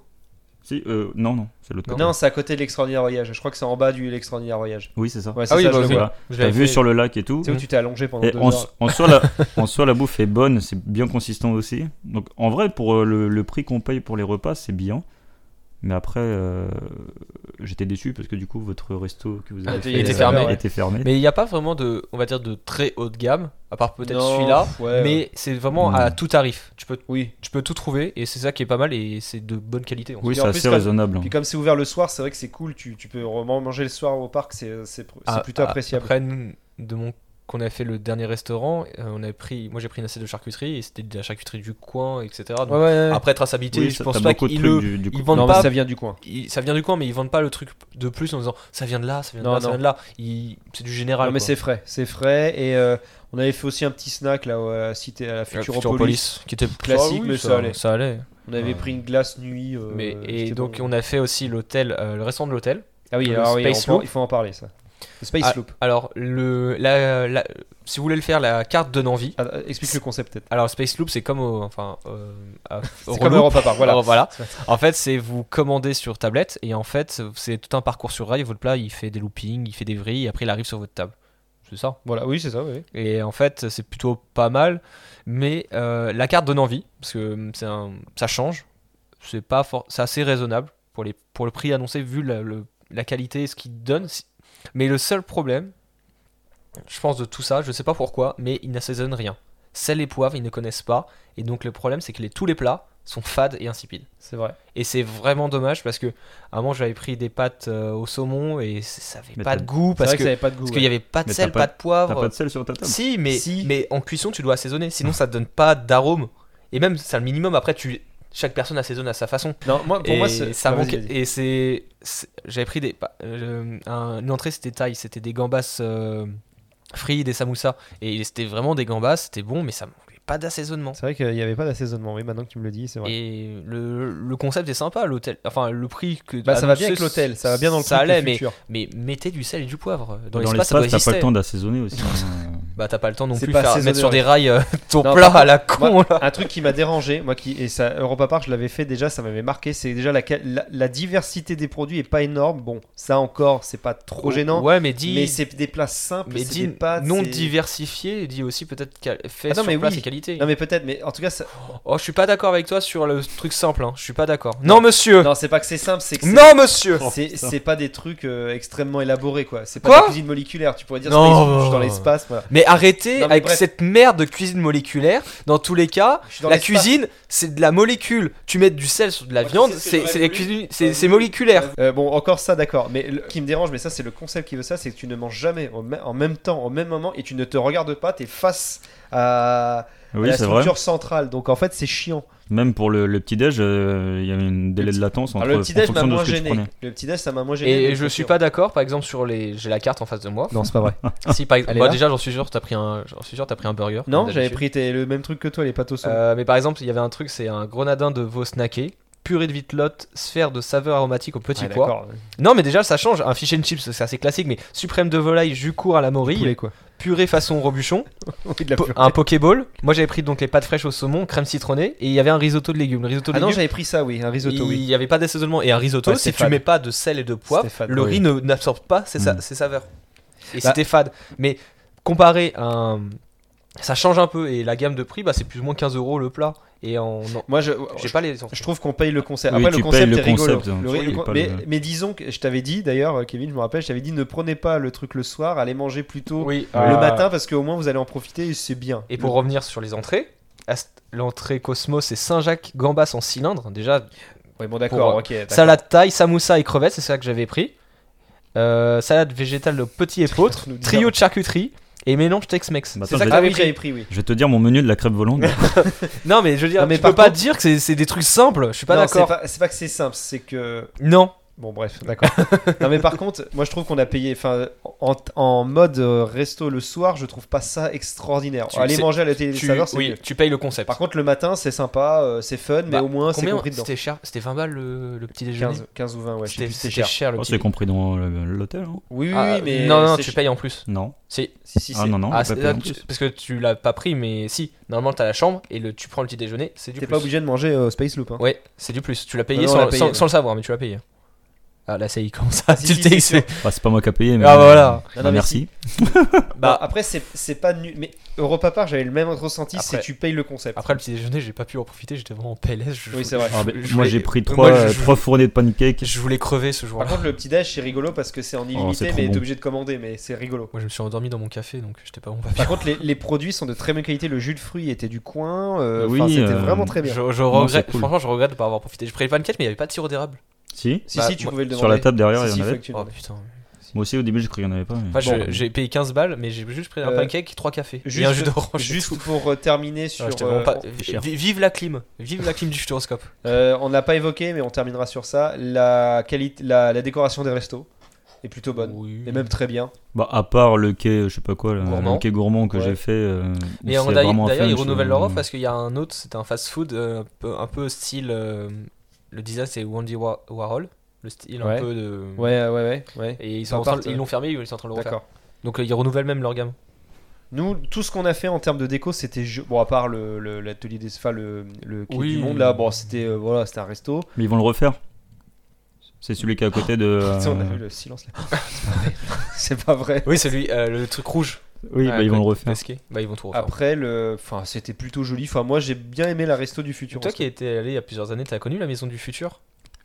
Speaker 5: Si, euh, non, non, c'est l'autre.
Speaker 4: Non.
Speaker 5: côté.
Speaker 3: Non, c'est à côté de l'extraordinaire voyage. Je crois que c'est en bas du l'extraordinaire voyage.
Speaker 5: Oui, c'est ça.
Speaker 3: Ouais, c'est
Speaker 4: Ah oui,
Speaker 3: ça,
Speaker 4: bah
Speaker 3: je le
Speaker 4: oui.
Speaker 3: vois.
Speaker 5: Voilà.
Speaker 4: Je
Speaker 5: T'as
Speaker 4: l'avais
Speaker 5: vu
Speaker 4: fait-
Speaker 5: sur le lac et tout.
Speaker 3: Tu sais où tu t'es allongé pendant
Speaker 5: Et
Speaker 3: deux
Speaker 5: en,
Speaker 3: heures.
Speaker 5: en soi, la, [laughs] en soi, la bouffe est bonne, c'est bien consistant aussi. Donc, en vrai, pour euh, le, le prix qu'on paye pour les repas, c'est bien. Mais après, euh, j'étais déçu parce que du coup, votre resto que vous avez
Speaker 3: Ah,
Speaker 5: fait
Speaker 3: il
Speaker 4: était
Speaker 5: euh,
Speaker 4: fermé, ouais.
Speaker 5: était fermé.
Speaker 4: Mais il n'y a pas vraiment de, on va dire, de très haut de gamme, à part peut-être
Speaker 3: Non,
Speaker 4: celui-là.
Speaker 3: ouais, ouais.
Speaker 4: Mais c'est vraiment à
Speaker 5: Mm.
Speaker 4: tout tarif. Tu peux,
Speaker 3: Oui.
Speaker 4: tu peux tout trouver et c'est ça qui est pas mal et c'est de bonne qualité. en
Speaker 5: Oui,
Speaker 3: Et
Speaker 5: c'est
Speaker 3: en
Speaker 5: assez
Speaker 3: plus,
Speaker 5: raisonnable. hein.
Speaker 3: Puis comme c'est ouvert le soir, c'est vrai que c'est cool. Tu, tu peux vraiment manger le soir au parc, c'est c'est pr-
Speaker 4: fait.
Speaker 3: c'est
Speaker 4: Ah,
Speaker 3: plutôt
Speaker 4: ah,
Speaker 3: appréciable.
Speaker 4: Après, nous, de mon qu'on a fait le dernier restaurant, euh, on a pris, moi j'ai pris une assiette de charcuterie et c'était de la charcuterie du coin, etc. Donc, Après traçabilité,
Speaker 5: Oui,
Speaker 4: je
Speaker 5: ça-
Speaker 4: pense
Speaker 5: t'as
Speaker 4: pas
Speaker 5: beaucoup de
Speaker 4: qu'ils
Speaker 5: trucs
Speaker 4: le-
Speaker 5: du- du
Speaker 4: ils
Speaker 5: coup.
Speaker 4: vendent
Speaker 3: non, mais
Speaker 4: pas.
Speaker 3: ça vient du coin.
Speaker 4: ils- ça vient du coin, mais ils vendent pas le truc de plus en disant ça vient de là, ça vient de
Speaker 3: Non,
Speaker 4: là, ça
Speaker 3: non.
Speaker 4: vient de là. Ils- C'est du général.
Speaker 3: Non, mais
Speaker 4: quoi.
Speaker 3: c'est frais, c'est frais. Et euh, on avait fait aussi un petit snack là au- à la cité, à la
Speaker 4: Euh,
Speaker 3: Futuropolis.
Speaker 4: qui était
Speaker 3: Classique, mais Ah ça allait.
Speaker 4: Ça allait.
Speaker 3: On avait
Speaker 5: Ouais.
Speaker 3: pris une glace nuit. euh,
Speaker 4: Mais, et
Speaker 3: c'était
Speaker 4: donc,
Speaker 3: bon.
Speaker 4: on a fait aussi l'hôtel, euh, le restaurant de l'hôtel.
Speaker 3: ah oui,
Speaker 4: le
Speaker 3: alors oui, on
Speaker 4: Space
Speaker 3: peut-
Speaker 4: Loop.
Speaker 3: il faut en parler ça. Le Space
Speaker 4: Ah,
Speaker 3: Loop.
Speaker 4: Alors, le, la- la- si vous voulez le faire, la carte donne envie.
Speaker 3: Ah, euh, explique le concept peut-être.
Speaker 4: Alors, Space Loop, c'est comme au, enfin, euh, à-
Speaker 3: [laughs] C'est
Speaker 4: au
Speaker 3: comme
Speaker 4: Reloop.
Speaker 3: Europa Park, voilà.
Speaker 4: Alors, voilà.
Speaker 3: C'est ça.
Speaker 4: En fait, c'est vous commandez sur tablette et en fait, c'est tout un parcours sur rail. Votre plat, il fait des loopings, il fait des vrilles et après, il arrive sur votre table. C'est ça.
Speaker 3: Voilà, oui, c'est ça, oui.
Speaker 4: Et en fait, c'est plutôt pas mal. Mais euh, la carte donne envie, parce que mm, c'est un- ça change. C'est pas for- c'est assez raisonnable pour, les, pour le prix annoncé, vu la, le- la qualité et ce qu'il donne. Si- Mais le seul problème, je pense, de tout ça, je sais pas pourquoi, mais ils n'assaisonnent rien. Sel et poivre, ils ne connaissent pas. Et donc, le problème, c'est que les- tous les plats sont fades et insipides.
Speaker 3: C'est vrai.
Speaker 4: Et c'est vraiment dommage parce que, à un moment, j'avais pris des pâtes euh, au saumon et c- ça avait
Speaker 5: Mais
Speaker 4: pas
Speaker 5: t'as-
Speaker 4: de goût
Speaker 3: C'est
Speaker 4: parce
Speaker 3: vrai
Speaker 4: que
Speaker 3: que ça avait pas de goût.
Speaker 4: parce
Speaker 3: ouais.
Speaker 4: qu'il y avait pas de
Speaker 5: Mais
Speaker 4: sel,
Speaker 5: t'as
Speaker 4: pas,
Speaker 5: pas-
Speaker 4: de
Speaker 5: T'as
Speaker 4: poivre.
Speaker 5: pas de sel sur ta table
Speaker 4: Si, mais,
Speaker 3: Si.
Speaker 4: mais en cuisson, tu dois assaisonner, sinon ça te donne pas d'arôme. Et même, c'est le minimum. Après, tu, chaque personne assaisonne à sa façon.
Speaker 3: Non, moi, pour
Speaker 4: et
Speaker 3: moi, c'est-
Speaker 4: ça
Speaker 3: Ah, vas-y,
Speaker 4: manque.
Speaker 3: vas-y.
Speaker 4: Et c'est, c'est- j'avais pris des, pas- euh, un- une entrée, c'était taille, c'était des gambas euh, frites, des samoussas, et c'était vraiment des gambas, c'était bon, mais ça manquait pas d'assaisonnement.
Speaker 3: C'est vrai qu'il n'y avait pas d'assaisonnement, oui, maintenant que tu me le dis, c'est vrai.
Speaker 4: Et le, le concept est sympa, l'hôtel. Enfin, le prix que.
Speaker 3: Bah, ça va bien
Speaker 4: annoncé,
Speaker 3: avec l'hôtel, ça va bien dans le
Speaker 4: Ça
Speaker 3: truc,
Speaker 4: allait,
Speaker 3: le
Speaker 4: mais,
Speaker 3: futur.
Speaker 4: mais mettez du sel et du poivre. Dans,
Speaker 5: Dans
Speaker 4: l'espace, ça doit
Speaker 5: l'espace, t'as pas le
Speaker 4: exister.
Speaker 5: temps d'assaisonner aussi. hein.
Speaker 4: Bah t'as pas le temps non
Speaker 3: C'est
Speaker 4: plus
Speaker 3: pas
Speaker 4: de faire, mettre
Speaker 3: saisonnier,
Speaker 4: sur des
Speaker 3: ouais.
Speaker 4: rails euh, ton
Speaker 3: Non, Bah,
Speaker 4: plat
Speaker 3: par
Speaker 4: à la con
Speaker 3: moi-
Speaker 4: là.
Speaker 3: Un truc qui m'a dérangé, moi qui et ça Europa Park, je l'avais fait déjà, ça m'avait marqué, c'est déjà la, ca- la, la diversité des produits est pas énorme. Bon, ça encore, c'est pas trop gênant,
Speaker 4: Oh, Ouais mais dis
Speaker 3: mais c'est des plats simples,
Speaker 4: mais
Speaker 3: c'est
Speaker 4: dis
Speaker 3: des pâtes,
Speaker 4: non
Speaker 3: c'est-
Speaker 4: diversifié, dis aussi peut-être qu'elle fait
Speaker 3: Ah non,
Speaker 4: sur
Speaker 3: mais
Speaker 4: place
Speaker 3: oui.
Speaker 4: et qualité.
Speaker 3: Non mais peut-être, mais en tout cas, ça-
Speaker 4: Oh je suis pas d'accord avec toi sur le truc simple hein. Je suis pas d'accord. Non monsieur. Non,
Speaker 3: non, c'est pas que c'est simple, c'est que c'est-
Speaker 4: monsieur.
Speaker 3: c'est
Speaker 5: putain.
Speaker 3: c'est pas des trucs euh, extrêmement élaborés quoi. C'est pas
Speaker 4: Quoi
Speaker 3: de la cuisine moléculaire, tu pourrais dire
Speaker 4: Non.
Speaker 3: Space Loop, je suis dans l'espace, voilà.
Speaker 4: Mais arrêtez
Speaker 3: Non, mais
Speaker 4: avec
Speaker 3: bref.
Speaker 4: cette merde de cuisine moléculaire. Dans tous les cas,
Speaker 3: Je suis dans
Speaker 4: la
Speaker 3: l'espace.
Speaker 4: cuisine c'est de la molécule. Tu mets du sel sur de la
Speaker 3: Moi, tu
Speaker 4: viande,
Speaker 3: sais ce que
Speaker 4: c'est
Speaker 3: j'aurais
Speaker 4: c'est la
Speaker 3: voulu
Speaker 4: cuisine, c'est
Speaker 3: Euh,
Speaker 4: c'est moléculaire.
Speaker 3: Euh, bon, encore ça, d'accord. Mais le- ce qui me dérange, mais ça, c'est le concept qui veut ça, c'est que tu ne manges jamais au mê- en même temps, au même moment, et tu ne te regardes pas, t'es face à, à
Speaker 5: Oui,
Speaker 3: la
Speaker 5: c'est vrai.
Speaker 3: structure centrale. Donc en fait, c'est chiant.
Speaker 5: Même pour le, le petit-déj, euh, il y avait un délai
Speaker 3: Le
Speaker 5: de latence entre
Speaker 3: Alors, Ah, le petit
Speaker 5: en
Speaker 3: déj m'a
Speaker 5: fonction de
Speaker 3: moins
Speaker 5: ce que tu
Speaker 3: gêné.
Speaker 5: prenais.
Speaker 3: Le petit déj, ça m'a moins gêné.
Speaker 4: Et
Speaker 3: mais
Speaker 4: je
Speaker 3: c'est
Speaker 4: suis
Speaker 3: sûr.
Speaker 4: pas d'accord, par exemple, sur les. J'ai la carte en face de moi.
Speaker 3: Non, c'est pas vrai.
Speaker 4: si par exemple,
Speaker 3: Ah. Elle est
Speaker 4: bah,
Speaker 3: là
Speaker 4: déjà, j'en suis sûr, t'as pris un, j'en suis sûr, t'as pris un burger.
Speaker 3: non,
Speaker 4: comme
Speaker 3: j'avais
Speaker 4: d'habitude.
Speaker 3: pris tes- le même truc que toi, les pâtes au saumon. Ah,
Speaker 4: Euh, mais par exemple, il y avait un truc, c'est un grenadin de veau snacké, purée de vitelotte, sphère de saveur aromatique au petit
Speaker 3: Ouais,
Speaker 4: pois.
Speaker 3: Ah, d'accord.
Speaker 4: Non, mais déjà, ça change. Un fish and chips, c'est assez classique, mais suprême de volaille, jus court à la morille,
Speaker 3: Poulet, quoi.
Speaker 4: purée façon robuchon,
Speaker 3: [laughs] Oui, de la
Speaker 4: po-
Speaker 3: purée.
Speaker 4: un pokéball. Moi, j'avais pris donc les pâtes fraîches au saumon, crème citronnée, et il y avait un risotto de légumes. Le risotto de
Speaker 3: Ah non,
Speaker 4: légumes,
Speaker 3: j'avais pris ça, oui, un risotto,
Speaker 4: il
Speaker 3: oui.
Speaker 4: n'y avait pas d'assaisonnement. Et un risotto,
Speaker 3: Ouais,
Speaker 4: si
Speaker 3: c'est
Speaker 4: tu
Speaker 3: fade.
Speaker 4: mets pas de sel et de poivre,
Speaker 3: C'était fade,
Speaker 4: le
Speaker 3: oui.
Speaker 4: riz ne- n'absorbe pas ses, sa-
Speaker 5: Mm.
Speaker 4: ses saveurs. Et
Speaker 3: Bah-
Speaker 4: c'était fade. Mais comparé à un, ça change un peu. Et la gamme de prix, bah, c'est plus ou moins 15 euros le plat. Et en. non,
Speaker 3: Moi, je,
Speaker 4: J'ai
Speaker 3: je,
Speaker 4: pas les.
Speaker 3: je trouve qu'on paye le concept.
Speaker 5: Oui,
Speaker 3: Après,
Speaker 5: tu
Speaker 3: le
Speaker 5: payes
Speaker 3: concept
Speaker 5: le
Speaker 3: est rigolo.
Speaker 5: concept, hein.
Speaker 3: Le-
Speaker 5: Oui,
Speaker 3: le-
Speaker 5: il est pas
Speaker 3: mais,
Speaker 5: le-
Speaker 3: mais disons que je t'avais dit, d'ailleurs, euh, Kevin, je me rappelle, je t'avais dit ne prenez pas le truc le soir, allez manger plutôt
Speaker 4: Oui,
Speaker 3: le
Speaker 4: euh,
Speaker 3: matin parce qu'au moins vous allez en profiter Ah. et c'est bien.
Speaker 4: Et pour revenir sur les entrées, à cette- l'entrée Cosmos, c'est Saint-Jacques gambas en cylindre. Déjà,
Speaker 3: Ouais, bon, d'accord,
Speaker 4: pour-
Speaker 3: ok. d'accord.
Speaker 4: salade taille, samoussa et crevettes, c'est ça que j'avais pris. Euh, salade végétale de petit épeautre,
Speaker 3: Nous dire.
Speaker 4: trio de charcuterie et mélange Tex-Mex.
Speaker 5: Bah,
Speaker 4: C'est
Speaker 5: attends,
Speaker 4: ça que
Speaker 5: je
Speaker 3: Ah
Speaker 4: j'avais
Speaker 3: oui,
Speaker 4: pris.
Speaker 3: j'avais pris, oui.
Speaker 5: Je vais te dire mon menu de la crêpe volante.
Speaker 4: Non, mais je veux dire,
Speaker 3: Non, mais
Speaker 4: tu peux
Speaker 3: par
Speaker 4: pas
Speaker 3: contre-
Speaker 4: dire que c'est- c'est des trucs simples, je suis pas
Speaker 3: Non, c'est
Speaker 4: d'accord.
Speaker 3: pas- C'est pas que c'est simple, c'est que.
Speaker 4: Non,
Speaker 3: Bon,
Speaker 4: [laughs]
Speaker 3: bref, d'accord. non, mais par contre, moi je trouve qu'on a payé. Enfin, en, en mode euh, resto le soir, je trouve pas ça extraordinaire.
Speaker 4: Tu-
Speaker 3: aller
Speaker 4: c'est-
Speaker 3: manger à la télé des
Speaker 4: tu,
Speaker 3: saveurs, c'est
Speaker 4: oui,
Speaker 3: mieux.
Speaker 4: tu payes le concept.
Speaker 3: Par contre, le matin, c'est sympa, euh, c'est fun, mais
Speaker 4: Bah,
Speaker 3: au moins c'est
Speaker 4: combien
Speaker 3: compris dedans.
Speaker 4: c'était cher C'était 20 balles le, le petit déjeuner
Speaker 3: 15, 15 ou 20, ouais, je sais
Speaker 4: C'était
Speaker 3: plus, c'est
Speaker 4: c'était
Speaker 3: cher.
Speaker 4: cher. le
Speaker 5: Oh,
Speaker 4: petit
Speaker 5: c'est compris dans le- l'hôtel, hein non
Speaker 3: Oui, oui,
Speaker 4: Ah,
Speaker 3: oui, mais.
Speaker 4: non, non,
Speaker 3: c'est
Speaker 4: tu
Speaker 3: cher.
Speaker 4: payes en plus.
Speaker 5: Non.
Speaker 4: C'est
Speaker 3: Si, si,
Speaker 5: Ah
Speaker 3: c'est-
Speaker 5: non, non,
Speaker 4: Ah,
Speaker 5: j'ai
Speaker 4: c'est-
Speaker 5: pas
Speaker 4: là,
Speaker 5: payé en
Speaker 4: tu-
Speaker 5: plus.
Speaker 4: parce que tu l'as pas pris, mais si, normalement t'as la chambre et le, tu prends le petit déjeuner, c'est du
Speaker 3: T'es
Speaker 4: plus.
Speaker 3: pas obligé de manger euh, Space Loop. Hein.
Speaker 4: Ouais, c'est du plus. Tu l'as payé,
Speaker 3: non, on
Speaker 4: sans,
Speaker 3: l'a payé,
Speaker 4: sans-
Speaker 3: ouais.
Speaker 4: sans le savoir, mais tu l'as payé. Ah là, ça y est, [laughs] comment ça
Speaker 3: Si,
Speaker 4: Tu
Speaker 3: si,
Speaker 4: t'es
Speaker 3: c'est sûr.
Speaker 5: Bah, c'est pas moi qui a payé, mais.
Speaker 4: Ah, voilà.
Speaker 5: bah,
Speaker 3: Non, non, mais
Speaker 5: merci.
Speaker 3: Bah,
Speaker 4: Bah,
Speaker 3: après, c'est c'est pas nul. Mais Europa Park, j'avais le même ressenti, c'est
Speaker 4: Après-
Speaker 3: tu payes le concept.
Speaker 4: après le petit déjeuner, j'ai pas pu en profiter, j'étais vraiment en PLS. Je,
Speaker 3: Oui, c'est vrai.
Speaker 5: Ah, bah,
Speaker 4: je
Speaker 5: moi,
Speaker 4: voulais-
Speaker 5: j'ai pris
Speaker 4: moi,
Speaker 5: trois,
Speaker 4: je-
Speaker 5: euh,
Speaker 4: je-
Speaker 5: trois fournées de pancakes.
Speaker 4: je voulais crever ce
Speaker 3: Par
Speaker 4: jour-là.
Speaker 3: contre, le petit dash, c'est rigolo parce que c'est en illimité,
Speaker 5: Oh, c'est trop
Speaker 3: mais t'es
Speaker 5: bon.
Speaker 3: obligé de commander, mais c'est rigolo.
Speaker 4: Moi, je me suis endormi dans mon café, donc j'étais pas bon. pas
Speaker 3: Par
Speaker 4: bien.
Speaker 3: contre, les, les produits sont de très bonne qualité. Le jus de fruits était du coin. euh,
Speaker 5: Oui,
Speaker 3: enfin, c'était
Speaker 5: euh,
Speaker 3: vraiment très bien.
Speaker 4: Je, je
Speaker 5: Non,
Speaker 4: regrette,
Speaker 5: c'est cool.
Speaker 4: franchement, je regrette de pas avoir profité. J'ai pris le pancake, mais il y avait pas de sirop d'érable.
Speaker 5: Si.
Speaker 3: Si,
Speaker 4: bah,
Speaker 3: si, tu
Speaker 4: moi-
Speaker 3: pouvais le demander.
Speaker 5: Sur la table derrière,
Speaker 3: Si,
Speaker 5: il
Speaker 3: si,
Speaker 5: y en
Speaker 3: faut
Speaker 5: avait.
Speaker 3: que tu le
Speaker 4: Oh
Speaker 3: demandes.
Speaker 4: putain.
Speaker 5: Moi aussi, au début, j'ai cru qu'il n'y en avait pas. mais-
Speaker 4: Enfin, je-
Speaker 5: Bon.
Speaker 4: j'ai payé 15 balles, mais j'ai juste pris un
Speaker 3: Euh,
Speaker 4: pancake, trois cafés. et
Speaker 3: juste-
Speaker 4: un jus d'orange. et
Speaker 3: Juste
Speaker 4: tout.
Speaker 3: pour euh,
Speaker 5: Ah,
Speaker 3: terminer sur.
Speaker 4: Ouais, j'étais vraiment
Speaker 3: euh,
Speaker 4: pas-
Speaker 3: on-
Speaker 4: vi-
Speaker 5: cher.
Speaker 4: vi- Vive la clim. Vive la clim du futuroscope.
Speaker 3: euh, on n'a pas évoqué, mais on terminera sur ça. La, qualité, la, la décoration des restos est plutôt bonne.
Speaker 4: Oui.
Speaker 3: Et même très bien.
Speaker 5: Bah, à part le quai, je sais pas quoi, là,
Speaker 4: Gourmand.
Speaker 5: le quai gourmand que
Speaker 3: Ouais.
Speaker 5: j'ai fait. euh,
Speaker 4: Mais
Speaker 5: c'est
Speaker 4: en-
Speaker 5: vraiment
Speaker 4: d'ailleurs,
Speaker 5: un
Speaker 4: d'ailleurs, ils
Speaker 5: fun, euh,
Speaker 4: renouvellent
Speaker 5: je-
Speaker 4: leur offre parce qu'il y a un autre, c'était un fast-food euh, un, peu, un peu style. euh, le design, c'est Wendy Wa- Warhol. Le style
Speaker 3: Ouais.
Speaker 4: un peu de.
Speaker 3: Ouais, ouais, ouais. ouais.
Speaker 4: Et ils sont en
Speaker 3: Appart,
Speaker 4: train- ils l'ont fermé, ils sont en train de le refaire.
Speaker 3: D'accord.
Speaker 4: Donc euh, ils renouvellent même leur gamme.
Speaker 3: Nous, tout ce qu'on a fait en termes de déco, c'était ju- bon à part le le- l'atelier des, enfin le, le quai
Speaker 4: Oui.
Speaker 3: du monde là, bon c'était euh, voilà, c'était un resto.
Speaker 5: Mais ils vont le refaire. C'est celui qui est à côté de.
Speaker 4: [laughs]
Speaker 3: [laughs] Tu sais, on a
Speaker 5: euh,
Speaker 3: vu le silence là. C'est pas vrai. C'est pas vrai.
Speaker 4: Oui, celui, euh, le truc rouge.
Speaker 5: Oui, bah,
Speaker 4: Ah, Ouais,
Speaker 5: ils vont le
Speaker 4: quoi,
Speaker 5: refaire.
Speaker 4: masqué. Bah, ils vont tout refaire.
Speaker 3: Après le, enfin c'était plutôt joli. Enfin moi j'ai bien aimé la resto du futur.
Speaker 4: Toi qui étais allé il y a plusieurs années, t'as connu la maison du futur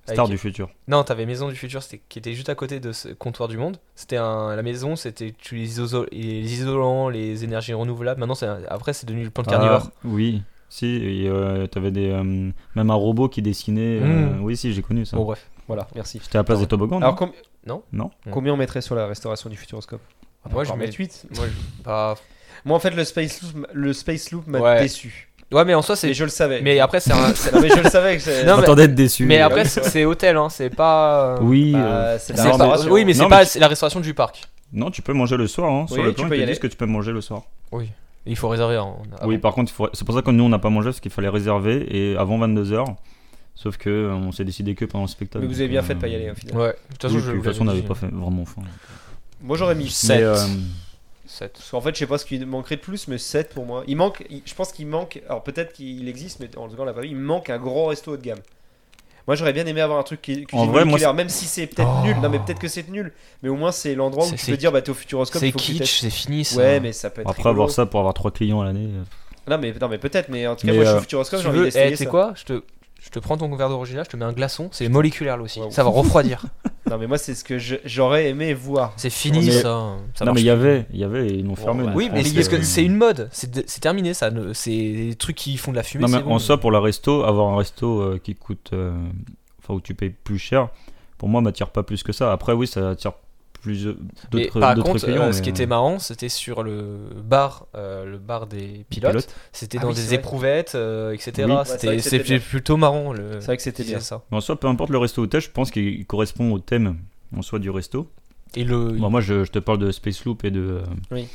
Speaker 5: Star
Speaker 4: Avec-
Speaker 5: du futur.
Speaker 4: Non, t'avais Maison du Futur c'était- qui était juste à côté de ce comptoir du monde. C'était un... la maison, c'était tu- les, iso- les isolants, les énergies renouvelables. Maintenant, c'est un- après, c'est devenu le plan de carnivore.
Speaker 5: Ah, oui. Si, et, euh, t'avais des. euh, même un robot qui dessinait. euh,
Speaker 4: Mm.
Speaker 5: oui, si, j'ai connu ça.
Speaker 4: Bon, bref.
Speaker 3: Voilà, merci.
Speaker 5: C'était à la place des toboggans.
Speaker 3: Alors
Speaker 5: non
Speaker 3: com- Hmm.
Speaker 4: Non
Speaker 5: Non.
Speaker 3: Combien on mettrait sur la restauration du Futuroscope
Speaker 4: Moi, je
Speaker 3: Encore
Speaker 4: mets-
Speaker 3: mettre 8.
Speaker 4: [laughs] Moi, je- bah,
Speaker 3: Moi en fait le space loop, le space loop m'a
Speaker 4: Ouais.
Speaker 3: déçu.
Speaker 4: Ouais, mais en soi, c'est.
Speaker 3: Mais je le savais.
Speaker 4: Mais après, c'est [laughs] un. c'est-
Speaker 3: Non, mais je le savais que c'est-
Speaker 4: Non, mais-
Speaker 5: J'attendais d'être déçu.
Speaker 4: mais après, c'est c'est hôtel, hein, c'est pas. euh,
Speaker 5: Oui. euh,
Speaker 3: Bah, c'est la
Speaker 4: c'est pas-
Speaker 3: restauration.
Speaker 4: Oui, mais c'est
Speaker 5: Non,
Speaker 4: pas
Speaker 5: mais
Speaker 4: c'est la restauration du parc.
Speaker 5: Non, tu peux manger le soir. Hein. Sur
Speaker 3: Oui,
Speaker 5: le
Speaker 3: tu
Speaker 5: plan,
Speaker 3: peux y
Speaker 5: ils
Speaker 3: aller.
Speaker 5: te
Speaker 3: Ah
Speaker 5: disent que tu peux manger le soir.
Speaker 4: Il faut réserver. hein, on a-
Speaker 5: oui, par contre, il faut- c'est pour ça que nous, on n'a pas mangé parce qu'il fallait réserver et avant 22h. Sauf que euh, on s'est décidé que pendant le spectacle.
Speaker 3: Mais vous
Speaker 5: donc,
Speaker 3: avez bien
Speaker 5: euh,
Speaker 3: fait de pas y aller hein, au final.
Speaker 4: Ouais, de toute façon,
Speaker 5: oui,
Speaker 4: je
Speaker 5: puis, de
Speaker 4: vous
Speaker 5: toute façon, on
Speaker 4: l'avais
Speaker 5: n'avait
Speaker 4: dit.
Speaker 5: pas fait vraiment faim.
Speaker 3: Moi j'aurais mis
Speaker 5: Mais,
Speaker 3: 7.
Speaker 5: euh,
Speaker 4: Sept.
Speaker 3: Parce qu'en fait, je sais pas ce qu'il manquerait de plus, mais 7 pour moi. Il manque, il- je pense qu'il manque, alors peut-être qu'il existe, mais en tout cas, on l'a pas vu. Il manque un gros resto haut de gamme. Moi, j'aurais bien aimé avoir un truc qui,
Speaker 5: En vrai, moi,
Speaker 3: moléculaire, même si c'est peut-être
Speaker 4: Oh.
Speaker 3: nul. Non, mais peut-être que c'est nul. Mais au moins, c'est l'endroit où
Speaker 4: C'est-
Speaker 3: tu
Speaker 4: c'est-
Speaker 3: peux dire, bah, t'es au Futuroscope.
Speaker 4: C'est
Speaker 3: faut que tu
Speaker 4: kitsch,
Speaker 3: testes.
Speaker 4: c'est fini. ça.
Speaker 3: Ouais, mais ça peut être.
Speaker 5: Après
Speaker 3: rigolo.
Speaker 5: avoir ça pour avoir trois clients à l'année. euh,
Speaker 3: Non, mais, non, mais peut-être, mais en tout cas,
Speaker 5: Mais,
Speaker 3: moi, je suis
Speaker 5: euh,
Speaker 3: au Futuroscope,
Speaker 4: Si
Speaker 3: j'ai
Speaker 4: tu
Speaker 3: envie
Speaker 4: veux, eh,
Speaker 3: d'essayer.
Speaker 4: tu sais
Speaker 3: ça.
Speaker 4: quoi je te, je te prends ton verre d'orangina, je te mets un glaçon, c'est moléculaire là aussi.
Speaker 3: Waouh.
Speaker 4: Ça va [laughs] refroidir.
Speaker 3: Non, mais moi, c'est ce que je- j'aurais aimé voir.
Speaker 4: c'est fini
Speaker 5: Mais-
Speaker 4: ça. ça
Speaker 5: non, mais
Speaker 4: marche
Speaker 5: il y avait, il y avait, et ils l'ont
Speaker 3: Bon,
Speaker 5: fermé.
Speaker 3: bah,
Speaker 5: donc
Speaker 4: Oui,
Speaker 5: je
Speaker 4: mais
Speaker 5: pense
Speaker 4: c'est parce que c'est une mode, c'est de- c'est terminé ça. ne- C'est des trucs qui font de la fumée.
Speaker 5: Non, mais
Speaker 4: c'est
Speaker 5: en
Speaker 4: bon.
Speaker 5: soi, pour la resto, avoir un resto euh, qui coûte. euh, Enfin, où tu payes plus cher, pour moi, m'attire pas plus que ça. Après, oui, ça attire plus euh,
Speaker 4: Mais
Speaker 5: d'autres
Speaker 4: par
Speaker 5: d'autres
Speaker 4: contre,
Speaker 5: clients.
Speaker 4: euh, ce
Speaker 5: mais,
Speaker 4: qui était
Speaker 5: euh,
Speaker 4: marrant, c'était sur le bar, euh, le bar des pilotes.
Speaker 5: pilotes.
Speaker 4: C'était
Speaker 3: Ah
Speaker 4: dans
Speaker 3: oui, c'est
Speaker 4: des
Speaker 3: vrai.
Speaker 4: éprouvettes, euh, etc.
Speaker 5: Oui.
Speaker 3: Ouais, c'est vrai
Speaker 4: C'était
Speaker 3: que c'était
Speaker 4: c'était
Speaker 3: bien.
Speaker 4: plutôt marrant. Le...
Speaker 3: C'est vrai que c'était bien.
Speaker 4: ça.
Speaker 5: Mais en soi, peu importe le resto ou thème, je pense qu'il correspond au thème en soi du resto.
Speaker 4: Et le.
Speaker 5: Bon, moi, je, je te parle de Space Loop et de euh,
Speaker 3: Oui.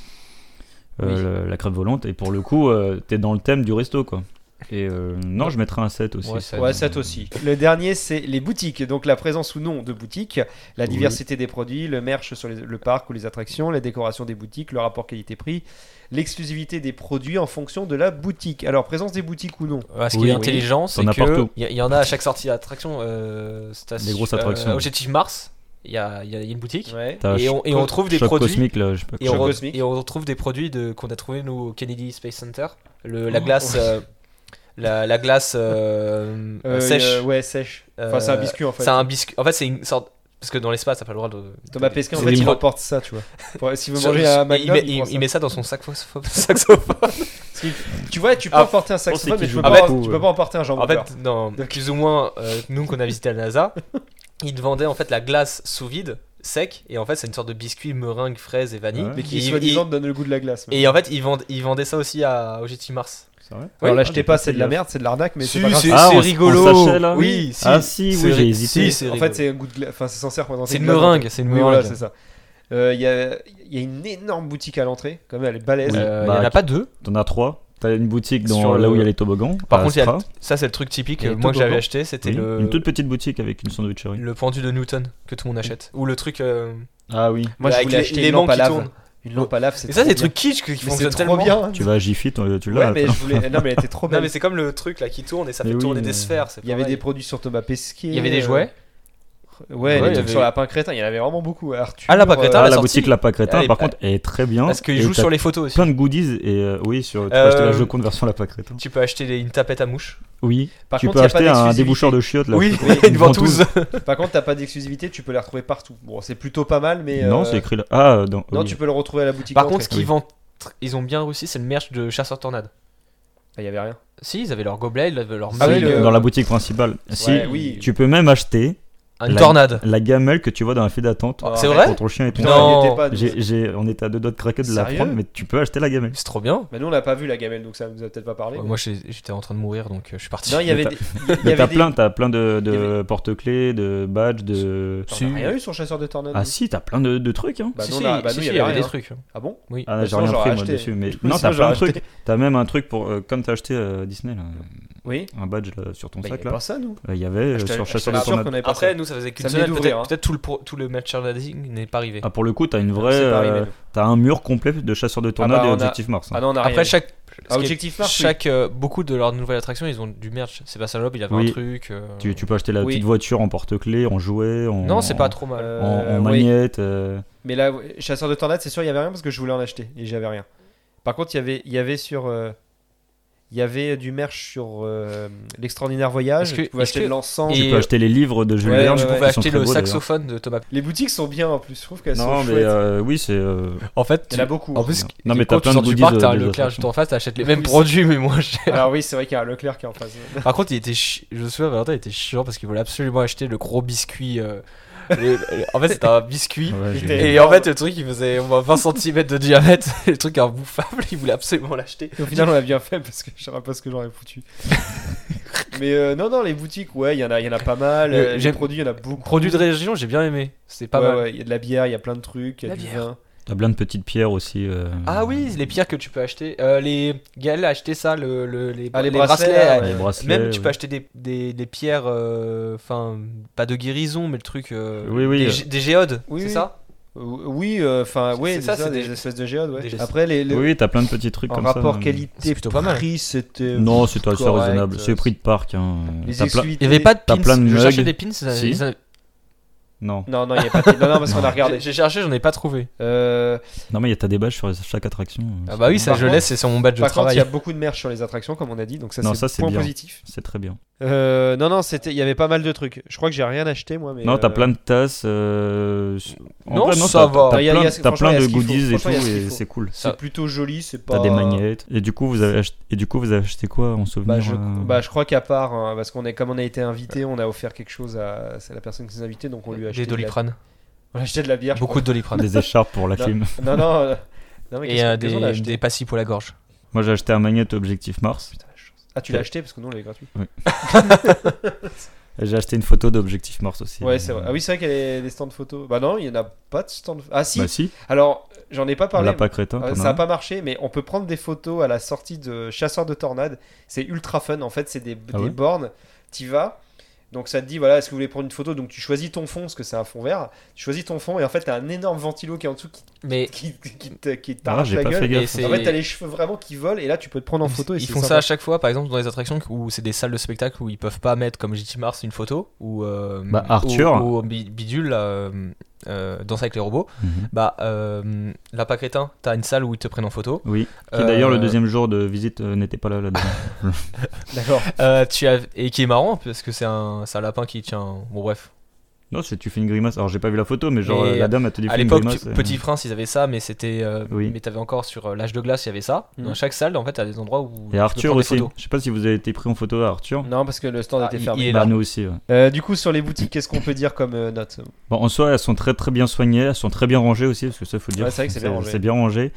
Speaker 5: euh,
Speaker 4: Oui.
Speaker 5: La, la crêpe volante. Et pour le coup, euh, t'es dans le thème du resto, quoi. Et euh, non, je mettrais un 7 aussi.
Speaker 4: Ouais, sept.
Speaker 3: Ouais, 7 aussi. Le dernier, c'est les boutiques. Donc la présence ou non de boutiques, la
Speaker 5: Oui.
Speaker 3: diversité des produits, le merch sur les- le parc ou les attractions, la décoration des boutiques, le rapport qualité-prix, l'exclusivité des produits en fonction de la boutique. Alors, présence des boutiques ou non
Speaker 4: Ah, ce qui
Speaker 5: Oui,
Speaker 4: est
Speaker 5: oui.
Speaker 4: intelligent, c'est
Speaker 5: T'en as partout.
Speaker 4: que il y, a- il y en a à chaque sortie d'attraction. Euh, station-
Speaker 5: Des grosses attractions.
Speaker 4: euh, Objectif Mars, il y a, il y a- il y a une boutique
Speaker 3: Ouais.
Speaker 5: T'as
Speaker 4: Et on- et on trouve des
Speaker 5: choc
Speaker 4: produits.
Speaker 5: cosmique là, je sais pas.
Speaker 4: et on,
Speaker 5: choc-
Speaker 4: re-
Speaker 3: cosmique.
Speaker 4: et on retrouve des produits de, qu'on a trouvé nous au Kennedy Space Center. Le,
Speaker 3: Oh,
Speaker 4: la glace, euh, la, la glace euh,
Speaker 3: Euh,
Speaker 4: sèche.
Speaker 3: euh, ouais, sèche. Enfin,
Speaker 4: Euh,
Speaker 3: c'est un biscuit en fait.
Speaker 4: C'est un biscuit. En fait, c'est une sorte. Parce que dans l'espace, t'as pas le droit de.
Speaker 3: Thomas Pesquet, en
Speaker 4: C'est
Speaker 3: fait,
Speaker 4: des
Speaker 3: il
Speaker 4: pro-
Speaker 3: reporte ça, tu vois. Pour- Si vous
Speaker 4: Sur-
Speaker 3: mangez un
Speaker 4: et il,
Speaker 3: McDo,
Speaker 4: met,
Speaker 3: il
Speaker 4: il-
Speaker 3: prend ça.
Speaker 4: il met ça dans son [laughs] saxophone. saxophone.
Speaker 3: Tu vois, tu peux
Speaker 4: Ah,
Speaker 3: emporter un
Speaker 5: sait
Speaker 3: saxophone,
Speaker 5: qu'il
Speaker 3: mais tu
Speaker 5: joue
Speaker 3: peux, pas,
Speaker 4: beaucoup,
Speaker 3: emporter- tu
Speaker 5: ouais.
Speaker 3: peux pas emporter un jambon.
Speaker 4: Ah En fait, dans, plus ou moins, euh, nous qu'on a visité à
Speaker 3: [laughs]
Speaker 4: la NASA, ils vendaient en fait la glace sous vide, sec, et en fait c'est une sorte de biscuit meringue, fraise et vanille.
Speaker 5: Ouais.
Speaker 3: mais qui
Speaker 4: Et-
Speaker 3: soi-disant te donne le goût de la glace.
Speaker 4: et, et en fait ils vendaient, ils vendaient ça aussi à OGT Mars.
Speaker 5: C'est vrai
Speaker 3: Alors
Speaker 4: Ouais.
Speaker 3: l'achetez
Speaker 5: Ah,
Speaker 3: pas,
Speaker 5: j'ai
Speaker 3: c'est de la
Speaker 5: pas fait
Speaker 3: merde, c'est de l'arnaque, mais
Speaker 4: Si,
Speaker 3: c'est pas grave.
Speaker 4: si,
Speaker 3: Ah,
Speaker 5: Ah,
Speaker 4: c'est
Speaker 5: on- on
Speaker 4: rigolo.
Speaker 5: sachet, là, oui.
Speaker 4: Oui, si.
Speaker 5: Ah si,
Speaker 4: C'est
Speaker 5: oui,
Speaker 4: ri-
Speaker 5: j'ai hésité.
Speaker 4: si, c'est
Speaker 3: En
Speaker 4: rigolo.
Speaker 3: fait, c'est un goût de glace. Enfin, c'est censé représenter.
Speaker 4: c'est une
Speaker 3: de la-
Speaker 4: meringue, c'est une
Speaker 3: Oui,
Speaker 4: meringue.
Speaker 3: voilà, c'est ça. Euh, Il y, a, il y a une énorme boutique à l'entrée, quand même, elle est balèze.
Speaker 5: Oui.
Speaker 4: Euh, il
Speaker 5: Bah,
Speaker 4: y en a pas deux.
Speaker 5: T'en as trois. T'as une boutique dans,
Speaker 4: Sur
Speaker 5: là où il y a
Speaker 4: le-
Speaker 5: les toboggans.
Speaker 4: Par
Speaker 5: à
Speaker 4: contre, il y a
Speaker 5: Astra.
Speaker 4: le- ça c'est le truc typique.
Speaker 5: Et
Speaker 4: euh,
Speaker 5: tout
Speaker 4: Moi que j'avais
Speaker 5: content.
Speaker 4: acheté, c'était
Speaker 5: Oui,
Speaker 4: le
Speaker 5: Une toute petite boutique avec une sandwicherie.
Speaker 4: le pendu de Newton que tout le monde achète ou le truc. euh, bah,
Speaker 5: Ah oui.
Speaker 3: Moi, je
Speaker 4: avec
Speaker 3: voulais
Speaker 4: les-
Speaker 3: acheter
Speaker 4: les
Speaker 3: une lampe
Speaker 4: lampes
Speaker 3: à
Speaker 4: qui
Speaker 3: lave.
Speaker 4: tournent.
Speaker 3: Une lampe à lave, c'est
Speaker 4: Et ça,
Speaker 3: trop
Speaker 4: c'est des
Speaker 3: bien.
Speaker 4: trucs kitsch qui
Speaker 3: Mais c'est
Speaker 4: fonctionnent
Speaker 3: trop
Speaker 4: tellement.
Speaker 3: bien.
Speaker 5: Tu vas à Jiffy, t'en- tu l'as.
Speaker 3: Ouais, mais je voulais. Non, mais elle était trop
Speaker 4: Non,
Speaker 3: belle.
Speaker 4: mais c'est comme le truc là qui tourne et ça
Speaker 5: Mais
Speaker 4: fait
Speaker 5: oui,
Speaker 4: tourner
Speaker 5: mais-
Speaker 4: des sphères. c'est
Speaker 3: Il y avait
Speaker 4: pareil.
Speaker 3: des produits sur Thomas Pesquet.
Speaker 4: il y avait des
Speaker 3: euh,
Speaker 4: jouets.
Speaker 3: Ouais,
Speaker 4: Ouais,
Speaker 3: les
Speaker 4: il y
Speaker 3: trucs
Speaker 4: avait-
Speaker 3: sur Lapin Crétin, il y en avait vraiment beaucoup. Arthur, Euh,
Speaker 4: Ah, Lapin Crétin,
Speaker 5: Ah,
Speaker 4: à
Speaker 5: la,
Speaker 4: la sortie.
Speaker 5: boutique La Pâqueretin,
Speaker 4: Allez,
Speaker 5: par contre, elle est très bien.
Speaker 4: Parce qu'ils
Speaker 5: Et
Speaker 4: jouent
Speaker 5: t'as
Speaker 4: sur les photos aussi.
Speaker 5: plein de goodies et euh, oui, sur tu peux
Speaker 4: Euh,
Speaker 5: acheter la jeu compte version La Pâqueretin.
Speaker 4: Tu peux acheter des- une tapette à mouche.
Speaker 5: Oui.
Speaker 3: Par
Speaker 5: tu
Speaker 3: contre,
Speaker 5: peux
Speaker 3: il y a pas
Speaker 5: acheter un
Speaker 3: d'exclusivité.
Speaker 5: déboucheur de chiottes là.
Speaker 4: oui,
Speaker 5: je sais pas
Speaker 4: [laughs]
Speaker 5: quoi,
Speaker 4: une ventouse.
Speaker 3: Par contre, t'as pas d'exclusivité, tu peux les retrouver partout. Bon, c'est plutôt pas mal, mais. euh,
Speaker 5: Non, c'est écrit là. Ah, euh, dans-
Speaker 3: Non,
Speaker 5: oui.
Speaker 3: tu peux le retrouver à la boutique.
Speaker 4: Par
Speaker 3: d'entrée.
Speaker 4: contre, ce qu'ils vendent, tr- ils ont bien réussi, c'est le merch de Chasseur Tornade.
Speaker 3: Ah, il y avait rien.
Speaker 4: Si, ils avaient leur gobelet, ils avaient leur
Speaker 5: Ah
Speaker 4: maille,
Speaker 5: oui,
Speaker 3: le-
Speaker 5: dans la boutique principale. Si,
Speaker 3: euh, Ouais, oui.
Speaker 5: tu peux même acheter
Speaker 4: une
Speaker 5: la-
Speaker 4: tornade.
Speaker 5: la gamelle que tu vois dans la file d'attente
Speaker 3: Ah,
Speaker 4: c'est
Speaker 3: arrête,
Speaker 4: vrai
Speaker 5: pour ton chien et ton
Speaker 3: Putain,
Speaker 4: Non.
Speaker 5: chat.
Speaker 3: on y était pas, nous.
Speaker 5: J'ai- j'ai- On était à deux doigts de craquer de la
Speaker 3: Sérieux
Speaker 5: prendre, mais tu peux acheter la gamelle.
Speaker 4: C'est trop bien.
Speaker 3: Bah, nous, on l'a pas vu la gamelle, donc ça nous a peut-être pas parlé.
Speaker 4: Ouais, Moi, j'ai- j'étais en train de mourir, donc euh, je suis parti.
Speaker 3: Non, il y avait
Speaker 5: Mais
Speaker 3: des. il y
Speaker 5: Mais
Speaker 3: avait
Speaker 5: t'as
Speaker 3: des-
Speaker 5: plein, t'as plein de, de
Speaker 3: il y avait-
Speaker 5: porte-clés, de badges, de.
Speaker 3: T'en
Speaker 4: Si.
Speaker 3: as rien eu sur Chasseur de Tornades
Speaker 5: Ah
Speaker 3: nous
Speaker 5: si, t'as plein de, de trucs. Hein.
Speaker 3: Bah,
Speaker 4: Si,
Speaker 3: nous, on
Speaker 4: si,
Speaker 3: a- bah,
Speaker 4: si,
Speaker 3: nous,
Speaker 4: si,
Speaker 3: il y avait
Speaker 4: avait des
Speaker 3: rien.
Speaker 4: trucs.
Speaker 3: Ah bon
Speaker 4: Oui.
Speaker 5: Ah,
Speaker 3: Mais
Speaker 5: j'ai
Speaker 3: sinon,
Speaker 5: rien
Speaker 3: j'aurais
Speaker 5: pris moi
Speaker 3: acheté.
Speaker 5: dessus, mais
Speaker 3: Oui,
Speaker 5: non,
Speaker 3: sinon,
Speaker 5: t'as plein
Speaker 3: j'aurais
Speaker 5: de trucs.
Speaker 3: acheté.
Speaker 5: T'as même un truc pour euh, comme t'as acheté euh, Disney, là,
Speaker 3: Oui.
Speaker 5: un badge là, sur ton
Speaker 3: Bah, il y
Speaker 5: sac
Speaker 3: avait
Speaker 5: là.
Speaker 3: pas ça, nous.
Speaker 5: Euh, Il y avait euh,
Speaker 3: J'étais-
Speaker 5: sur
Speaker 3: j'étais
Speaker 5: Chasseur de
Speaker 3: sûr qu'on
Speaker 5: Tornades.
Speaker 3: avait pas
Speaker 4: Après,
Speaker 3: ça.
Speaker 4: nous, ça faisait qu'une
Speaker 3: Ça venait
Speaker 4: semaine.
Speaker 3: d'ouvrir, hein.
Speaker 4: Peut-être peut tout, le pro- tout le merchandising n'est pas arrivé.
Speaker 5: Ah, pour le coup, t'as une vraie.
Speaker 3: C'est pas arrivé,
Speaker 5: euh,
Speaker 3: nous.
Speaker 5: T'as un mur complet de chasseurs de tornades
Speaker 3: Ah bah,
Speaker 5: et
Speaker 3: on a-
Speaker 5: objectif Mars. hein.
Speaker 3: Ah non, on a rien
Speaker 4: Après,
Speaker 3: eu.
Speaker 4: chaque.
Speaker 3: Ah,
Speaker 4: euh, ce qui est-
Speaker 3: Objectif Mars, oui.
Speaker 4: Chaque, euh, beaucoup de leurs nouvelles attractions, ils ont du merch. Sébastien Loeb, il avait
Speaker 5: Oui.
Speaker 4: un truc. euh,
Speaker 5: Tu, tu peux acheter la
Speaker 3: Ah. Oui.
Speaker 5: petite voiture en porte-clés, en jouet, en.
Speaker 4: Non, c'est pas trop mal.
Speaker 5: En,
Speaker 3: Euh,
Speaker 5: en
Speaker 3: oui.
Speaker 5: magnette. euh,
Speaker 3: Mais là, ouais, chasseur de tornades, c'est sûr, il y avait rien parce que je voulais en acheter et j'avais rien. Par contre, il y avait, il y avait sur, euh, il y avait du merch sur euh, l'extraordinaire voyage.
Speaker 4: Est-ce que-
Speaker 3: tu pouvais
Speaker 4: est-ce
Speaker 3: acheter
Speaker 4: que-
Speaker 3: de l'encens.
Speaker 5: Tu
Speaker 4: Et-
Speaker 5: peux acheter les livres de Jules
Speaker 3: Ouais,
Speaker 5: Verne.
Speaker 3: ouais,
Speaker 5: qui
Speaker 3: ouais.
Speaker 4: On
Speaker 3: Ils
Speaker 4: peut
Speaker 5: sont
Speaker 4: acheter
Speaker 5: très
Speaker 4: le
Speaker 5: beaux, d'ailleurs.
Speaker 4: saxophone de Thomas.
Speaker 3: Les boutiques sont bien en plus. Je trouve qu'elles
Speaker 5: Non,
Speaker 3: sont
Speaker 5: mais
Speaker 3: chouettes.
Speaker 5: euh, oui, c'est. euh,
Speaker 4: En fait,
Speaker 3: Il y en a beaucoup.
Speaker 4: En plus,
Speaker 5: bien. Non, mais
Speaker 4: quand
Speaker 5: t'as plein
Speaker 4: tu sors
Speaker 5: de
Speaker 4: du
Speaker 5: goodies,
Speaker 4: parc,
Speaker 5: euh,
Speaker 4: t'as un
Speaker 5: des
Speaker 4: Leclerc
Speaker 5: attractions.
Speaker 4: juste en face, t'achètes les
Speaker 3: Oui,
Speaker 4: mêmes
Speaker 3: c'est-
Speaker 4: produits, mais moins cher.
Speaker 3: Alors oui, c'est vrai qu'il y a un Leclerc qui est en
Speaker 4: [laughs]
Speaker 3: face.
Speaker 4: Par contre, il était chi- je me souviens, Valentin il était chiant parce qu'il voulait absolument acheter le gros biscuit. euh, le- le- En fait, c'était un biscuit.
Speaker 5: [laughs] Ouais, j'ai-
Speaker 3: Et-
Speaker 4: Et en fait, le truc, il faisait au moins 20 cm de diamètre. [laughs] Le truc imbouffable, il voulait absolument l'acheter.
Speaker 3: Et au final, on a bien fait parce que je sais pas ce que j'aurais
Speaker 4: [laughs]
Speaker 3: foutu. mais euh, non, non, les boutiques, ouais, il y en a, il y en a pas mal.
Speaker 4: Le-
Speaker 3: euh, les
Speaker 4: j'aime-
Speaker 3: produits, il y en a beaucoup.
Speaker 4: Produit de région, j'ai bien aimé. C'est pas
Speaker 3: Ouais,
Speaker 4: mal.
Speaker 3: ouais, Il y a de la bière, il y a plein de trucs, il y a
Speaker 4: La
Speaker 3: du
Speaker 4: bière.
Speaker 3: vin.
Speaker 5: T'as plein de petites pierres aussi. euh,
Speaker 4: Ah oui, les pierres que tu peux acheter. Euh, les... Gaël a acheté ça, le, le- les...
Speaker 3: Ah, les
Speaker 4: les
Speaker 3: bracelets,
Speaker 4: bracelets.
Speaker 3: là, ouais.
Speaker 5: les bracelets.
Speaker 4: Même tu
Speaker 5: ouais.
Speaker 4: peux acheter des, des, des pierres, euh, enfin, pas de guérison, mais le truc. euh,
Speaker 5: Oui, oui.
Speaker 4: Des, gé- des géodes,
Speaker 3: Oui,
Speaker 4: c'est
Speaker 3: oui.
Speaker 4: ça
Speaker 3: Euh, Oui, enfin,
Speaker 4: C'est-
Speaker 3: oui,
Speaker 4: c'est
Speaker 3: c'est
Speaker 4: ça,
Speaker 3: ça,
Speaker 4: c'est
Speaker 3: des,
Speaker 4: des-
Speaker 3: espèces de géodes. Ouais.
Speaker 4: des-
Speaker 3: Après, les, les-
Speaker 5: Oui, t'as plein de petits trucs
Speaker 3: en
Speaker 5: comme ça.
Speaker 3: rapport
Speaker 5: mais-
Speaker 4: c'est
Speaker 3: qualité
Speaker 4: plutôt pas mal.
Speaker 3: prix, c'était.
Speaker 5: Non, c'est assez
Speaker 3: correct,
Speaker 5: raisonnable. C'est
Speaker 3: euh,
Speaker 5: le prix de parc. hein.
Speaker 3: Les
Speaker 5: T'as plein-
Speaker 3: excluités-
Speaker 4: Il y avait pas de
Speaker 5: T'as
Speaker 4: pins.
Speaker 5: plein de
Speaker 4: je
Speaker 5: mugs.
Speaker 4: cherchais des pins. ça-
Speaker 5: Si.
Speaker 4: ils en-
Speaker 5: Non.
Speaker 3: Non, non, il y a pas. de- Non, non, parce
Speaker 4: [laughs]
Speaker 3: qu'on a regardé.
Speaker 4: J'ai j'ai cherché, j'en ai pas trouvé.
Speaker 3: Euh,
Speaker 5: Non, mais y a- t'as des badges sur chaque attraction. euh,
Speaker 4: Ah bah oui, ça
Speaker 3: Par
Speaker 4: je
Speaker 3: contre-
Speaker 4: laisse, c'est sur mon badge de
Speaker 3: par contre, il
Speaker 4: travail.
Speaker 3: y a beaucoup de merch sur les attractions, comme on a dit, donc ça
Speaker 5: Non,
Speaker 3: c'est
Speaker 5: ça,
Speaker 3: un
Speaker 5: c'est
Speaker 3: point
Speaker 5: bien.
Speaker 3: positif.
Speaker 5: C'est très bien.
Speaker 3: Euh, non, non, c'était, il y avait pas mal de trucs. Je crois que j'ai rien acheté moi, mais.
Speaker 5: non, t'as
Speaker 3: euh,
Speaker 5: plein de tasses. euh, en
Speaker 4: Non,
Speaker 5: vrai,
Speaker 4: ça
Speaker 5: t'as-
Speaker 4: va.
Speaker 5: T'as
Speaker 3: Non, y a-
Speaker 5: plein,
Speaker 3: y a-
Speaker 5: t'as
Speaker 3: franchement,
Speaker 5: plein
Speaker 3: y a
Speaker 5: de
Speaker 3: ce qu'il faut.
Speaker 5: goodies et tout,
Speaker 3: Franchement, y a ce qu'il
Speaker 5: et
Speaker 3: faut.
Speaker 5: c'est cool.
Speaker 3: C'est plutôt joli, c'est pas.
Speaker 5: T'as des magnettes. Et du coup, vous avez acheté, et du coup, vous avez acheté quoi en souvenir
Speaker 3: Bah je,
Speaker 5: euh,
Speaker 3: bah, je crois qu'à part, hein, parce qu'on est comme on a été invité, on a offert quelque chose à c'est la personne qui nous a invité, donc on lui a acheté.
Speaker 4: Des
Speaker 3: de la-
Speaker 4: doliprane.
Speaker 3: On a acheté de la bière. je
Speaker 4: Beaucoup de doliprane.
Speaker 5: Des écharpes pour
Speaker 3: [laughs]
Speaker 5: la
Speaker 3: Non.
Speaker 5: clim.
Speaker 3: crois. Non, non. euh, non mais
Speaker 4: Et
Speaker 3: qu'est-ce
Speaker 4: euh,
Speaker 3: que- qu'est-ce qu'on a
Speaker 4: des,
Speaker 3: acheté
Speaker 4: des pastilles pour la gorge.
Speaker 5: Moi, j'ai acheté un magnète Objectif Mars.
Speaker 3: Putain, la chance. Ah, tu l'as acheté parce que nous on l'avait gratuit.
Speaker 5: Et J'ai acheté une photo d'Objectif Mars aussi.
Speaker 3: Ouais, c'est vrai. Ah oui, c'est vrai qu'il y a des stands photos. Bah non, il y en a pas de stand. Ah si.
Speaker 5: Bah si,
Speaker 3: Alors, j'en ai pas
Speaker 5: on
Speaker 3: parlé.
Speaker 5: l'a pas crétin.
Speaker 3: Euh,
Speaker 5: t'en as
Speaker 3: ça a
Speaker 5: un
Speaker 3: pas marché, mais on peut prendre des photos à la sortie de Chasseurs de tornades. C'est ultra fun. En fait, c'est des,
Speaker 5: Ah
Speaker 3: des
Speaker 5: ouais
Speaker 3: bornes. T'y vas. Donc ça te dit, voilà, est-ce que vous voulez prendre une photo Donc tu choisis ton fond, parce que c'est un fond vert. Tu choisis ton fond et en fait, t'as un énorme ventilo qui est en dessous qui,
Speaker 4: Mais
Speaker 3: qui, qui te- qui t'arrache
Speaker 5: Ah, j'ai
Speaker 3: la
Speaker 5: pas
Speaker 3: gueule.
Speaker 5: fait
Speaker 4: et
Speaker 5: gaffe.
Speaker 4: c'est-
Speaker 3: En fait, t'as les cheveux vraiment qui volent et là, tu peux te prendre en photo. Et
Speaker 4: ils
Speaker 3: c'est
Speaker 4: font ça
Speaker 3: sympa.
Speaker 4: à chaque fois, par exemple dans les attractions où c'est des salles de spectacle où ils peuvent pas mettre comme JT Mars une photo ou euh,
Speaker 5: Bah, Arthur.
Speaker 4: ou, ou Bi- bidule là, euh, euh, danser avec les robots.
Speaker 5: Mhm.
Speaker 4: Bah euh, là pas crétin, t'as une salle où ils te prennent en
Speaker 5: [laughs]
Speaker 4: photo.
Speaker 5: Oui. Qui
Speaker 4: Euh,
Speaker 5: d'ailleurs le deuxième jour de visite euh, n'était pas
Speaker 4: [laughs]
Speaker 5: là là-dedans.
Speaker 3: D'accord.
Speaker 4: Euh, tu as et qui est marrant parce que c'est un, c'est un lapin qui tient. Bon bref.
Speaker 5: non, c'est tu fais une grimace. Alors j'ai pas vu la photo, mais genre
Speaker 4: Et
Speaker 5: euh, la dame a te dit
Speaker 4: à
Speaker 5: fais une
Speaker 4: l'époque,
Speaker 5: grimace,
Speaker 4: tu-
Speaker 5: euh,
Speaker 4: Petit Prince, ils avaient ça, mais c'était. euh,
Speaker 5: Oui.
Speaker 4: Mais t'avais encore sur euh, l'âge de glace, il y avait ça.
Speaker 3: Mhm.
Speaker 4: Dans chaque salle, en fait, t'as des endroits où.
Speaker 5: Et Arthur
Speaker 4: prendre des
Speaker 5: aussi.
Speaker 4: photos.
Speaker 5: Je sais pas si vous avez été pris en photo à Arthur.
Speaker 3: [laughs] Non, parce que le stand
Speaker 4: Ah,
Speaker 3: était
Speaker 4: il-
Speaker 3: fermé.
Speaker 4: il est
Speaker 5: Bah,
Speaker 4: là.
Speaker 5: nous aussi. ouais.
Speaker 3: Euh, du coup, sur les boutiques, qu'est-ce qu'on peut dire comme euh, note
Speaker 5: Bon, en soi, elles sont très très bien soignées, elles sont très bien rangées aussi, parce que ça, faut le dire.
Speaker 3: Ouais, c'est vrai que c'est bien rangé.
Speaker 5: C'est bien rangé.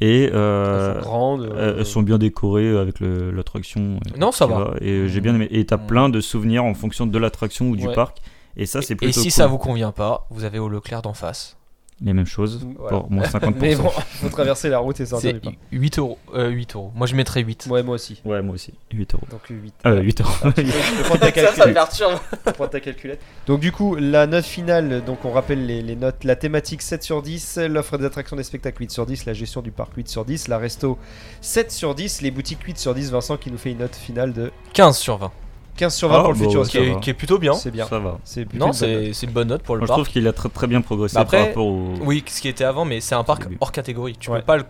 Speaker 5: Et euh,
Speaker 3: Elles sont grandes.
Speaker 5: euh,
Speaker 3: euh,
Speaker 5: elles sont bien décorées avec le- l'attraction. euh,
Speaker 4: Non, ça
Speaker 5: qui
Speaker 4: va.
Speaker 5: Et j'ai bien aimé. Et t'as
Speaker 4: Mm.
Speaker 5: plein de souvenirs en fonction de l'attraction ou du
Speaker 3: Ouais.
Speaker 5: parc. Et ça, c'est
Speaker 4: Et
Speaker 5: plutôt
Speaker 4: si
Speaker 5: cool.
Speaker 4: ça vous convient pas, vous avez au Leclerc d'en face.
Speaker 5: les mêmes choses.
Speaker 3: euh, Voilà.
Speaker 5: Pour moins 50%.
Speaker 3: Mais bon, faut traverser la route et sortir
Speaker 4: C'est
Speaker 3: du parc.
Speaker 4: 8 euros. Euh, 8 euros. Moi, je mettrais 8.
Speaker 3: Ouais, moi aussi.
Speaker 5: Ouais, moi aussi. 8 euros.
Speaker 3: Donc 8.
Speaker 5: Euh, 8 euros.
Speaker 3: [laughs] Tu peux- tu peux prendre ta [laughs] calculette. Tu prends ta calculette. Donc du coup, la note finale, donc on rappelle les, les notes, la thématique 7 sur 10, l'offre des attractions des spectacles 8 sur 10, la gestion du parc 8 sur 10, la resto 7 sur 10, les boutiques 8 sur 10, Vincent qui nous fait une note finale de
Speaker 4: 15 sur 20.
Speaker 3: 15 sur 20
Speaker 5: Ah,
Speaker 3: pour le
Speaker 5: bon,
Speaker 3: futur.
Speaker 5: Ça
Speaker 4: Qui
Speaker 3: Oscar.
Speaker 5: va.
Speaker 4: est, qui est plutôt bien.
Speaker 3: C'est bien.
Speaker 5: Ça va.
Speaker 3: C'est plutôt
Speaker 4: Non,
Speaker 3: une bonne note.
Speaker 4: c'est c'est une bonne note pour le
Speaker 5: Moi, je
Speaker 4: parc.
Speaker 5: trouve qu'il a très très bien progressé
Speaker 4: Bah après,
Speaker 5: par rapport au.
Speaker 4: Oui, ce qui était avant, mais c'est un parc
Speaker 5: début.
Speaker 4: hors catégorie. Tu
Speaker 3: Ouais.
Speaker 4: peux pas le,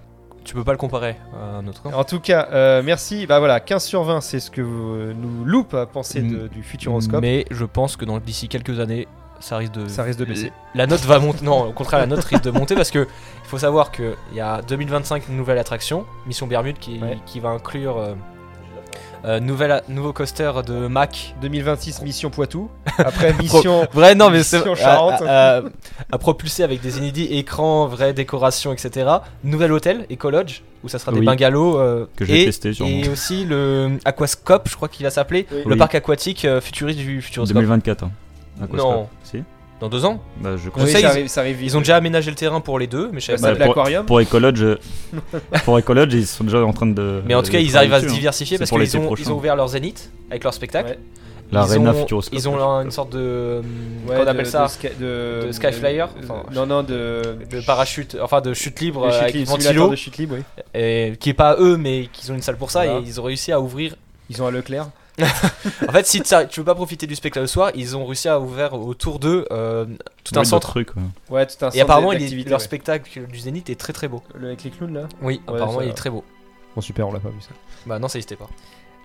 Speaker 4: tu peux pas le comparer à un autre.
Speaker 3: En tout cas, euh, merci. Bah voilà, 15 sur 20, c'est ce que vous- nous loupe à penser de- du Futuroscope.
Speaker 4: Mais je pense que dans d'ici quelques années, ça risque de Euh,
Speaker 3: Ça risque de baisser.
Speaker 4: La note va monter. Non, au contraire, la note risque de monter parce que il faut savoir que il y a 2025 une nouvelle attraction, Mission Bermude, qui,
Speaker 3: Ouais.
Speaker 4: qui va inclure euh, euh, nouvelle a- nouveau coaster de Mac.
Speaker 3: 2026, Mission Poitou. Après, Mission...
Speaker 4: Vrai, non, mais c'est
Speaker 3: Mission
Speaker 4: à,
Speaker 3: Charente.
Speaker 4: à- à propulser avec des inédits, écran, vraie décoration, etc. Nouvel hôtel, Eco Lodge, où ça sera des
Speaker 5: Oui.
Speaker 4: bungalows. euh,
Speaker 5: Que j'ai
Speaker 4: et-
Speaker 5: testé, sûrement.
Speaker 4: Et aussi le Aquascope, je crois qu'il va s'appeler,
Speaker 3: Oui.
Speaker 4: le
Speaker 5: Oui.
Speaker 4: parc aquatique euh, futuriste du Futuroscope.
Speaker 5: 2024. hein. À quoi ça
Speaker 4: Non.
Speaker 5: Si
Speaker 4: Dans deux ans
Speaker 5: Bah, je
Speaker 3: Oui,
Speaker 5: crois.
Speaker 4: sais,
Speaker 3: ça
Speaker 4: ils-
Speaker 3: arrive, ça arrive vite.
Speaker 4: Ils ont déjà aménagé le terrain pour les deux, mais je
Speaker 3: Ça
Speaker 4: savais
Speaker 5: Bah,
Speaker 4: pas.
Speaker 3: s'appelle
Speaker 5: pour-
Speaker 3: Aquarium.
Speaker 5: Pour
Speaker 4: [laughs]
Speaker 5: Ecolodge, euh, pour Ecolodge, ils sont déjà en train de.
Speaker 3: bah,
Speaker 4: Mais en tout cas,
Speaker 5: de
Speaker 4: ils arrivent à se
Speaker 5: travailler dessus,
Speaker 4: diversifier
Speaker 5: euh, C'est
Speaker 4: parce
Speaker 5: pour
Speaker 4: qu'ils
Speaker 5: l'été
Speaker 4: ont,
Speaker 5: prochain.
Speaker 4: ils ont ouvert leur zénith avec leur spectacle.
Speaker 3: Ouais.
Speaker 5: hein. L'arena
Speaker 4: ils ont,
Speaker 5: Futuroscope.
Speaker 4: Ils ont un- une sorte de.
Speaker 3: Ouais,
Speaker 4: qu'on
Speaker 3: de-
Speaker 4: appelle ça
Speaker 3: de, sky, de,
Speaker 4: de sky flyer
Speaker 3: de-
Speaker 4: Enfin,
Speaker 3: Non, non, de.
Speaker 4: de parachute, enfin de chute libre
Speaker 3: de
Speaker 4: euh,
Speaker 3: chute
Speaker 4: avec
Speaker 3: libre, simulateur
Speaker 4: ventilo,
Speaker 3: de chute libre, oui.
Speaker 4: et, qui est pas à eux, mais qu'ils ont une salle pour ça
Speaker 3: Voilà.
Speaker 4: et ils ont réussi à ouvrir.
Speaker 3: Ils ont un Leclerc.
Speaker 4: En fait, si t'as- tu veux pas profiter du spectacle le soir, ils ont réussi à ouvrir autour d'eux euh, tout un
Speaker 5: Oui, de
Speaker 4: centre.
Speaker 5: trucs, hein. ouais.
Speaker 3: Ouais, tout un
Speaker 4: Et apparemment, il est-
Speaker 3: activité,
Speaker 4: leur spectacle du Zénith est très très beau.
Speaker 3: Avec les clowns là
Speaker 4: Oui,
Speaker 3: Ouais,
Speaker 4: apparemment,
Speaker 3: ça-
Speaker 4: il est très beau.
Speaker 3: Bon, super, on l'a pas vu ça.
Speaker 4: Bah non, ça n'existait pas.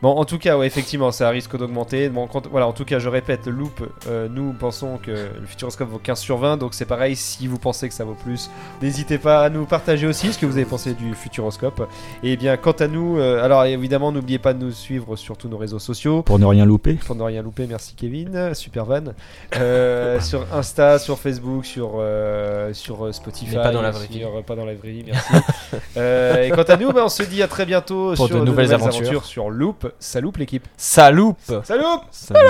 Speaker 3: Bon, en tout cas, ouais, effectivement, ça risque d'augmenter. Bon, quand- voilà, en tout cas, je répète, Loop, euh, nous pensons que le Futuroscope vaut 15 sur 20, donc c'est pareil, si vous pensez que ça vaut plus, n'hésitez pas à nous partager aussi ce que vous avez pensé du Futuroscope. Et bien, quant à nous, euh, alors évidemment, n'oubliez pas de nous suivre sur tous nos réseaux sociaux.
Speaker 5: Pour ne rien louper.
Speaker 3: Pour ne rien louper, merci Kevin, euh, super van.
Speaker 4: [laughs]
Speaker 3: Euh, sur Insta, sur Facebook, sur, euh, sur euh, Spotify.
Speaker 4: Mais pas dans la vraie
Speaker 3: sur-
Speaker 4: vie.
Speaker 3: euh, Pas dans la vraie vie,
Speaker 4: [laughs]
Speaker 3: merci. Euh, et quant à nous, bah, on se dit à très bientôt
Speaker 4: Pour
Speaker 3: sur
Speaker 4: de nouvelles aventures.
Speaker 3: sur Loop. Ça loupe l'équipe.
Speaker 4: Ça loupe
Speaker 3: Ça loupe
Speaker 5: Salut.